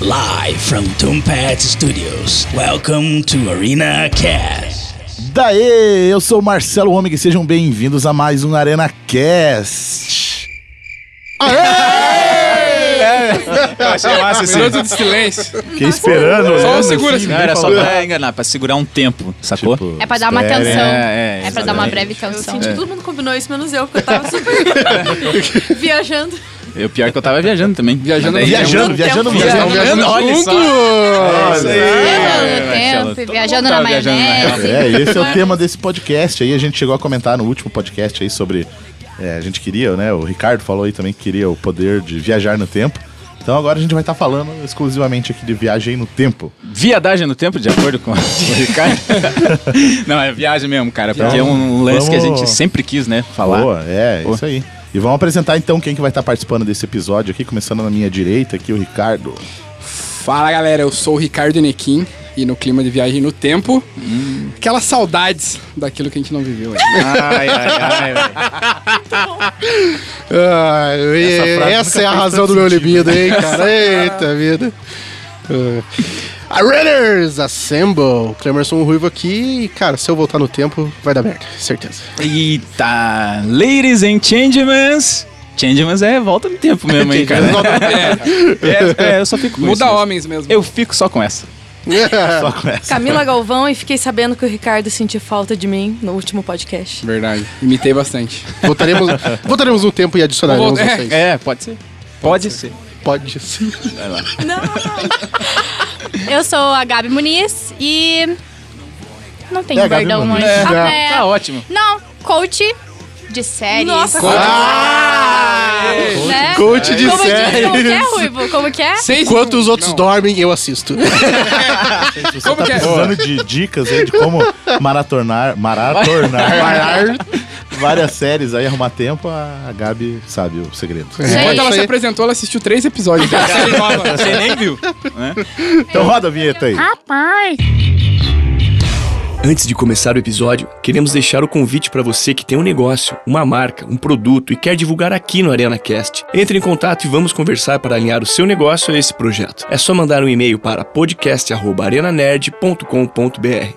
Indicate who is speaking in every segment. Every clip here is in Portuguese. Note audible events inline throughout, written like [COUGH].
Speaker 1: Live from Tombat Studios. Welcome to Arena Cast.
Speaker 2: Daê, eu sou o Marcelo Homem e sejam bem-vindos a mais um Arena Cast.
Speaker 3: Eu achei massa esse.
Speaker 4: Minuto de silêncio.
Speaker 2: Fiquei
Speaker 5: Tá
Speaker 2: esperando.
Speaker 4: Só
Speaker 2: olhando,
Speaker 4: segura
Speaker 2: assim,
Speaker 4: assim.
Speaker 3: Não, era né? só
Speaker 2: falando.
Speaker 3: pra enganar, pra segurar um tempo, sacou?
Speaker 2: Tipo,
Speaker 6: É pra dar uma
Speaker 2: espera.
Speaker 6: tensão.
Speaker 3: É,
Speaker 6: É,
Speaker 3: é,
Speaker 6: pra dar uma
Speaker 3: exatamente.
Speaker 6: breve
Speaker 5: Eu
Speaker 6: tensão.
Speaker 5: senti que todo mundo combinou isso, menos eu, porque eu tava super [LAUGHS] viajando.
Speaker 3: Eu pior que eu tava viajando também.
Speaker 4: Viajando
Speaker 3: Mas daí- um
Speaker 4: no
Speaker 2: Viajando,
Speaker 5: Tanto
Speaker 2: viajando,
Speaker 5: tempo.
Speaker 2: viajando.
Speaker 3: viajando, olha só. É,
Speaker 2: Olha.
Speaker 6: Errando
Speaker 3: Marcelo,
Speaker 6: o
Speaker 3: todo
Speaker 6: tempo, viajando
Speaker 3: mundo
Speaker 6: na
Speaker 3: tava viajando na
Speaker 6: maionese.
Speaker 2: É, esse é o tema desse podcast aí. A gente chegou a comentar no último podcast aí sobre. é, a gente queria, né? O Ricardo falou aí também que queria o poder de viajar no tempo. Então agora a gente vai estar falando exclusivamente aqui de viagem no tempo.
Speaker 3: Viadagem no tempo, de acordo com [LAUGHS] o Ricardo. Não, é viagem mesmo, cara, porque é um lance que a
Speaker 2: vamos-
Speaker 3: gente sempre quis, né, falar.
Speaker 2: Boa, é,
Speaker 3: Boa.
Speaker 2: isso aí. E vamos apresentar então quem que vai estar participando desse episódio aqui, começando na minha direita aqui, o Ricardo.
Speaker 4: Fala galera, eu sou o Ricardo Nequim e no clima de viagem no tempo, aquelas saudades daquilo que a gente não viveu ainda.
Speaker 3: Ai, ai, ai.
Speaker 4: Ah, e- essa
Speaker 2: frase nunca
Speaker 4: é a
Speaker 2: fez
Speaker 4: razão do
Speaker 2: tanto
Speaker 4: meu libido, hein, cara? Eita vida. Ah. A Runners Assemble!
Speaker 7: um
Speaker 4: Clemerson Ruivo aqui e, cara, se eu voltar no tempo, vai dar merda, certeza.
Speaker 3: Eita, ladies and changements. Changements é volta no tempo
Speaker 2: [LAUGHS]
Speaker 3: mesmo, hein, cara. é, é, eu só fico com isso
Speaker 4: Muda
Speaker 3: mesmo.
Speaker 4: homens mesmo.
Speaker 3: Eu fico só com essa.
Speaker 2: Só começa.
Speaker 5: Camila Galvão e fiquei sabendo que o Ricardo sentiu falta de mim no último podcast.
Speaker 4: Verdade, imitei bastante.
Speaker 7: [LAUGHS] Voltaremos, voltaremos no tempo e
Speaker 4: Vou-
Speaker 7: adicionaremos
Speaker 4: é,
Speaker 7: vocês.
Speaker 3: É, pode ser. Pode ser.
Speaker 7: Pode sim.
Speaker 5: [LAUGHS]
Speaker 6: Eu sou a Gabi Muniz e. Não tenho
Speaker 2: É, a Gabi
Speaker 6: perdão
Speaker 2: Muniz.
Speaker 6: hoje.
Speaker 2: É,
Speaker 6: Ah, é.
Speaker 3: Tá ótimo.
Speaker 6: Não, coach de séries.
Speaker 5: Nossa,
Speaker 6: né?
Speaker 7: Coach de
Speaker 6: como, diz, como que é,
Speaker 7: séries.
Speaker 6: Ruivo? Como que é?
Speaker 7: Enquanto os outros dormem, eu assisto.
Speaker 2: Se você tá
Speaker 4: [LAUGHS] que é?
Speaker 2: precisando de dicas aí de como maratonar, maratonar, marar várias séries aí, arrumar tempo, a Gabi sabe o segredo.
Speaker 4: Quando
Speaker 6: Gente,
Speaker 4: ela
Speaker 7: isso
Speaker 4: se
Speaker 7: aí.
Speaker 4: apresentou, ela assistiu três [LAUGHS] episódios. da série nova.
Speaker 3: [LAUGHS] Você nem viu.
Speaker 2: Então roda a vinheta aí.
Speaker 6: rapaz.
Speaker 8: Antes de começar o episódio, queremos deixar o convite para você que tem um negócio, uma marca, um produto e quer divulgar aqui no ArenaCast. Entre em contato e vamos conversar para alinhar o seu negócio a esse projeto. É só mandar um e-mail para podcast@arenanerd.com.br.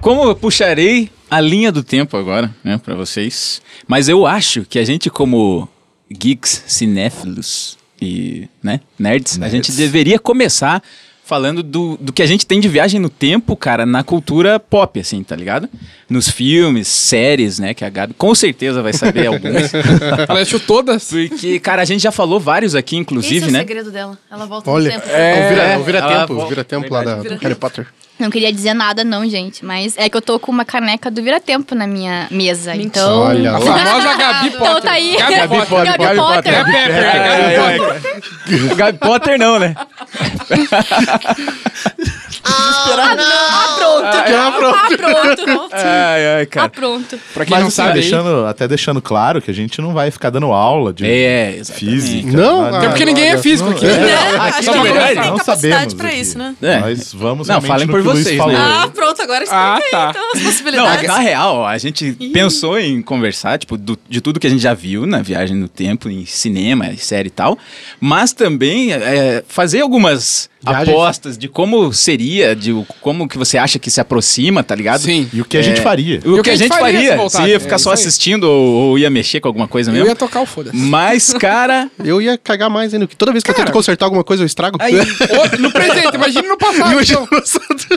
Speaker 3: Como eu puxarei a linha do tempo agora, né, pra vocês. Mas eu acho que a gente, como geeks, cinéfilos e, né, nerds, a gente deveria começar falando do, do que a gente tem de viagem no tempo, cara, na cultura pop, assim, tá ligado? Nos filmes, séries, né, que a Gabi com certeza vai saber [LAUGHS] algumas.
Speaker 4: ela assistiu todas.
Speaker 3: Porque, cara, a gente já falou vários aqui, inclusive,
Speaker 5: Esse é o
Speaker 3: né?
Speaker 5: segredo dela. Ela volta
Speaker 7: Olha,
Speaker 5: no tempo.
Speaker 7: é o vira, é o vira
Speaker 3: ela-
Speaker 7: tempo, o vira tempo lá da do Harry Potter.
Speaker 6: Não queria dizer nada, não, gente. Mas é que eu tô com uma caneca do Vira-Tempo na minha mesa.
Speaker 5: Mentira.
Speaker 6: Então.
Speaker 7: Olha
Speaker 4: A
Speaker 7: lá.
Speaker 4: famosa Gabi Potter.
Speaker 6: Então tá aí.
Speaker 4: Gabi Potter.
Speaker 6: Gabi Potter.
Speaker 4: É Pepper, Gabi Potter.
Speaker 3: O Gabi Potter não, né?
Speaker 5: Ah, pronto.
Speaker 3: Ai, ai,
Speaker 5: Ah,
Speaker 3: cara.
Speaker 5: pronto.
Speaker 4: Pra quem
Speaker 2: Mas
Speaker 4: não
Speaker 2: assim,
Speaker 4: sabe, aí,
Speaker 2: deixando, até deixando claro que a gente não vai ficar dando aula de
Speaker 3: É, exatamente.
Speaker 2: física.
Speaker 7: Não,
Speaker 2: nada.
Speaker 4: até porque
Speaker 7: Não,
Speaker 4: ninguém é
Speaker 7: não,
Speaker 4: físico aqui.
Speaker 5: Né? Acho que
Speaker 4: Só pra
Speaker 5: ninguém
Speaker 4: começar.
Speaker 5: tem
Speaker 2: Não sabemos
Speaker 5: capacidade pra
Speaker 2: aqui.
Speaker 5: isso, né?
Speaker 3: É.
Speaker 2: Nós vamos
Speaker 3: Não,
Speaker 2: realmente
Speaker 3: falem
Speaker 2: no
Speaker 3: por
Speaker 2: que o Luiz
Speaker 3: vocês,
Speaker 2: falou.
Speaker 3: né?
Speaker 5: Ah, pronto. Agora explica
Speaker 4: Ah, tá.
Speaker 5: aí, então, as
Speaker 3: Não, a-
Speaker 5: possibilidades.
Speaker 3: na real, a gente pensou em conversar, tipo, do- de tudo que a gente já viu na viagem no tempo, em cinema, em série e tal, mas também é, fazer algumas
Speaker 7: Viagens.
Speaker 3: apostas de como seria, de o- como que você acha que se aproxima, tá ligado?
Speaker 4: Sim.
Speaker 2: E o que a gente faria?
Speaker 3: O, que, a gente faria, se, É ia ficar só
Speaker 4: assistindo.
Speaker 3: assistindo ou, ou ia mexer com alguma coisa
Speaker 4: Eu
Speaker 3: mesmo.
Speaker 4: ia tocar o foda-se.
Speaker 3: Mas, cara,
Speaker 7: Eu ia cagar mais ainda, que toda vez que eu tento consertar alguma coisa, eu estrago.
Speaker 4: Ô, No presente, imagina no passado. então.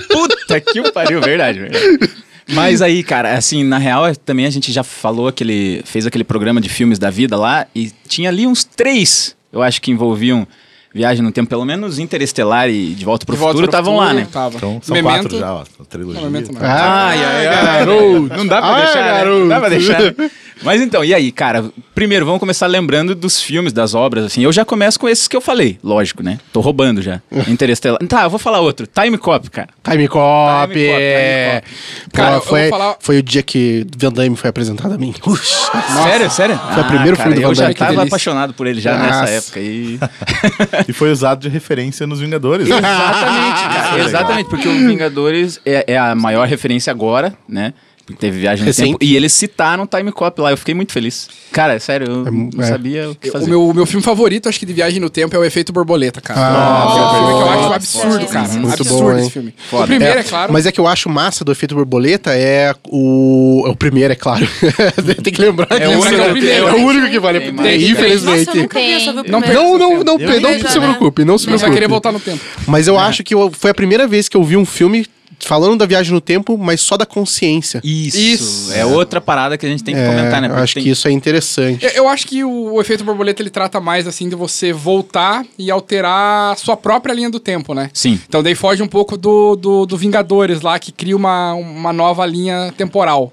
Speaker 3: Puta que o pariu, verdade, verdade. Mas aí, cara, assim, na real, é- também a gente já falou aquele. fez aquele programa de filmes da vida lá e tinha ali uns três, eu acho que envolviam Viagem no Tempo, pelo menos Interestelar e De Volta pro
Speaker 9: De Volta
Speaker 3: Futuro
Speaker 9: pro
Speaker 3: estavam lá,
Speaker 9: Futuro, Ah,
Speaker 3: né?
Speaker 9: Tava.
Speaker 2: Então são
Speaker 9: Memento-
Speaker 2: quatro já, ó. a Trilogia.
Speaker 9: Não, Memento não.
Speaker 3: Ai, ai, ai, garoto. Não dá pra
Speaker 9: Ah,
Speaker 7: Ai,
Speaker 3: deixar, né? Não dá pra deixar.
Speaker 7: garoto.
Speaker 3: Mas então, e aí, cara? Primeiro, vamos começar lembrando dos filmes, das obras, assim. Eu já começo com esses que eu falei, lógico, né? Tô roubando já. Interestelar. Tá, eu vou falar outro. Time Cop, cara.
Speaker 7: Time Cop.
Speaker 3: Time Cop,
Speaker 7: é.
Speaker 3: Time
Speaker 7: Pô,
Speaker 9: Cara, eu vou
Speaker 7: foi,
Speaker 9: falar-
Speaker 7: foi o dia que Van Damme foi apresentado a mim. [LAUGHS] Ux,
Speaker 3: Sério, sério? Ah,
Speaker 7: Foi o primeiro filme do
Speaker 3: Eu
Speaker 7: Van
Speaker 3: já
Speaker 7: Damme, que
Speaker 3: tava
Speaker 7: delícia.
Speaker 3: apaixonado por ele já nessa
Speaker 7: Nossa.
Speaker 3: época. E...
Speaker 7: [LAUGHS]
Speaker 2: E foi usado de referência nos
Speaker 4: [LAUGHS]
Speaker 2: Vingadores.
Speaker 3: Exatamente, cara. Exatamente, porque o Vingadores é, é a maior referência agora, né? Porque Teve viagem no
Speaker 7: Recente.
Speaker 3: tempo. E eles citaram o Time Cop lá. Eu fiquei muito feliz. Cara, sério, eu não
Speaker 7: é.
Speaker 3: sabia o que fazer.
Speaker 9: O meu, o meu filme favorito, acho que de viagem no tempo, é o Efeito Borboleta, cara. é um filme que eu acho um absurdo, cara.
Speaker 7: Muito
Speaker 9: absurdo
Speaker 7: bom,
Speaker 9: esse
Speaker 7: hein?
Speaker 9: filme. O primeiro, é, claro.
Speaker 7: Mas é que eu acho massa do efeito borboleta é o. É o primeiro, é claro. [LAUGHS] Tem que lembrar
Speaker 3: É o
Speaker 7: disso,
Speaker 3: único que é
Speaker 7: né?
Speaker 3: o primeiro.
Speaker 7: É o único que vale a
Speaker 3: Tem
Speaker 7: pena.
Speaker 3: mais.
Speaker 7: É,
Speaker 3: Tem,
Speaker 5: Nossa, eu
Speaker 7: Infelizmente.
Speaker 5: nunca vi, eu só vi o
Speaker 9: Não,
Speaker 5: primeiro.
Speaker 7: Não, é? não, não,
Speaker 2: Eu
Speaker 7: não,
Speaker 5: vejo,
Speaker 7: se
Speaker 5: né?
Speaker 7: preocupe, não se
Speaker 9: Mas vai querer
Speaker 7: preocupe.
Speaker 9: voltar no tempo.
Speaker 7: Mas
Speaker 3: É.
Speaker 7: eu acho que eu- foi a primeira vez que eu vi um filme falando da viagem no tempo, mas só da consciência.
Speaker 3: Isso,
Speaker 9: Isso.
Speaker 3: É outra parada que a gente tem que comentar, né?
Speaker 7: eu
Speaker 3: Porque
Speaker 7: acho
Speaker 3: tem-
Speaker 7: que isso é interessante.
Speaker 9: Eu, eu acho que o, o efeito borboleta ele trata mais assim de você voltar e alterar a sua própria linha do tempo, né?
Speaker 3: Sim.
Speaker 9: Então daí foge um pouco do, do, do Vingadores lá, que cria uma, uma nova linha temporal.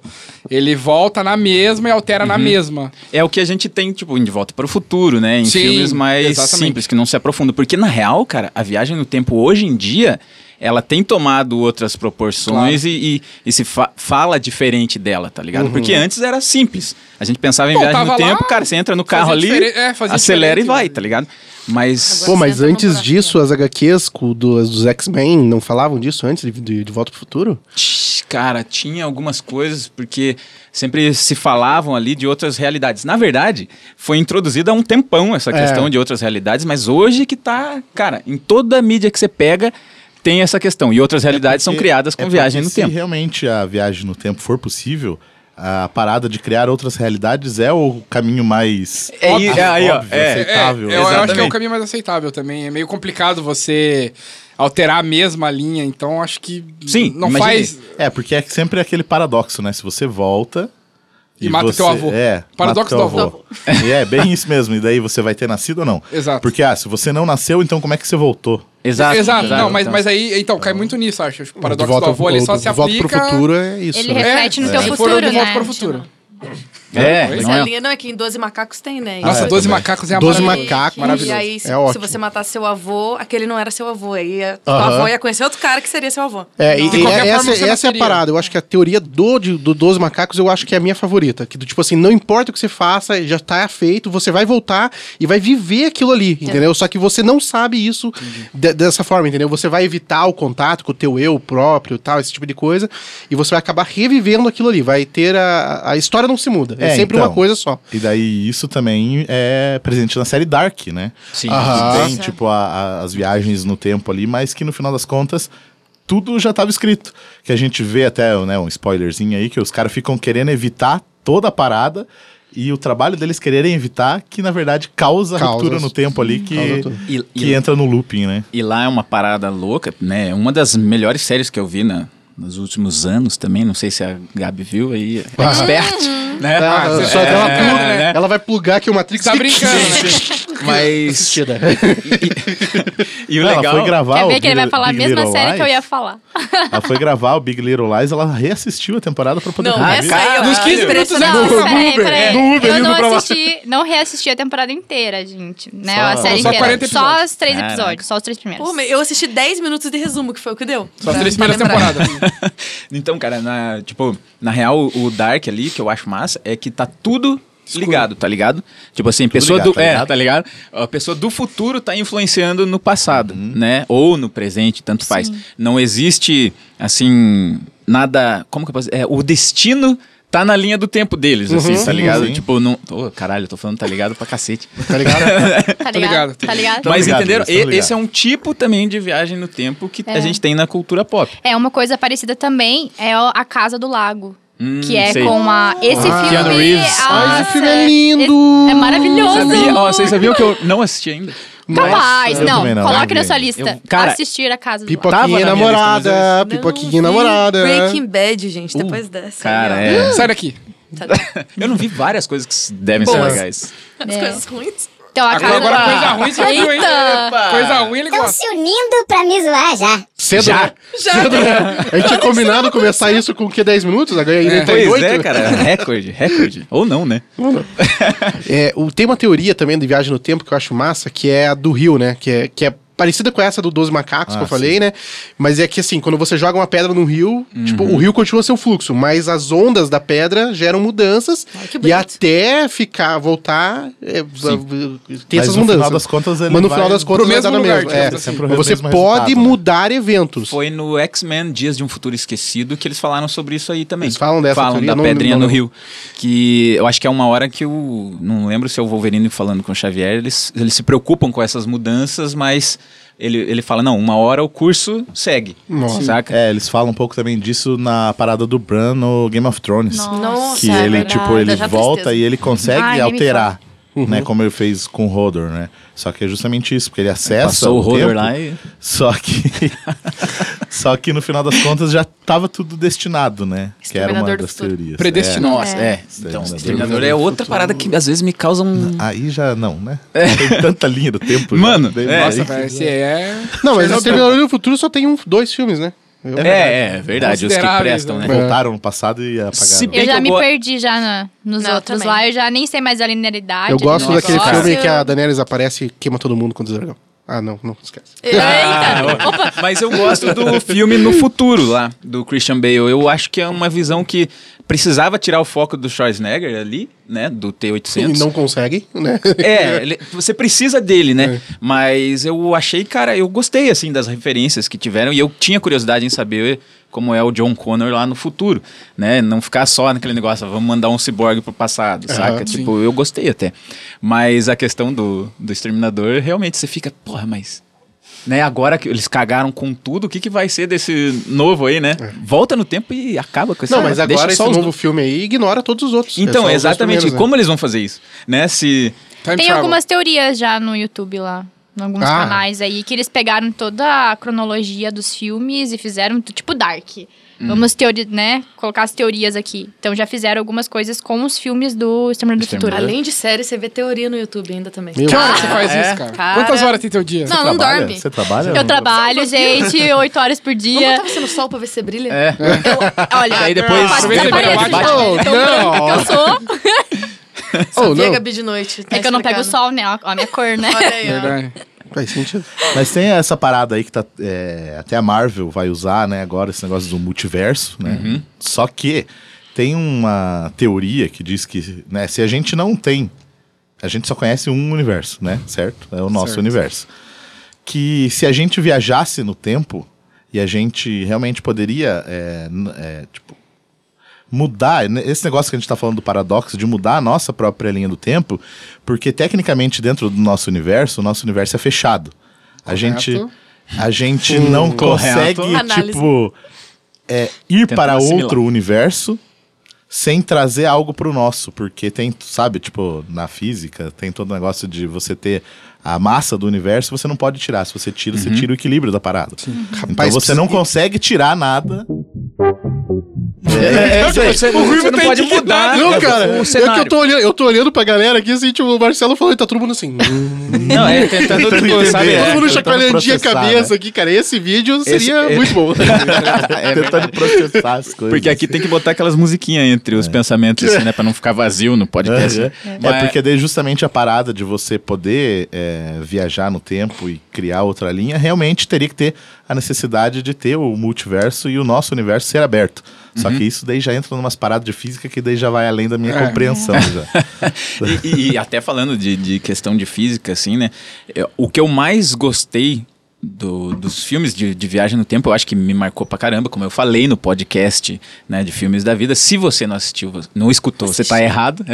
Speaker 9: Ele volta na mesma e altera na mesma.
Speaker 3: É o que a gente tem, tipo, em De Volta para o Futuro, né? Em
Speaker 9: Sim,
Speaker 3: filmes mais
Speaker 9: exatamente.
Speaker 3: simples, que não se aprofundam. Porque, na real, cara, a viagem no tempo hoje em dia, ela tem tomado outras proporções e, e- e se fa- fala diferente dela, tá ligado? Porque antes era simples. A gente pensava em
Speaker 9: Uhum. Pô,
Speaker 3: viagem no
Speaker 9: tava lá,
Speaker 3: tempo, cara, você entra no carro
Speaker 9: fazia
Speaker 3: ali,
Speaker 9: diferen- é, fazia
Speaker 3: acelera e
Speaker 9: diferente,
Speaker 3: vai,
Speaker 9: né?
Speaker 3: tá ligado? Mas...
Speaker 7: Pô, mas
Speaker 5: Senta no
Speaker 7: antes
Speaker 5: buraco,
Speaker 7: disso, as HQs co- dos, dos X-Men não falavam disso antes de, de, de Volta pro Futuro?
Speaker 3: Tch, Cara, tinha algumas coisas, porque sempre se falavam ali de outras realidades. Na verdade, foi introduzida há um tempão
Speaker 2: É.
Speaker 3: essa questão de outras realidades, mas hoje que tá, cara, em toda mídia que você pega tem essa questão. E outras realidades são
Speaker 2: É Porque-
Speaker 3: criadas com
Speaker 2: é
Speaker 3: viagem
Speaker 2: porque
Speaker 3: no
Speaker 2: se
Speaker 3: tempo.
Speaker 2: realmente a viagem no tempo for possível, a parada de criar outras realidades é o caminho mais
Speaker 3: É, e- é aí, ó,
Speaker 2: óbvio,
Speaker 3: é,
Speaker 2: aceitável.
Speaker 9: eu, eu acho que é o
Speaker 3: exatamente.
Speaker 9: caminho mais aceitável também. É meio complicado você alterar a mesma linha, então acho que
Speaker 3: Sim,
Speaker 9: não
Speaker 3: imagine.
Speaker 9: faz.
Speaker 2: É, porque é sempre aquele paradoxo, né? Se você volta.
Speaker 9: E mata o
Speaker 2: você-
Speaker 9: teu avô.
Speaker 2: É.
Speaker 9: Paradoxo
Speaker 2: mata o teu
Speaker 9: do
Speaker 2: avô. E é bem isso mesmo. E daí você vai ter nascido ou não?
Speaker 9: [LAUGHS] Exato.
Speaker 2: Porque, ah, se você não nasceu, então como é que você voltou?
Speaker 3: Exato.
Speaker 9: Exato, não, mas,
Speaker 3: então.
Speaker 9: mas aí, então, cai muito nisso, acho. O
Speaker 7: De
Speaker 9: paradoxo
Speaker 7: volta,
Speaker 9: do avô ele só
Speaker 7: ou
Speaker 9: se
Speaker 7: do Volta
Speaker 9: aplica.
Speaker 7: pro Futuro é isso.
Speaker 6: Ele
Speaker 7: né?
Speaker 6: reflete no teu
Speaker 9: se for
Speaker 6: futuro,
Speaker 9: de volta
Speaker 6: né?
Speaker 9: para o
Speaker 6: Tipo,
Speaker 9: futuro.
Speaker 3: É,
Speaker 5: Mas
Speaker 3: não
Speaker 5: a
Speaker 3: é.
Speaker 5: linha não é que em 12 macacos tem, né?
Speaker 2: é,
Speaker 9: Nossa, 12
Speaker 2: também.
Speaker 9: macacos é a
Speaker 7: 12
Speaker 9: maravilhoso.
Speaker 7: macacos.
Speaker 5: E
Speaker 9: Maravilhoso.
Speaker 5: aí, se,
Speaker 7: É ótimo.
Speaker 5: se você matasse seu avô, aquele não era seu avô. Aí a tua
Speaker 2: Aham.
Speaker 5: avó ia conhecer outro cara que seria seu avô.
Speaker 7: É, e,
Speaker 9: De
Speaker 7: e
Speaker 9: qualquer
Speaker 7: essa,
Speaker 9: forma, você não
Speaker 7: essa é a
Speaker 9: teria.
Speaker 7: parada. Eu acho que a teoria do, de- do 12 macacos eu acho que é a minha favorita. Que do tipo assim, não importa o que você faça, já tá feito, você vai voltar e vai viver aquilo ali,
Speaker 9: É.
Speaker 7: entendeu? Só que você não sabe isso de- dessa forma, entendeu? Você vai evitar o contato com o teu eu próprio, tal, esse tipo de coisa, e você vai acabar revivendo aquilo ali. Vai ter a. A história não se muda. É, sempre
Speaker 2: então.
Speaker 7: uma coisa só.
Speaker 2: E daí isso também é presente na série Dark, né?
Speaker 3: Sim.
Speaker 2: Que tem, tipo, a- a- as viagens no tempo ali, mas que no final das contas. Tudo já estava escrito. Que a gente vê até né, um spoilerzinho aí, que os caras ficam querendo evitar toda a parada e o trabalho deles quererem evitar, que na verdade causa
Speaker 7: Causa.
Speaker 2: ruptura no tempo ali, que,
Speaker 7: Causa tudo.
Speaker 3: E-
Speaker 2: que
Speaker 3: e-
Speaker 2: entra no looping, né?
Speaker 3: E lá é uma parada louca, né? Uma das melhores séries que eu vi na- nos últimos anos também. Não sei se a Gabi viu aí.
Speaker 2: Ah.
Speaker 3: Expert, né?
Speaker 7: Tá?
Speaker 9: Ah,
Speaker 7: Só
Speaker 9: é,
Speaker 7: que ela, pluga-
Speaker 9: é,
Speaker 3: né?
Speaker 7: ela vai plugar que o Matrix.
Speaker 9: Tá brincando.
Speaker 3: Mas.
Speaker 7: Assistida.
Speaker 3: [LAUGHS] E o
Speaker 2: Ela
Speaker 3: legal.
Speaker 2: foi gravar
Speaker 6: Quer
Speaker 2: o
Speaker 6: ver que ele vai
Speaker 2: Big-
Speaker 6: falar a
Speaker 2: Big
Speaker 6: mesma
Speaker 2: Little
Speaker 6: série que eu ia
Speaker 2: Lies?
Speaker 6: falar.
Speaker 2: Ela foi gravar o Big Little Lies, ela reassistiu a temporada pra poder
Speaker 5: Não,
Speaker 2: rever.
Speaker 5: essa
Speaker 6: é
Speaker 5: aí eu
Speaker 9: Nos
Speaker 5: acho
Speaker 9: 15 minutos
Speaker 5: impressionante.
Speaker 6: Não,
Speaker 9: Uber,
Speaker 6: peraí,
Speaker 9: Uber,
Speaker 6: peraí.
Speaker 9: é, no Uber,
Speaker 6: eu
Speaker 9: indo pra
Speaker 6: não
Speaker 9: lá.
Speaker 6: assisti, não reassisti a temporada inteira, gente. Né? a
Speaker 2: Só-
Speaker 6: série
Speaker 9: Só
Speaker 6: inteira.
Speaker 9: 40
Speaker 6: Só
Speaker 9: episódios.
Speaker 6: os três
Speaker 3: Caraca.
Speaker 6: episódios, só os três primeiros.
Speaker 5: Pô, mas eu assisti 10 minutos de resumo, que foi o que deu.
Speaker 9: Só as
Speaker 5: Pra-
Speaker 9: três
Speaker 5: pra
Speaker 9: primeiras
Speaker 5: lembrar.
Speaker 9: temporadas.
Speaker 3: [LAUGHS] Então, cara, na, tipo, na real, o Dark ali, que eu acho massa, é que tá tudo ligado, tá ligado? Tipo assim, pessoa
Speaker 2: ligado,
Speaker 3: do.
Speaker 2: tá
Speaker 3: é,
Speaker 2: ligado?
Speaker 3: tá ligado? A pessoa do futuro tá influenciando no passado,
Speaker 2: Uhum.
Speaker 3: né? Ou no presente, tanto faz. Não existe, assim, nada. Como que eu posso dizer? É, o destino. Tá na linha do tempo deles, assim, tá ligado?
Speaker 2: Uhum. Sim.
Speaker 3: Tipo, não. Ô, caralho, eu tô falando, tá ligado pra cacete.
Speaker 7: Tá ligado?
Speaker 6: Tá
Speaker 9: Tô
Speaker 6: ligado?
Speaker 9: ligado.
Speaker 6: Tá ligado?
Speaker 3: Mas
Speaker 2: ligado,
Speaker 3: entenderam?
Speaker 2: eles tão
Speaker 3: E-
Speaker 2: ligados.
Speaker 3: Esse é um tipo também de viagem no tempo que
Speaker 7: É.
Speaker 3: a gente tem na cultura pop.
Speaker 6: É, uma coisa parecida também é o- a Casa do Lago.
Speaker 3: Hum,
Speaker 6: que é
Speaker 3: sei.
Speaker 6: com a. Esse
Speaker 3: Ah. Keanu
Speaker 6: filme.
Speaker 3: Reeves.
Speaker 6: ah,
Speaker 7: Ah, esse filme é
Speaker 6: nossa,
Speaker 7: lindo.
Speaker 6: É, é maravilhoso.
Speaker 3: Sabia? Ó, vocês sabiam que eu não assisti ainda?
Speaker 6: Capaz,
Speaker 2: Eu
Speaker 6: não,
Speaker 2: também não.
Speaker 6: Coloque
Speaker 2: Não,
Speaker 6: na sua
Speaker 2: ninguém.
Speaker 6: lista.
Speaker 3: Eu- cara,
Speaker 6: assistir a Casa do Lago.
Speaker 3: Tava na
Speaker 7: Pipoquinha
Speaker 3: minha lista,
Speaker 7: namorada,
Speaker 5: Não vi
Speaker 7: pipoquinha namorada. né?
Speaker 5: Breaking Bad, gente, depois dessa.
Speaker 3: Cara,
Speaker 5: aí, ó.
Speaker 3: é.
Speaker 9: Sai daqui.
Speaker 5: Tá-
Speaker 3: Eu não vi várias coisas que s- devem ser
Speaker 5: Boas.
Speaker 3: legais.
Speaker 5: É. As coisas ruins.
Speaker 6: Então a cara
Speaker 9: Agora,
Speaker 6: da-
Speaker 9: coisa ruim você já viu, hein?
Speaker 6: Eita!
Speaker 9: Coisa ruim ele
Speaker 10: Estão
Speaker 9: gosta.
Speaker 10: se unindo pra me zoar já.
Speaker 7: Cedo, já? Cedo, né? A gente tinha combinado começar isso com o quê? 10 minutos? Agora ainda é.
Speaker 3: Pois
Speaker 7: tem 8?
Speaker 3: é, cara. [LAUGHS] Recorde, recorde. Ou não, né?
Speaker 7: É, o- tem uma teoria também de viagem no tempo que eu acho massa, que é a do rio, né? Que é, que é parecida com essa do 12
Speaker 2: Ah,
Speaker 7: macacos que eu falei, né? Mas é que assim, quando você joga uma pedra no rio, tipo,
Speaker 2: Uhum.
Speaker 7: o rio continua seu fluxo, mas as ondas da pedra geram mudanças
Speaker 5: que
Speaker 7: e
Speaker 5: bonito.
Speaker 7: até ficar, voltar, é, tem
Speaker 2: Mas
Speaker 7: essas
Speaker 2: no
Speaker 7: mudanças.
Speaker 2: final das contas, ele
Speaker 7: Mas no
Speaker 2: vai
Speaker 7: final das contas
Speaker 9: pro
Speaker 7: vai
Speaker 9: mesmo
Speaker 7: dar na
Speaker 9: lugar,
Speaker 7: mesma,
Speaker 9: digamos
Speaker 7: é.
Speaker 9: assim,
Speaker 2: tipo, pro
Speaker 7: Mas você
Speaker 2: mesmo
Speaker 7: pode
Speaker 2: resultado, né?
Speaker 7: mudar eventos.
Speaker 3: Foi no X-Men Dias de um Futuro Esquecido que eles falaram sobre isso aí também.
Speaker 7: Eles falam dessa
Speaker 3: Falam
Speaker 7: teoria?
Speaker 3: da
Speaker 7: Não-
Speaker 3: pedrinha
Speaker 7: não-
Speaker 3: no rio. Que eu acho que é uma hora que o... Não lembro se é o Wolverine falando com o Xavier. Eles, eles se preocupam com essas mudanças, mas... Ele, ele fala, não, uma hora o curso segue, saca?
Speaker 2: É, eles falam um pouco também disso na parada do Bran no Game of Thrones.
Speaker 5: Nossa,
Speaker 2: que
Speaker 5: é
Speaker 2: ele,
Speaker 5: verdade,
Speaker 2: tipo, ele
Speaker 5: já
Speaker 2: volta
Speaker 5: tristeza.
Speaker 2: e ele consegue
Speaker 6: Ah, ele me
Speaker 2: alterar, né?
Speaker 3: Uhum.
Speaker 2: Como ele fez com o Hodor, né? Só que é justamente isso, porque ele acessa
Speaker 3: Passou o Roller
Speaker 2: tempo,
Speaker 3: lá e...
Speaker 2: Só que... [LAUGHS] só que no final das contas já tava tudo destinado, né? Que era uma
Speaker 5: Exterminador do
Speaker 2: das
Speaker 5: futuro.
Speaker 2: teorias.
Speaker 9: Predestinado.
Speaker 3: Nossa, é. Então,
Speaker 2: Exterminador.
Speaker 3: Exterminador é outra parada que às vezes me causa um...
Speaker 2: É. Aí já não, né? Tem tanta linha do tempo.
Speaker 3: É. Mano,
Speaker 2: já,
Speaker 3: é.
Speaker 9: Nossa,
Speaker 2: Aí-
Speaker 9: velho, você é.
Speaker 7: Não, mas o Terminador do Futuro só tem um, dois filmes, né? Eu-
Speaker 3: É, é verdade, os que
Speaker 9: Consideráveis,
Speaker 3: prestam,
Speaker 9: né?
Speaker 3: né?
Speaker 2: Voltaram no passado e apagaram.
Speaker 3: Se bem
Speaker 6: Eu
Speaker 3: que
Speaker 6: já
Speaker 3: eu
Speaker 6: me
Speaker 3: go-
Speaker 6: perdi já na- nos
Speaker 5: Não, eu
Speaker 6: outros
Speaker 5: também.
Speaker 6: lá, eu já nem sei mais a linearidade.
Speaker 7: Eu gosto
Speaker 5: né?
Speaker 6: do
Speaker 7: daquele
Speaker 6: negócio.
Speaker 7: filme que a Daenerys aparece e queima todo mundo com o dragão. Ah, não, não, esquece.
Speaker 5: É.
Speaker 3: Ah, Mas eu gosto do filme No Futuro lá, do Christian Bale. Eu acho que é uma visão que precisava tirar o foco do Schwarzenegger ali, né? Do T-800.
Speaker 7: E não consegue, né?
Speaker 3: É, ele- você precisa dele, né?
Speaker 7: É.
Speaker 3: Mas eu achei, cara, eu gostei, assim, das referências que tiveram e eu tinha curiosidade em saber como é o John Connor lá no futuro, né? Não ficar só naquele negócio, "Ah, vamos mandar um ciborgue pro passado, saca? Tipo, eu gostei até. Mas a questão do, do Exterminador, realmente você fica, porra, mas... Né, agora que eles cagaram com tudo, o que, que vai ser desse novo aí, né? Volta no tempo e acaba com esse
Speaker 7: É. Não, mas
Speaker 3: é, Deixa
Speaker 7: agora esse
Speaker 3: só os
Speaker 7: novo
Speaker 3: do-
Speaker 7: filme aí ignora todos os outros. É só
Speaker 3: Então,
Speaker 7: os dois
Speaker 3: exatamente.
Speaker 7: primeiros, né?
Speaker 3: Como eles vão fazer isso? Né? Se
Speaker 6: Tem
Speaker 9: Time travel.
Speaker 6: algumas teorias já no YouTube lá. Em alguns
Speaker 7: Ah.
Speaker 6: canais aí, que eles pegaram toda a cronologia dos filmes e fizeram t- tipo Dark. Vamos teori né, colocar as teorias aqui. Então já fizeram algumas coisas com os filmes do Exterminador do Futuro.
Speaker 5: Além de série, você vê teoria no YouTube ainda também.
Speaker 7: Meu
Speaker 9: Que hora que você faz
Speaker 6: É.
Speaker 9: isso, cara?
Speaker 5: Cara.
Speaker 9: Quantas horas tem teu dia?
Speaker 5: Não, não
Speaker 2: Trabalha?
Speaker 5: dorme.
Speaker 2: Você trabalha?
Speaker 6: Eu trabalho, gente, oito horas por
Speaker 5: Vamos
Speaker 6: dia.
Speaker 5: botar você no Tá sol pra ver se você brilha?
Speaker 6: Olha,
Speaker 3: Aí depois-
Speaker 6: quase
Speaker 9: Aproveita e
Speaker 6: desapareço.
Speaker 9: bate-
Speaker 6: Não,
Speaker 7: né? Oh,
Speaker 3: Então, [LAUGHS]
Speaker 7: não.
Speaker 6: eu sou.
Speaker 7: Oh,
Speaker 5: Vê
Speaker 7: não.
Speaker 5: Gabi de noite. tá
Speaker 6: É que eu não pego o
Speaker 5: explicado.
Speaker 6: sol, né? Ó a minha cor, né?
Speaker 5: Olha aí, ó.
Speaker 9: Verdade.
Speaker 7: Faz sentido.
Speaker 2: Mas tem essa parada aí que tá. é, até a Marvel vai usar, né, agora, esse negócio do multiverso, né? Só que tem uma teoria que diz que, né, se a gente não tem. A gente só conhece um universo, né? Certo? É o nosso universo. Que se a gente viajasse no tempo e a gente realmente poderia, é, n- é, tipo, mudar, né, esse negócio que a gente tá falando do paradoxo, de mudar a nossa própria linha do tempo, porque tecnicamente dentro do nosso universo, o nosso universo é fechado. A gente, a gente não
Speaker 3: correto.
Speaker 2: consegue,
Speaker 5: Análise.
Speaker 2: tipo, é, ir
Speaker 3: Tentando
Speaker 2: para
Speaker 3: assimilar.
Speaker 2: outro universo sem trazer algo pro nosso, porque tem, sabe, tipo, na física, tem todo o negócio de você ter a massa do universo, você não pode tirar. Se você tira, você tira o equilíbrio da parada. então
Speaker 7: Rapaz,
Speaker 2: você
Speaker 7: precisa-
Speaker 2: não consegue tirar nada. [LAUGHS]
Speaker 3: É, você, você não- você não pode mudar né?
Speaker 7: Não, cara.
Speaker 3: o
Speaker 7: É que eu
Speaker 3: cenário.
Speaker 7: tô olhando, eu tô olhando pra galera aqui, assim, tipo, o Marcelo falou, e tá todo mundo assim.
Speaker 3: Não, é tentando,
Speaker 2: entender.
Speaker 3: [LAUGHS] sabe? então tá
Speaker 2: É,
Speaker 7: todo mundo
Speaker 2: tentando
Speaker 7: chacoalhandinha a
Speaker 2: processar,
Speaker 7: cabeça
Speaker 2: né?
Speaker 7: aqui, cara. Esse vídeo
Speaker 3: Esse-
Speaker 7: seria
Speaker 3: é-
Speaker 7: muito bom.
Speaker 2: tentando processar as coisas.
Speaker 3: Porque aqui tem que botar aquelas musiquinhas entre os pensamentos, assim, né? Pra não ficar vazio no podcast.
Speaker 2: É, é. É, porque daí justamente a parada de você poder é, viajar no tempo e criar outra linha, realmente teria que ter a necessidade de ter o multiverso e o nosso universo ser aberto. Só que isso daí já entra numas paradas de física que daí já vai além da minha compreensão. Já.
Speaker 3: e, e- e até falando de, de questão de física, assim, né? eu- O que eu mais gostei do- dos filmes de, de viagem no tempo, eu acho que me marcou pra caramba, como eu falei no podcast né, de filmes da vida. Se você não assistiu, vo- não escutou, você tá errado.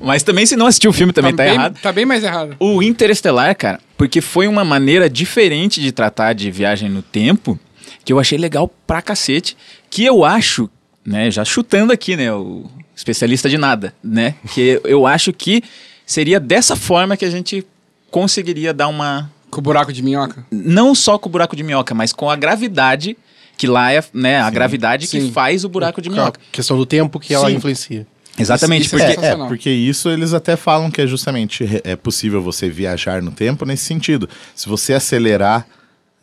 Speaker 3: Mas também se não assistiu o filme, também tá,
Speaker 9: bem-
Speaker 3: errado.
Speaker 9: Tá bem mais errado.
Speaker 3: O Interestelar, cara, porque foi uma maneira diferente de tratar de viagem no tempo que eu achei legal pra cacete. Que eu acho, né, já chutando aqui, né, o especialista de nada, né, que eu acho que seria dessa forma que a gente conseguiria dar uma.
Speaker 9: Com o buraco de minhoca.
Speaker 3: Não só com o buraco de minhoca, mas com a gravidade, que lá é né, a gravidade que
Speaker 9: sim.
Speaker 3: faz o [LAUGHS] buraco de
Speaker 7: A
Speaker 3: minhoca.
Speaker 7: questão do tempo que ela
Speaker 3: Sim.
Speaker 7: influencia.
Speaker 3: Exatamente,
Speaker 9: Isso- isso
Speaker 3: porque
Speaker 2: [LAUGHS] É,
Speaker 9: sensacional.
Speaker 2: porque isso eles até falam que é justamente re- é possível você viajar no tempo nesse sentido. Se você acelerar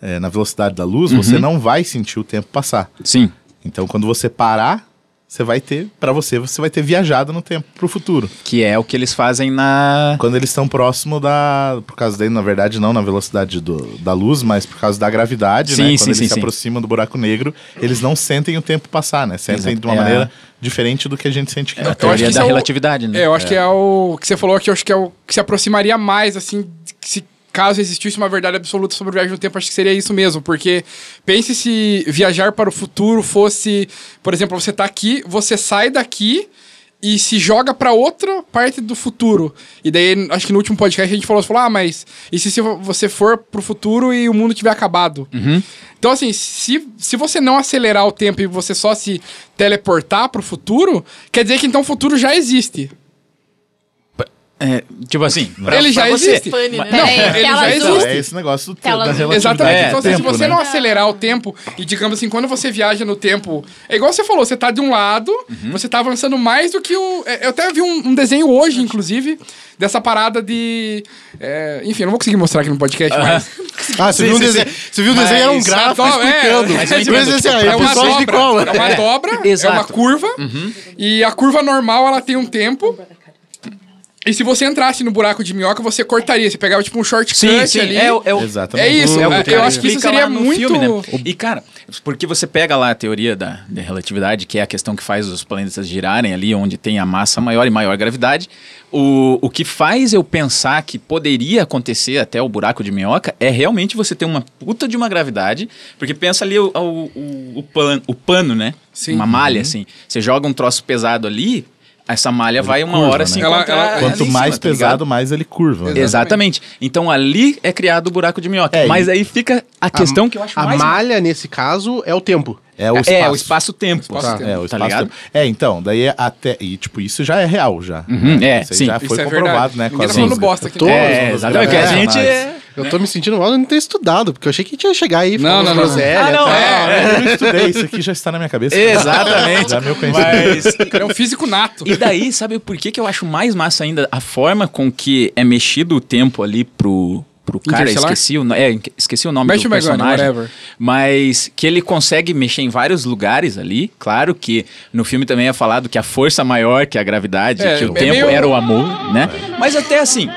Speaker 2: é, na velocidade da luz, você não vai sentir o tempo passar.
Speaker 3: Sim.
Speaker 2: Então, quando você parar, você vai ter, Pra você, você vai ter viajado no tempo pro futuro.
Speaker 3: que é o que eles fazem na
Speaker 2: Quando eles estão próximo da, por causa daí, na verdade, não na velocidade do- da luz, mas por causa da gravidade,
Speaker 3: Sim,
Speaker 2: né?
Speaker 3: sim,
Speaker 2: Quando eles
Speaker 3: sim,
Speaker 2: se
Speaker 3: sim.
Speaker 2: aproximam do buraco negro, eles não sentem o tempo passar, né? Sentem
Speaker 3: Exato.
Speaker 2: de uma
Speaker 3: É a-
Speaker 2: maneira diferente do que a gente sente aqui na Terra.
Speaker 3: teoria
Speaker 9: isso
Speaker 3: da
Speaker 9: é o-
Speaker 3: relatividade, né?
Speaker 9: É, eu acho que é o que você falou que eu acho que é o que se aproximaria mais, assim, que se caso existisse uma verdade absoluta sobre viagem no tempo, acho que seria isso mesmo, porque pense se viajar para o futuro fosse, por exemplo, você tá aqui, você sai daqui e se joga para outra parte do futuro. E daí, acho que no último podcast a gente falou, você falou, ah, mas e se se você for pro futuro e o mundo tiver acabado? Então, assim, se, se você não acelerar o tempo e você só se teleportar pro futuro, quer dizer que então o futuro já existe.
Speaker 3: É, tipo assim, pra-
Speaker 9: Ele já
Speaker 3: pra você.
Speaker 9: existe.
Speaker 5: Pane, né?
Speaker 9: Não,
Speaker 6: Peraí,
Speaker 9: ele
Speaker 6: tela
Speaker 9: já
Speaker 6: azul.
Speaker 2: Então,
Speaker 9: existe.
Speaker 2: é esse negócio do tempo,
Speaker 6: Tela
Speaker 2: da
Speaker 6: azul.
Speaker 2: relatividade
Speaker 9: Exatamente.
Speaker 3: É,
Speaker 9: então,
Speaker 2: do
Speaker 9: assim,
Speaker 2: tempo,
Speaker 9: se você
Speaker 2: né?
Speaker 9: não acelerar o tempo, e digamos assim, quando você viaja no tempo, é igual você falou, você tá de um lado,
Speaker 3: Uhum.
Speaker 9: você tá avançando mais do que o. é, Eu até vi um, um desenho hoje, inclusive, dessa parada de. é, enfim, eu não vou conseguir mostrar aqui no
Speaker 3: [LAUGHS]
Speaker 9: podcast, mas.
Speaker 7: Ah, você viu um desenho. Você viu o desenho, era um
Speaker 3: Mas-
Speaker 9: [LAUGHS]
Speaker 7: gráfico
Speaker 9: Só- é,
Speaker 7: explicando.
Speaker 9: mas eu
Speaker 7: Mas
Speaker 9: entendo,
Speaker 7: assim,
Speaker 9: tipo,
Speaker 7: aí
Speaker 9: é
Speaker 7: o
Speaker 9: uma
Speaker 7: pessoal
Speaker 9: dobra,
Speaker 7: escola.
Speaker 9: é uma
Speaker 3: [LAUGHS]
Speaker 9: dobra, é uma
Speaker 3: Exato. Uhum.
Speaker 9: curva, e a curva normal ela tem um tempo. E se você entrasse no buraco de minhoca, você cortaria, você pegava tipo um shortcut
Speaker 3: Sim, sim,
Speaker 9: ali.
Speaker 3: é, o- é o-
Speaker 2: Exatamente.
Speaker 9: É isso,
Speaker 3: É o
Speaker 9: é,
Speaker 3: cara
Speaker 9: eu acho que isso
Speaker 3: explica
Speaker 9: seria
Speaker 3: lá no
Speaker 9: muito.
Speaker 3: filme, né? E, cara, porque você pega lá a teoria da, da relatividade, que é a questão que faz os planetas girarem ali, onde tem a massa maior e maior gravidade. O, o que faz eu pensar que poderia acontecer até o buraco de minhoca é realmente você ter uma puta de uma gravidade, porque pensa ali o, o, o, o pan- o pano, né?
Speaker 9: Sim.
Speaker 3: Uma malha, assim. Você joga um troço pesado ali, essa malha vai uma hora se
Speaker 9: né? Ela-
Speaker 3: encontrar
Speaker 9: ela-
Speaker 3: ali
Speaker 2: Quanto
Speaker 3: em
Speaker 2: mais
Speaker 3: cima, tá ligado?
Speaker 2: pesado, mais ele curva. né?
Speaker 3: Exatamente. Então ali é criado o buraco de minhoca.
Speaker 2: É,
Speaker 3: Mas aí fica a questão que eu acho
Speaker 7: A
Speaker 3: mais. um
Speaker 7: malha, nesse caso, é o tempo.
Speaker 2: É o espaço.
Speaker 3: É, o espaço-tempo.
Speaker 2: Tá, é, o
Speaker 3: tá
Speaker 2: espaço
Speaker 3: ligado?
Speaker 2: É, então, daí é até. E, tipo, isso já é real já.
Speaker 3: Uhum, é,
Speaker 2: isso aí
Speaker 3: sim.
Speaker 2: já
Speaker 9: Isso
Speaker 2: foi
Speaker 9: é
Speaker 2: comprovado,
Speaker 9: verdade.
Speaker 2: né?
Speaker 9: Ninguém
Speaker 2: as
Speaker 9: tá falando
Speaker 2: músicas.
Speaker 9: bosta aqui.
Speaker 7: Tô-
Speaker 3: É, exatamente. Que a gente é.
Speaker 7: Eu tô me sentindo mal de não ter estudado, porque eu achei que tinha chegar aí e falar
Speaker 9: Não,
Speaker 7: umas
Speaker 9: não, não.
Speaker 7: groselhas
Speaker 3: Ah, não,
Speaker 7: e tal.
Speaker 3: é.
Speaker 2: Eu não estudei, isso aqui já está na minha [LAUGHS] cabeça.
Speaker 3: Exatamente.
Speaker 2: É, Já é meu conhecimento.
Speaker 3: Mas.
Speaker 9: O cara é um físico nato.
Speaker 3: E daí, sabe por que, que eu acho mais massa ainda a forma com que é mexido o tempo ali pro, pro cara?
Speaker 9: Interestelar?
Speaker 3: Esqueci o, no- é, esqueci o nome
Speaker 9: Matthew
Speaker 3: do
Speaker 9: McConaughey,
Speaker 3: personagem.
Speaker 9: whatever.
Speaker 3: Mas que ele consegue mexer em vários lugares ali. Claro que no filme também é falado que a força maior que a gravidade,
Speaker 9: É,
Speaker 3: que o
Speaker 9: é
Speaker 3: tempo
Speaker 9: meio-
Speaker 3: era o amor, né? Mas até assim.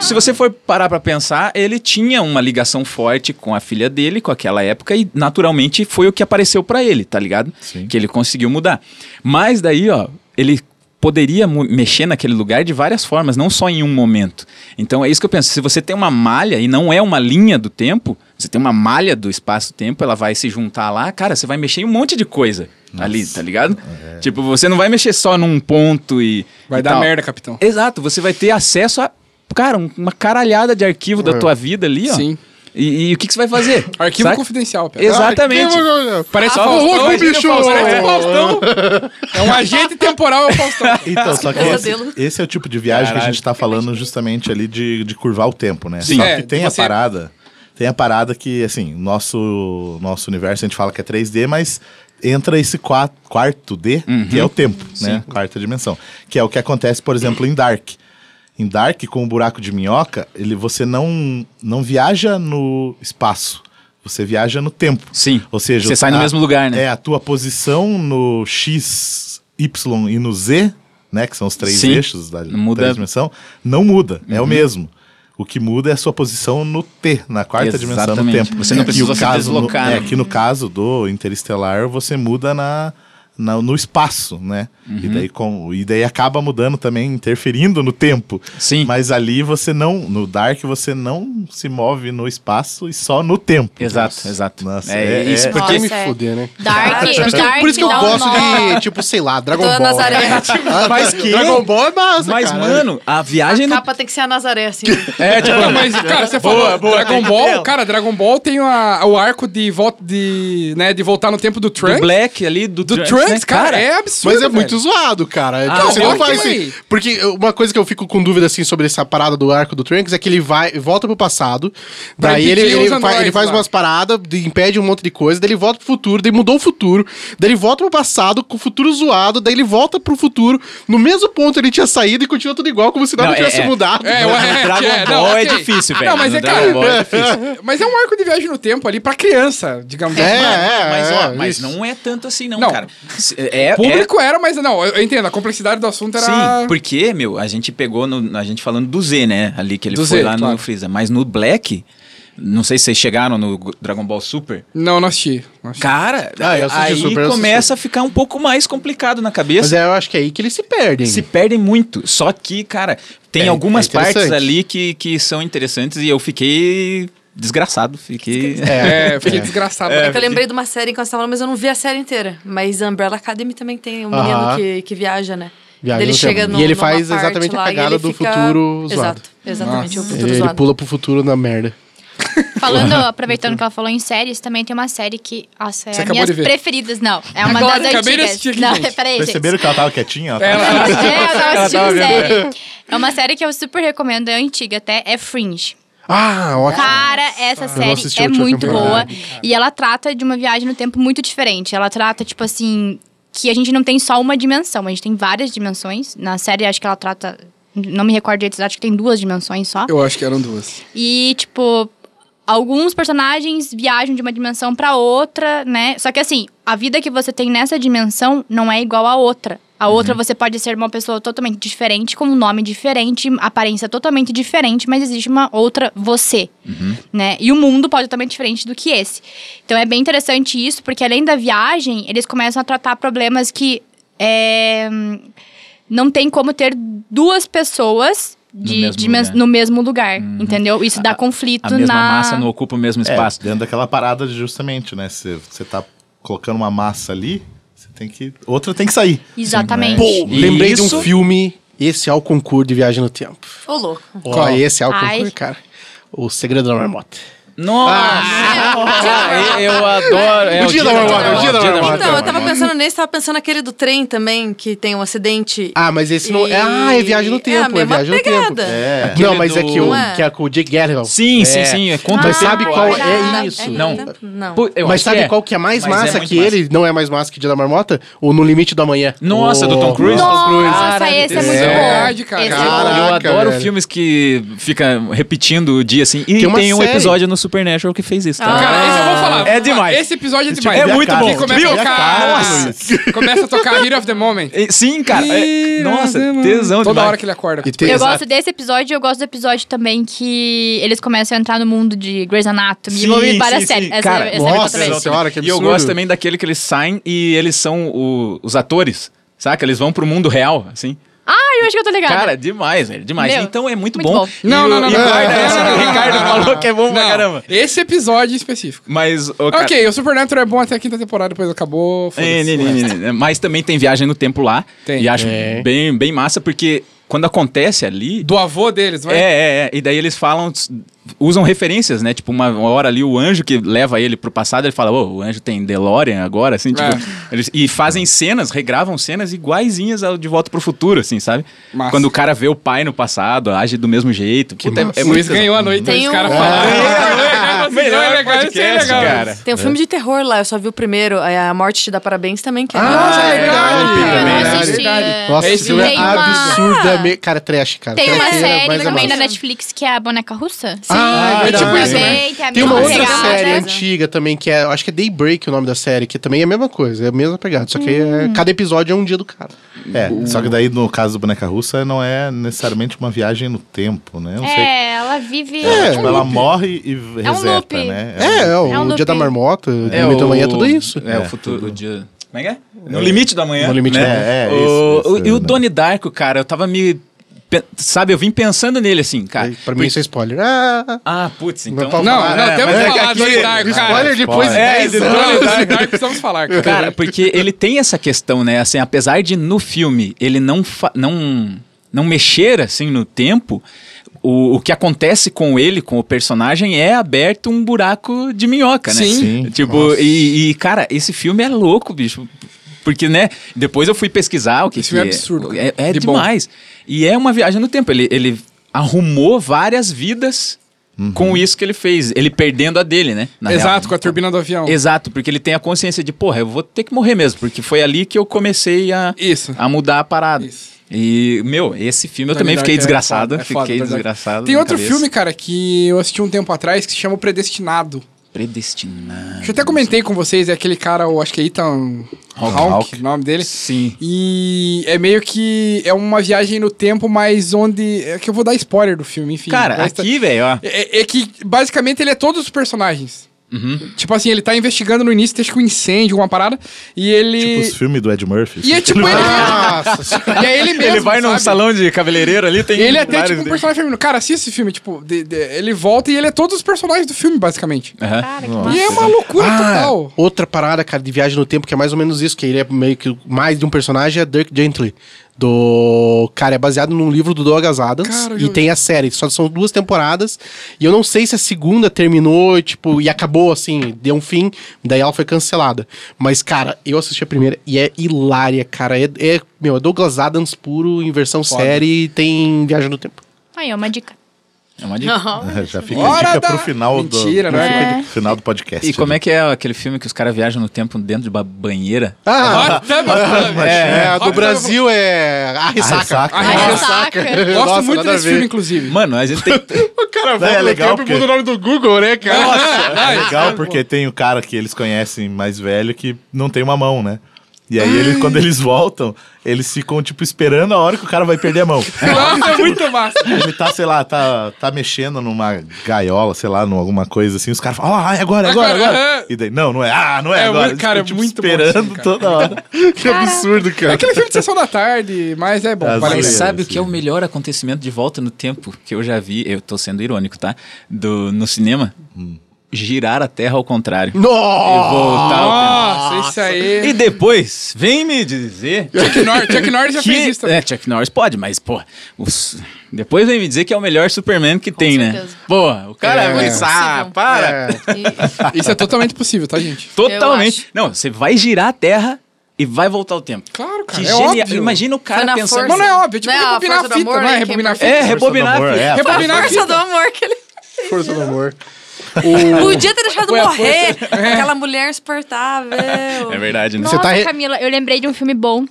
Speaker 3: Se você for parar pra pensar, ele tinha uma ligação forte com a filha dele, com aquela época, e naturalmente foi o que apareceu pra ele, tá ligado?
Speaker 2: Sim.
Speaker 3: Que ele conseguiu mudar. Mas daí, ó, ele poderia mu- mexer naquele lugar de várias formas, não só em um momento. Então é isso que eu penso. Se você tem uma malha e não é uma linha do tempo, você tem uma malha do espaço-tempo, ela vai se juntar lá, cara, você vai mexer em um monte de coisa ali, tá ligado? Tipo, você não vai mexer só num ponto e.
Speaker 9: Vai
Speaker 3: e
Speaker 9: dar
Speaker 3: tal.
Speaker 9: merda, capitão.
Speaker 3: Exato, você vai ter acesso a, cara, um- uma caralhada de arquivo
Speaker 2: É.
Speaker 3: da tua vida ali, ó.
Speaker 9: Sim.
Speaker 3: E, e o que, que você vai fazer?
Speaker 9: [LAUGHS] Arquivo
Speaker 3: Saca?
Speaker 9: confidencial, Pedro.
Speaker 3: Exatamente.
Speaker 9: Parece
Speaker 3: Ah,
Speaker 9: Faustão,
Speaker 3: louco,
Speaker 9: imagina o
Speaker 3: bicho!
Speaker 9: Faustão, Parece o Faustão. É um agente temporal, é o Faustão.
Speaker 2: Então, só que
Speaker 5: Pesadelo.
Speaker 2: esse, esse é o tipo de viagem que a gente tá falando justamente ali de, de curvar o tempo, né?
Speaker 3: Sim.
Speaker 2: Só
Speaker 9: É,
Speaker 2: que tem
Speaker 9: você-
Speaker 2: a parada. Tem a parada que, assim, nosso, nosso universo a gente fala que é 3D, mas entra esse qua- quarto D, que
Speaker 3: Uhum.
Speaker 2: é o tempo, né? Quarta dimensão. Que é o que acontece, por exemplo, em Dark. Em Dark, com o buraco de minhoca, ele, você não, não viaja no espaço. Você viaja no tempo.
Speaker 3: Sim.
Speaker 2: Ou seja,
Speaker 3: Você sai no mesmo lugar, né?
Speaker 2: É, a tua posição no X, Y e no Z, né? Que são os três
Speaker 3: Sim.
Speaker 2: eixos da
Speaker 3: Muda. Uhum.
Speaker 2: muda. dimensão, não muda. É o mesmo. O que muda é a sua posição no T, na quarta dimensão do
Speaker 3: Exatamente.
Speaker 2: tempo.
Speaker 3: Você não
Speaker 2: E
Speaker 3: precisa
Speaker 2: o
Speaker 3: se
Speaker 2: caso
Speaker 3: deslocar,
Speaker 2: No, é
Speaker 3: né?
Speaker 2: que no caso do Interestelar, você muda na, na- no espaço, né? E,
Speaker 3: Uhum.
Speaker 2: daí com, e daí acaba mudando também, interferindo no tempo.
Speaker 3: Sim.
Speaker 2: Mas ali você não. No Dark, você não se move no espaço e só no tempo.
Speaker 3: Exato, exato.
Speaker 2: Nossa,
Speaker 3: é,
Speaker 2: é-
Speaker 3: isso,
Speaker 2: é-
Speaker 3: porque
Speaker 7: Vai me
Speaker 5: Nossa, é.
Speaker 7: fuder, né?
Speaker 6: Dark,
Speaker 5: Por isso
Speaker 6: Dark
Speaker 7: Por isso que eu
Speaker 6: dá um
Speaker 7: gosto
Speaker 6: nó.
Speaker 7: de, tipo, sei lá, Dragon
Speaker 5: Dona
Speaker 7: Ball.
Speaker 5: Nazaré.
Speaker 2: Ah,
Speaker 3: [LAUGHS]
Speaker 2: tá
Speaker 7: Mas
Speaker 3: que-
Speaker 7: Dragon Ball é massa,
Speaker 3: Mas,
Speaker 7: cara.
Speaker 3: mano, a viagem
Speaker 5: A
Speaker 3: no.
Speaker 5: capa tem que ser a Nazaré, assim.
Speaker 9: É, tipo, não, mas, cara, você falou Dragon
Speaker 3: um.
Speaker 9: Ball, cara, Dragon Ball tem a- o arco de, volta, de, né, de voltar no tempo do
Speaker 3: Do
Speaker 9: Trunks.
Speaker 3: Black né? ali, do,
Speaker 9: Do Trunks, antes, cara, é absurdo,
Speaker 7: Mas é
Speaker 9: velho.
Speaker 7: muito zoado, cara.
Speaker 3: Ah,
Speaker 7: Tipo, você
Speaker 9: não,
Speaker 7: não faz
Speaker 9: aquilo
Speaker 7: assim.
Speaker 9: aí.
Speaker 7: Porque uma coisa que eu fico com dúvida, assim, sobre essa parada do arco do Trunks é que ele vai, volta pro passado,
Speaker 9: Pra
Speaker 7: daí ele,
Speaker 9: impedir
Speaker 7: ele,
Speaker 9: os
Speaker 7: fa-
Speaker 9: androides
Speaker 7: ele faz
Speaker 9: lá.
Speaker 7: umas paradas, de- impede um monte de coisa, daí ele volta pro futuro, daí mudou o futuro, daí ele volta pro passado, com o futuro zoado, daí ele volta pro futuro, no mesmo ponto ele tinha saído e continua tudo igual, como se nada
Speaker 3: Não, é-
Speaker 7: tivesse
Speaker 3: é.
Speaker 7: mudado.
Speaker 9: É,
Speaker 3: No-
Speaker 9: ué,
Speaker 3: no
Speaker 9: é,
Speaker 3: Dragon
Speaker 9: é,
Speaker 3: Ball
Speaker 9: não,
Speaker 3: é
Speaker 9: ok.
Speaker 3: difícil,
Speaker 9: Ah,
Speaker 3: velho.
Speaker 9: Não, mas
Speaker 3: No
Speaker 9: é,
Speaker 3: Dragon
Speaker 9: cara,
Speaker 3: Ball é difícil.
Speaker 9: [LAUGHS] mas é um arco de viagem no tempo ali pra criança, digamos
Speaker 7: É,
Speaker 9: assim.
Speaker 7: é,
Speaker 3: mas,
Speaker 7: é,
Speaker 3: ó, mas
Speaker 7: isso.
Speaker 3: não é tanto assim, não,
Speaker 9: Não.
Speaker 3: cara. Se- É, é-
Speaker 9: Público era, mas não, eu eu entendo, a complexidade do assunto era...
Speaker 3: Sim, porque, meu, a gente pegou, no- a gente falando do Z, né? Ali que ele
Speaker 9: Do
Speaker 3: foi
Speaker 9: Z,
Speaker 3: lá
Speaker 9: claro.
Speaker 3: no Freeza. Mas no Black, não sei se vocês chegaram no Dragon Ball Super.
Speaker 9: Não, não assisti. não assisti.
Speaker 3: Cara,
Speaker 7: Ah, eu assisti
Speaker 3: aí
Speaker 7: Super, eu assisti.
Speaker 3: começa a ficar um pouco mais complicado na
Speaker 7: Mas
Speaker 3: cabeça.
Speaker 7: é, eu acho que é aí que ele se perde. hein?
Speaker 3: Se perdem muito. Só que, cara, tem
Speaker 7: É,
Speaker 3: algumas
Speaker 7: é interessante.
Speaker 3: partes ali que, que são interessantes e eu fiquei desgraçado. Fiquei.
Speaker 9: É, fiquei desgraçado.
Speaker 5: É que eu lembrei de uma série que nós estávamos, mas eu não vi a série inteira. Mas Umbrella Academy também tem um
Speaker 7: Aham.
Speaker 5: menino que, que viaja, né?
Speaker 7: Viaja
Speaker 5: Daí ele
Speaker 7: no
Speaker 5: chega
Speaker 7: tempo.
Speaker 5: no,
Speaker 7: E ele
Speaker 5: numa
Speaker 7: faz
Speaker 5: parte
Speaker 7: exatamente a
Speaker 5: lá e
Speaker 7: cagada
Speaker 5: ele
Speaker 7: do
Speaker 5: fica-
Speaker 7: futuro zoado.
Speaker 5: Exato, exatamente, o futuro
Speaker 7: Ele, ele
Speaker 5: zoado.
Speaker 7: pula pro futuro na merda.
Speaker 6: Falando, aproveitando que ela falou em séries, também tem uma série que, nossa, é
Speaker 9: Você
Speaker 6: as
Speaker 9: acabou
Speaker 6: minhas
Speaker 9: de ver.
Speaker 6: preferidas. Não, é uma
Speaker 9: Agora,
Speaker 6: das
Speaker 9: acabei de
Speaker 6: antigas.
Speaker 9: assistir aqui,
Speaker 6: não,
Speaker 9: gente.
Speaker 6: peraí, gente.
Speaker 2: Perceberam que ela tava quietinha? Ela tava-
Speaker 9: Ela-
Speaker 6: É, eu tava
Speaker 9: Ela tava
Speaker 6: assistindo
Speaker 9: vendo.
Speaker 6: série. É uma série que eu super recomendo, é antiga até, é Fringe.
Speaker 7: Ah, ótimo.
Speaker 6: Cara, essa
Speaker 7: assisti
Speaker 6: série
Speaker 7: a
Speaker 6: é
Speaker 7: última
Speaker 6: muito boa.
Speaker 7: temporada,
Speaker 6: E ela trata de uma viagem no tempo muito diferente. Ela trata, tipo assim, que a gente não tem só uma dimensão, a gente tem várias dimensões. Na série, acho que ela trata. Não me recordo direito, acho que tem duas dimensões só.
Speaker 9: Eu acho que eram duas.
Speaker 6: E, tipo, alguns personagens viajam de uma dimensão pra outra, né? Só que, assim, a vida que você tem nessa dimensão não é igual à outra. A
Speaker 3: Uhum.
Speaker 6: outra você pode ser uma pessoa totalmente diferente, com um nome diferente, aparência totalmente diferente, mas existe uma outra você,
Speaker 3: Uhum.
Speaker 6: né? E o mundo pode ser totalmente diferente do que esse. Então é bem interessante isso, porque além da viagem, eles começam a tratar problemas que é, hum, não tem como ter duas pessoas de,
Speaker 3: mesmo
Speaker 6: de mes-
Speaker 3: lugar. Uhum.
Speaker 6: no mesmo lugar, entendeu? Isso dá conflito
Speaker 3: A mesma
Speaker 6: na...
Speaker 3: massa não ocupa o mesmo
Speaker 2: É,
Speaker 3: espaço.
Speaker 2: dentro daquela parada de justamente, né? Você você tá colocando uma massa ali, você tem que. Outra tem que sair.
Speaker 6: Exatamente.
Speaker 7: Pô,
Speaker 3: E
Speaker 7: lembrei de
Speaker 3: isso-
Speaker 7: um filme. Esse é o concurso de viagem no tempo.
Speaker 5: Ô, louco.
Speaker 7: Ó, esse é o
Speaker 6: Ai.
Speaker 7: concurso, cara. O Segredo da Marmota.
Speaker 3: Nossa! Ah, eu, eu adoro. É,
Speaker 7: O dia da Marmota, o dia da Marmota.
Speaker 5: Então, eu tava pensando nesse, tava pensando naquele do trem também, que tem um acidente.
Speaker 7: Ah, mas esse não.
Speaker 5: E-
Speaker 7: é- Ah, é viagem no
Speaker 5: É a
Speaker 7: tempo. É,
Speaker 5: mesma
Speaker 7: viagem no
Speaker 5: pegada.
Speaker 7: tempo.
Speaker 2: É.
Speaker 7: Aquele Não, mas é que, o,
Speaker 5: Não é?
Speaker 7: que é com o Jake Gyllenhaal.
Speaker 3: Sim, sim, sim. É contra
Speaker 5: Ah,
Speaker 7: Mas sabe qual é
Speaker 6: verdade.
Speaker 7: isso?
Speaker 3: Não.
Speaker 5: Não.
Speaker 3: Pô, eu
Speaker 7: mas
Speaker 3: acho
Speaker 7: sabe
Speaker 3: que é.
Speaker 7: qual que é mais
Speaker 3: Mas é
Speaker 7: massa
Speaker 3: muito
Speaker 7: que ele? Não é mais massa que o Dia da Marmota? O No Limite Oh, do Amanhã.
Speaker 3: Nossa, do Tom Cruise?
Speaker 7: Tom Cruise.
Speaker 6: Nossa, esse é muito
Speaker 9: É
Speaker 6: bom.
Speaker 9: verdade, cara.
Speaker 6: Esse é
Speaker 7: Cara,
Speaker 6: bom.
Speaker 3: eu
Speaker 7: Caraca,
Speaker 3: adoro
Speaker 7: velho.
Speaker 3: filmes que fica repetindo o dia assim. E
Speaker 7: Tem
Speaker 3: tem,
Speaker 7: uma
Speaker 3: um
Speaker 7: série.
Speaker 3: episódio no Supernatural que fez isso. tá?
Speaker 9: Cara, Ah, esse eu vou falar.
Speaker 3: É demais.
Speaker 9: Esse episódio é
Speaker 2: Esse
Speaker 9: demais.
Speaker 2: tipo de
Speaker 3: É muito
Speaker 2: cara,
Speaker 3: bom.
Speaker 9: E
Speaker 2: esse tipo
Speaker 9: começa a
Speaker 2: de
Speaker 9: tocar...
Speaker 2: cara, Luiz.
Speaker 9: começa a tocar Hero of the Moment.
Speaker 3: E- Sim, cara. é-
Speaker 9: Ih,
Speaker 3: nossa,
Speaker 9: mano.
Speaker 3: tesão
Speaker 9: Toda
Speaker 3: demais.
Speaker 9: hora que ele é- acorda.
Speaker 7: E tem-
Speaker 6: Eu
Speaker 7: Exato.
Speaker 6: gosto desse episódio e eu gosto do episódio também que eles começam a entrar no mundo de Grey's Anatomy
Speaker 3: Sim,
Speaker 6: e envolver várias
Speaker 3: sim,
Speaker 6: séries.
Speaker 3: sim.
Speaker 6: Essa,
Speaker 3: Cara,
Speaker 6: essa é
Speaker 7: nossa, um
Speaker 6: muito também.
Speaker 7: exato. senhora, que
Speaker 3: E eu
Speaker 7: absurdo.
Speaker 3: gosto também daquele que eles saem e eles são o- os atores. Saca? Eles vão pro mundo real, assim.
Speaker 6: Ah, eu acho que eu tô ligada.
Speaker 7: é
Speaker 3: Cara, é demais, velho. Demais.
Speaker 6: Meu,
Speaker 3: então é muito,
Speaker 6: muito
Speaker 3: bom.
Speaker 6: bom.
Speaker 3: E
Speaker 9: Não,
Speaker 3: o-
Speaker 9: não, não,
Speaker 3: e
Speaker 9: não, não,
Speaker 3: guarda
Speaker 9: não,
Speaker 3: essa
Speaker 9: não,
Speaker 3: que o
Speaker 9: não,
Speaker 3: Ricardo
Speaker 9: não,
Speaker 3: falou
Speaker 9: não,
Speaker 3: que é bom pra
Speaker 9: não.
Speaker 3: caramba.
Speaker 9: Esse episódio em específico.
Speaker 3: Mas, ô, cara,
Speaker 9: Ok, o Supernatural é bom até a quinta temporada, depois acabou. foda-se,
Speaker 3: É, né,
Speaker 9: o
Speaker 3: né,
Speaker 9: resto.
Speaker 3: né, né. Mas também tem viagem no tempo lá.
Speaker 9: Tem.
Speaker 3: E acho
Speaker 7: É.
Speaker 3: bem, bem massa, porque quando acontece ali.
Speaker 9: Do avô deles, vai.
Speaker 3: É, é, é. E daí eles falam, usam referências, né? Tipo, uma uma hora ali o anjo que leva ele pro passado, ele fala, ô, o anjo tem DeLorean agora, assim, tipo.
Speaker 9: É.
Speaker 3: Eles, e fazem cenas, regravam cenas iguaizinhas ao de volta pro futuro, assim, sabe?
Speaker 9: Massa.
Speaker 3: Quando o cara vê o pai no passado, age do mesmo jeito. Puta, é, é
Speaker 9: O Luiz
Speaker 3: muito [LAUGHS] É,
Speaker 9: ganhou a noite,
Speaker 5: Tem
Speaker 9: os
Speaker 5: um-
Speaker 9: caras falaram.
Speaker 3: Ah,
Speaker 9: Melhor é legal, esse é
Speaker 3: podcast,
Speaker 9: legal.
Speaker 3: cara.
Speaker 5: Tem um filme de terror lá, eu só vi o primeiro, é A Morte Te Dá Parabéns também, que é.
Speaker 7: Ah, é verdade.
Speaker 6: Eu não
Speaker 7: Verdade.
Speaker 6: assisti, é.
Speaker 7: Nossa,
Speaker 9: É
Speaker 7: esse
Speaker 9: isso
Speaker 7: filme é
Speaker 6: tem uma-
Speaker 7: absurdamente. Cara, é trash, cara.
Speaker 6: Tem uma
Speaker 7: Trash é-
Speaker 6: série
Speaker 7: mas é
Speaker 6: também
Speaker 7: massa.
Speaker 6: da Netflix que é a boneca russa. Sim.
Speaker 7: Ah, é
Speaker 9: é tipo
Speaker 7: verdade.
Speaker 9: isso, né?
Speaker 6: Tem, a
Speaker 7: Tem uma
Speaker 6: mesma
Speaker 7: outra
Speaker 6: pegada.
Speaker 7: série antiga também, que é. eu Acho que é Daybreak o nome da série, que também é a mesma coisa, é a mesma pegada. Só que é-
Speaker 6: Hum.
Speaker 7: cada episódio é um dia do cara.
Speaker 2: É, só que daí no caso do boneca russa não é necessariamente uma viagem no tempo, né? Eu Não sei.
Speaker 6: É, ela vive.
Speaker 2: Ela,
Speaker 6: É,
Speaker 2: tipo, ela morre e reseta,
Speaker 6: loop.
Speaker 2: né?
Speaker 7: É, é, o,
Speaker 6: É um
Speaker 7: dia da
Speaker 6: looping.
Speaker 7: marmota, o limite da manhã, é tudo isso.
Speaker 3: É, o futuro, o dia. Como é que é? No limite da manhã.
Speaker 7: No limite
Speaker 3: né?
Speaker 7: da manhã.
Speaker 2: É, é,
Speaker 3: o,
Speaker 2: isso,
Speaker 3: o-
Speaker 2: isso,
Speaker 3: e o
Speaker 2: né?
Speaker 3: Donnie Darko, cara, eu tava me. pe- Sabe, eu vim pensando nele assim, cara.
Speaker 7: Pra mim, isso é spoiler. Ah,
Speaker 3: Ah, putz, então.
Speaker 7: pode
Speaker 9: Não,
Speaker 7: falar,
Speaker 9: não,
Speaker 7: né?
Speaker 9: temos
Speaker 7: Mas
Speaker 9: que
Speaker 7: é
Speaker 9: falar do Dark,
Speaker 7: aqui-
Speaker 9: cara.
Speaker 7: Spoiler depois de
Speaker 3: É,
Speaker 7: 10
Speaker 3: de
Speaker 7: anos.
Speaker 9: Não, Dark, Dark, precisamos falar,
Speaker 3: [LAUGHS]
Speaker 9: cara.
Speaker 3: Cara, porque ele tem essa questão, né? Assim, apesar de no filme ele não, fa- não, não mexer assim no tempo, o, o que acontece com ele, com o personagem, é aberto um buraco de minhoca, né?
Speaker 9: Sim.
Speaker 2: Sim.
Speaker 3: Tipo, e, e, cara, esse filme é louco, bicho. Porque, né, depois eu fui pesquisar o que,
Speaker 9: Esse
Speaker 3: que
Speaker 9: filme é absurdo,
Speaker 3: É,
Speaker 9: cara.
Speaker 3: é
Speaker 9: De bom.
Speaker 3: demais. E é uma viagem no tempo. Ele, ele arrumou várias vidas com isso que ele fez. Ele perdendo a dele, né? na real.
Speaker 9: Exato, com a turbina do avião.
Speaker 3: Exato, porque ele tem a consciência de, porra, eu vou ter que morrer mesmo, porque foi ali que eu comecei a,
Speaker 9: Isso.
Speaker 3: a mudar a parada.
Speaker 9: Isso.
Speaker 3: E, meu, esse filme Ah, eu também
Speaker 9: Dark
Speaker 3: fiquei
Speaker 9: é
Speaker 3: desgraçado.
Speaker 9: foda, é foda,
Speaker 3: fiquei
Speaker 9: Dark Dark.
Speaker 3: desgraçado.
Speaker 9: Tem
Speaker 3: na
Speaker 9: outro
Speaker 3: cabeça.
Speaker 9: filme, cara, que eu assisti um tempo atrás que se chama O Predestinado.
Speaker 3: Predestinado.
Speaker 9: Que eu até comentei com vocês, é aquele cara, eu acho que é Ethan
Speaker 3: Hawke.
Speaker 9: Hawke,
Speaker 3: Hawke.
Speaker 9: o nome dele.
Speaker 3: Sim.
Speaker 9: E é meio que é uma viagem no tempo, mas onde. É que eu vou dar spoiler do filme, enfim.
Speaker 3: Cara,
Speaker 9: Mas tá-
Speaker 3: aqui, velho, ó.
Speaker 9: É, é que basicamente ele é todos os personagens.
Speaker 3: Uhum.
Speaker 9: Tipo assim, ele tá investigando no início, acho que um incêndio, alguma parada, e
Speaker 2: Tipo
Speaker 9: ele.
Speaker 2: os filmes do Ed Murphy. assim.
Speaker 9: e é tipo ele.
Speaker 3: [LAUGHS]
Speaker 9: e é ele mesmo.
Speaker 3: ele vai num
Speaker 9: sabe?
Speaker 3: salão de cabeleireiro ali, tem.
Speaker 9: Ele é até
Speaker 3: vários
Speaker 9: tipo um
Speaker 3: deles.
Speaker 9: personagem feminino. Cara, assiste esse filme, tipo, de- de- ele volta e ele é todos os personagens do filme, basicamente.
Speaker 3: Aham.
Speaker 5: Cara, que
Speaker 9: E é
Speaker 5: massa.
Speaker 9: uma loucura total.
Speaker 7: Outra parada, cara, de viagem no tempo, que é mais ou menos isso, que ele é meio que mais de um personagem, é Dirk Gently. Do. Cara, é baseado num livro do Douglas Adams.
Speaker 9: Cara, eu já
Speaker 7: e tem a série. Só são duas temporadas. E eu não sei se a segunda terminou, tipo, e acabou assim, deu um fim. Daí ela foi cancelada. Mas, cara, eu assisti a primeira e é hilária, cara. É, é, meu, é Douglas Adams puro, em versão série, e tem viagem no tempo.
Speaker 6: Aí, é uma dica.
Speaker 3: É
Speaker 9: né?
Speaker 3: uma dica.
Speaker 2: [LAUGHS] Já fica
Speaker 9: Hora
Speaker 2: a dica
Speaker 9: da-
Speaker 2: pro final
Speaker 9: Mentira,
Speaker 2: do...
Speaker 9: né?
Speaker 2: fica a dica pro [LAUGHS] final do podcast.
Speaker 3: E como é que é aquele filme que os caras viajam no tempo dentro de uma banheira?
Speaker 7: Ah,
Speaker 9: Até bastante.
Speaker 7: é, a
Speaker 9: Ó,
Speaker 7: do Brasil é a
Speaker 2: Ah,
Speaker 7: ressaca.
Speaker 2: saca.
Speaker 9: Ah,
Speaker 6: Ai,
Speaker 9: nossa.
Speaker 6: saca.
Speaker 9: Eu Gosto
Speaker 7: Nossa,
Speaker 9: muito
Speaker 7: nada a
Speaker 9: desse
Speaker 7: ver.
Speaker 9: filme, inclusive.
Speaker 3: Mano, a gente tem.
Speaker 9: [LAUGHS]
Speaker 7: O cara
Speaker 2: Daí é legal porque-
Speaker 7: nome do Google, né, cara? [LAUGHS]
Speaker 2: É legal porque tem o cara que eles conhecem mais velho que não tem uma mão, né? E aí, ele, quando eles voltam, eles ficam, tipo, esperando a hora que o cara vai perder a mão.
Speaker 9: Nossa, é muito massa.
Speaker 2: Ele tá, sei lá, tá, tá mexendo numa gaiola, sei lá, numa alguma coisa assim. Os caras falam, ah, é agora, é agora, é
Speaker 9: Agora,
Speaker 2: agora.
Speaker 9: é.
Speaker 2: E daí, não, não é, ah, não é,
Speaker 9: É,
Speaker 2: agora.
Speaker 9: muito- cara,
Speaker 2: Eles ficam,
Speaker 9: é muito bom
Speaker 2: Esperando
Speaker 9: assim, cara.
Speaker 2: toda hora.
Speaker 7: Que absurdo,
Speaker 9: É
Speaker 7: cara.
Speaker 9: aquele filme de sessão da tarde, mas é bom.
Speaker 2: Às
Speaker 3: Mas
Speaker 9: parabéns.
Speaker 2: vezes.
Speaker 3: sabe o que é o melhor acontecimento de volta no tempo que eu já vi? Eu tô sendo irônico, tá? Do, no cinema? Girar a terra ao contrário. E
Speaker 7: Nossa!
Speaker 3: voltar ao tempo.
Speaker 9: Nossa, isso aí.
Speaker 3: E depois, vem me dizer.
Speaker 9: Chuck Norris, Chuck Norris já fez isso
Speaker 3: Que,
Speaker 9: também.
Speaker 3: é, Chuck Norris pode, mas, pô, os- depois vem me dizer que é o melhor Superman que tem,
Speaker 5: certeza.
Speaker 3: né? Pô, o cara é, muito. Ah,
Speaker 5: Impossível.
Speaker 3: para!
Speaker 5: E-
Speaker 9: Isso é totalmente possível, tá, gente?
Speaker 3: Totalmente.
Speaker 5: acho.
Speaker 3: Não, você vai girar a terra e vai voltar o tempo.
Speaker 9: Claro, cara.
Speaker 3: Que
Speaker 9: é
Speaker 3: genial.
Speaker 9: óbvio.
Speaker 3: Imagina o
Speaker 5: Foi
Speaker 3: cara
Speaker 5: na
Speaker 3: pensando. assim,
Speaker 9: Mas não é
Speaker 5: Não
Speaker 9: óbvio, é tipo
Speaker 5: é a
Speaker 9: rebobinar a
Speaker 5: força do
Speaker 9: fita,
Speaker 5: amor,
Speaker 9: não é
Speaker 5: né,
Speaker 9: rebobinar a
Speaker 5: que
Speaker 3: É,
Speaker 9: fita.
Speaker 2: Força do
Speaker 3: rebobinar.
Speaker 2: amor,
Speaker 3: filho.
Speaker 2: é.
Speaker 9: Rebobinar a
Speaker 5: Força do
Speaker 9: fita.
Speaker 5: amor que ele.
Speaker 7: Força do amor.
Speaker 5: Podia ter deixado
Speaker 9: Foi a
Speaker 5: morrer aquela mulher insuportável.
Speaker 3: É verdade, né?
Speaker 6: Nossa,
Speaker 7: tá re-
Speaker 6: Camila, eu lembrei de um filme bom.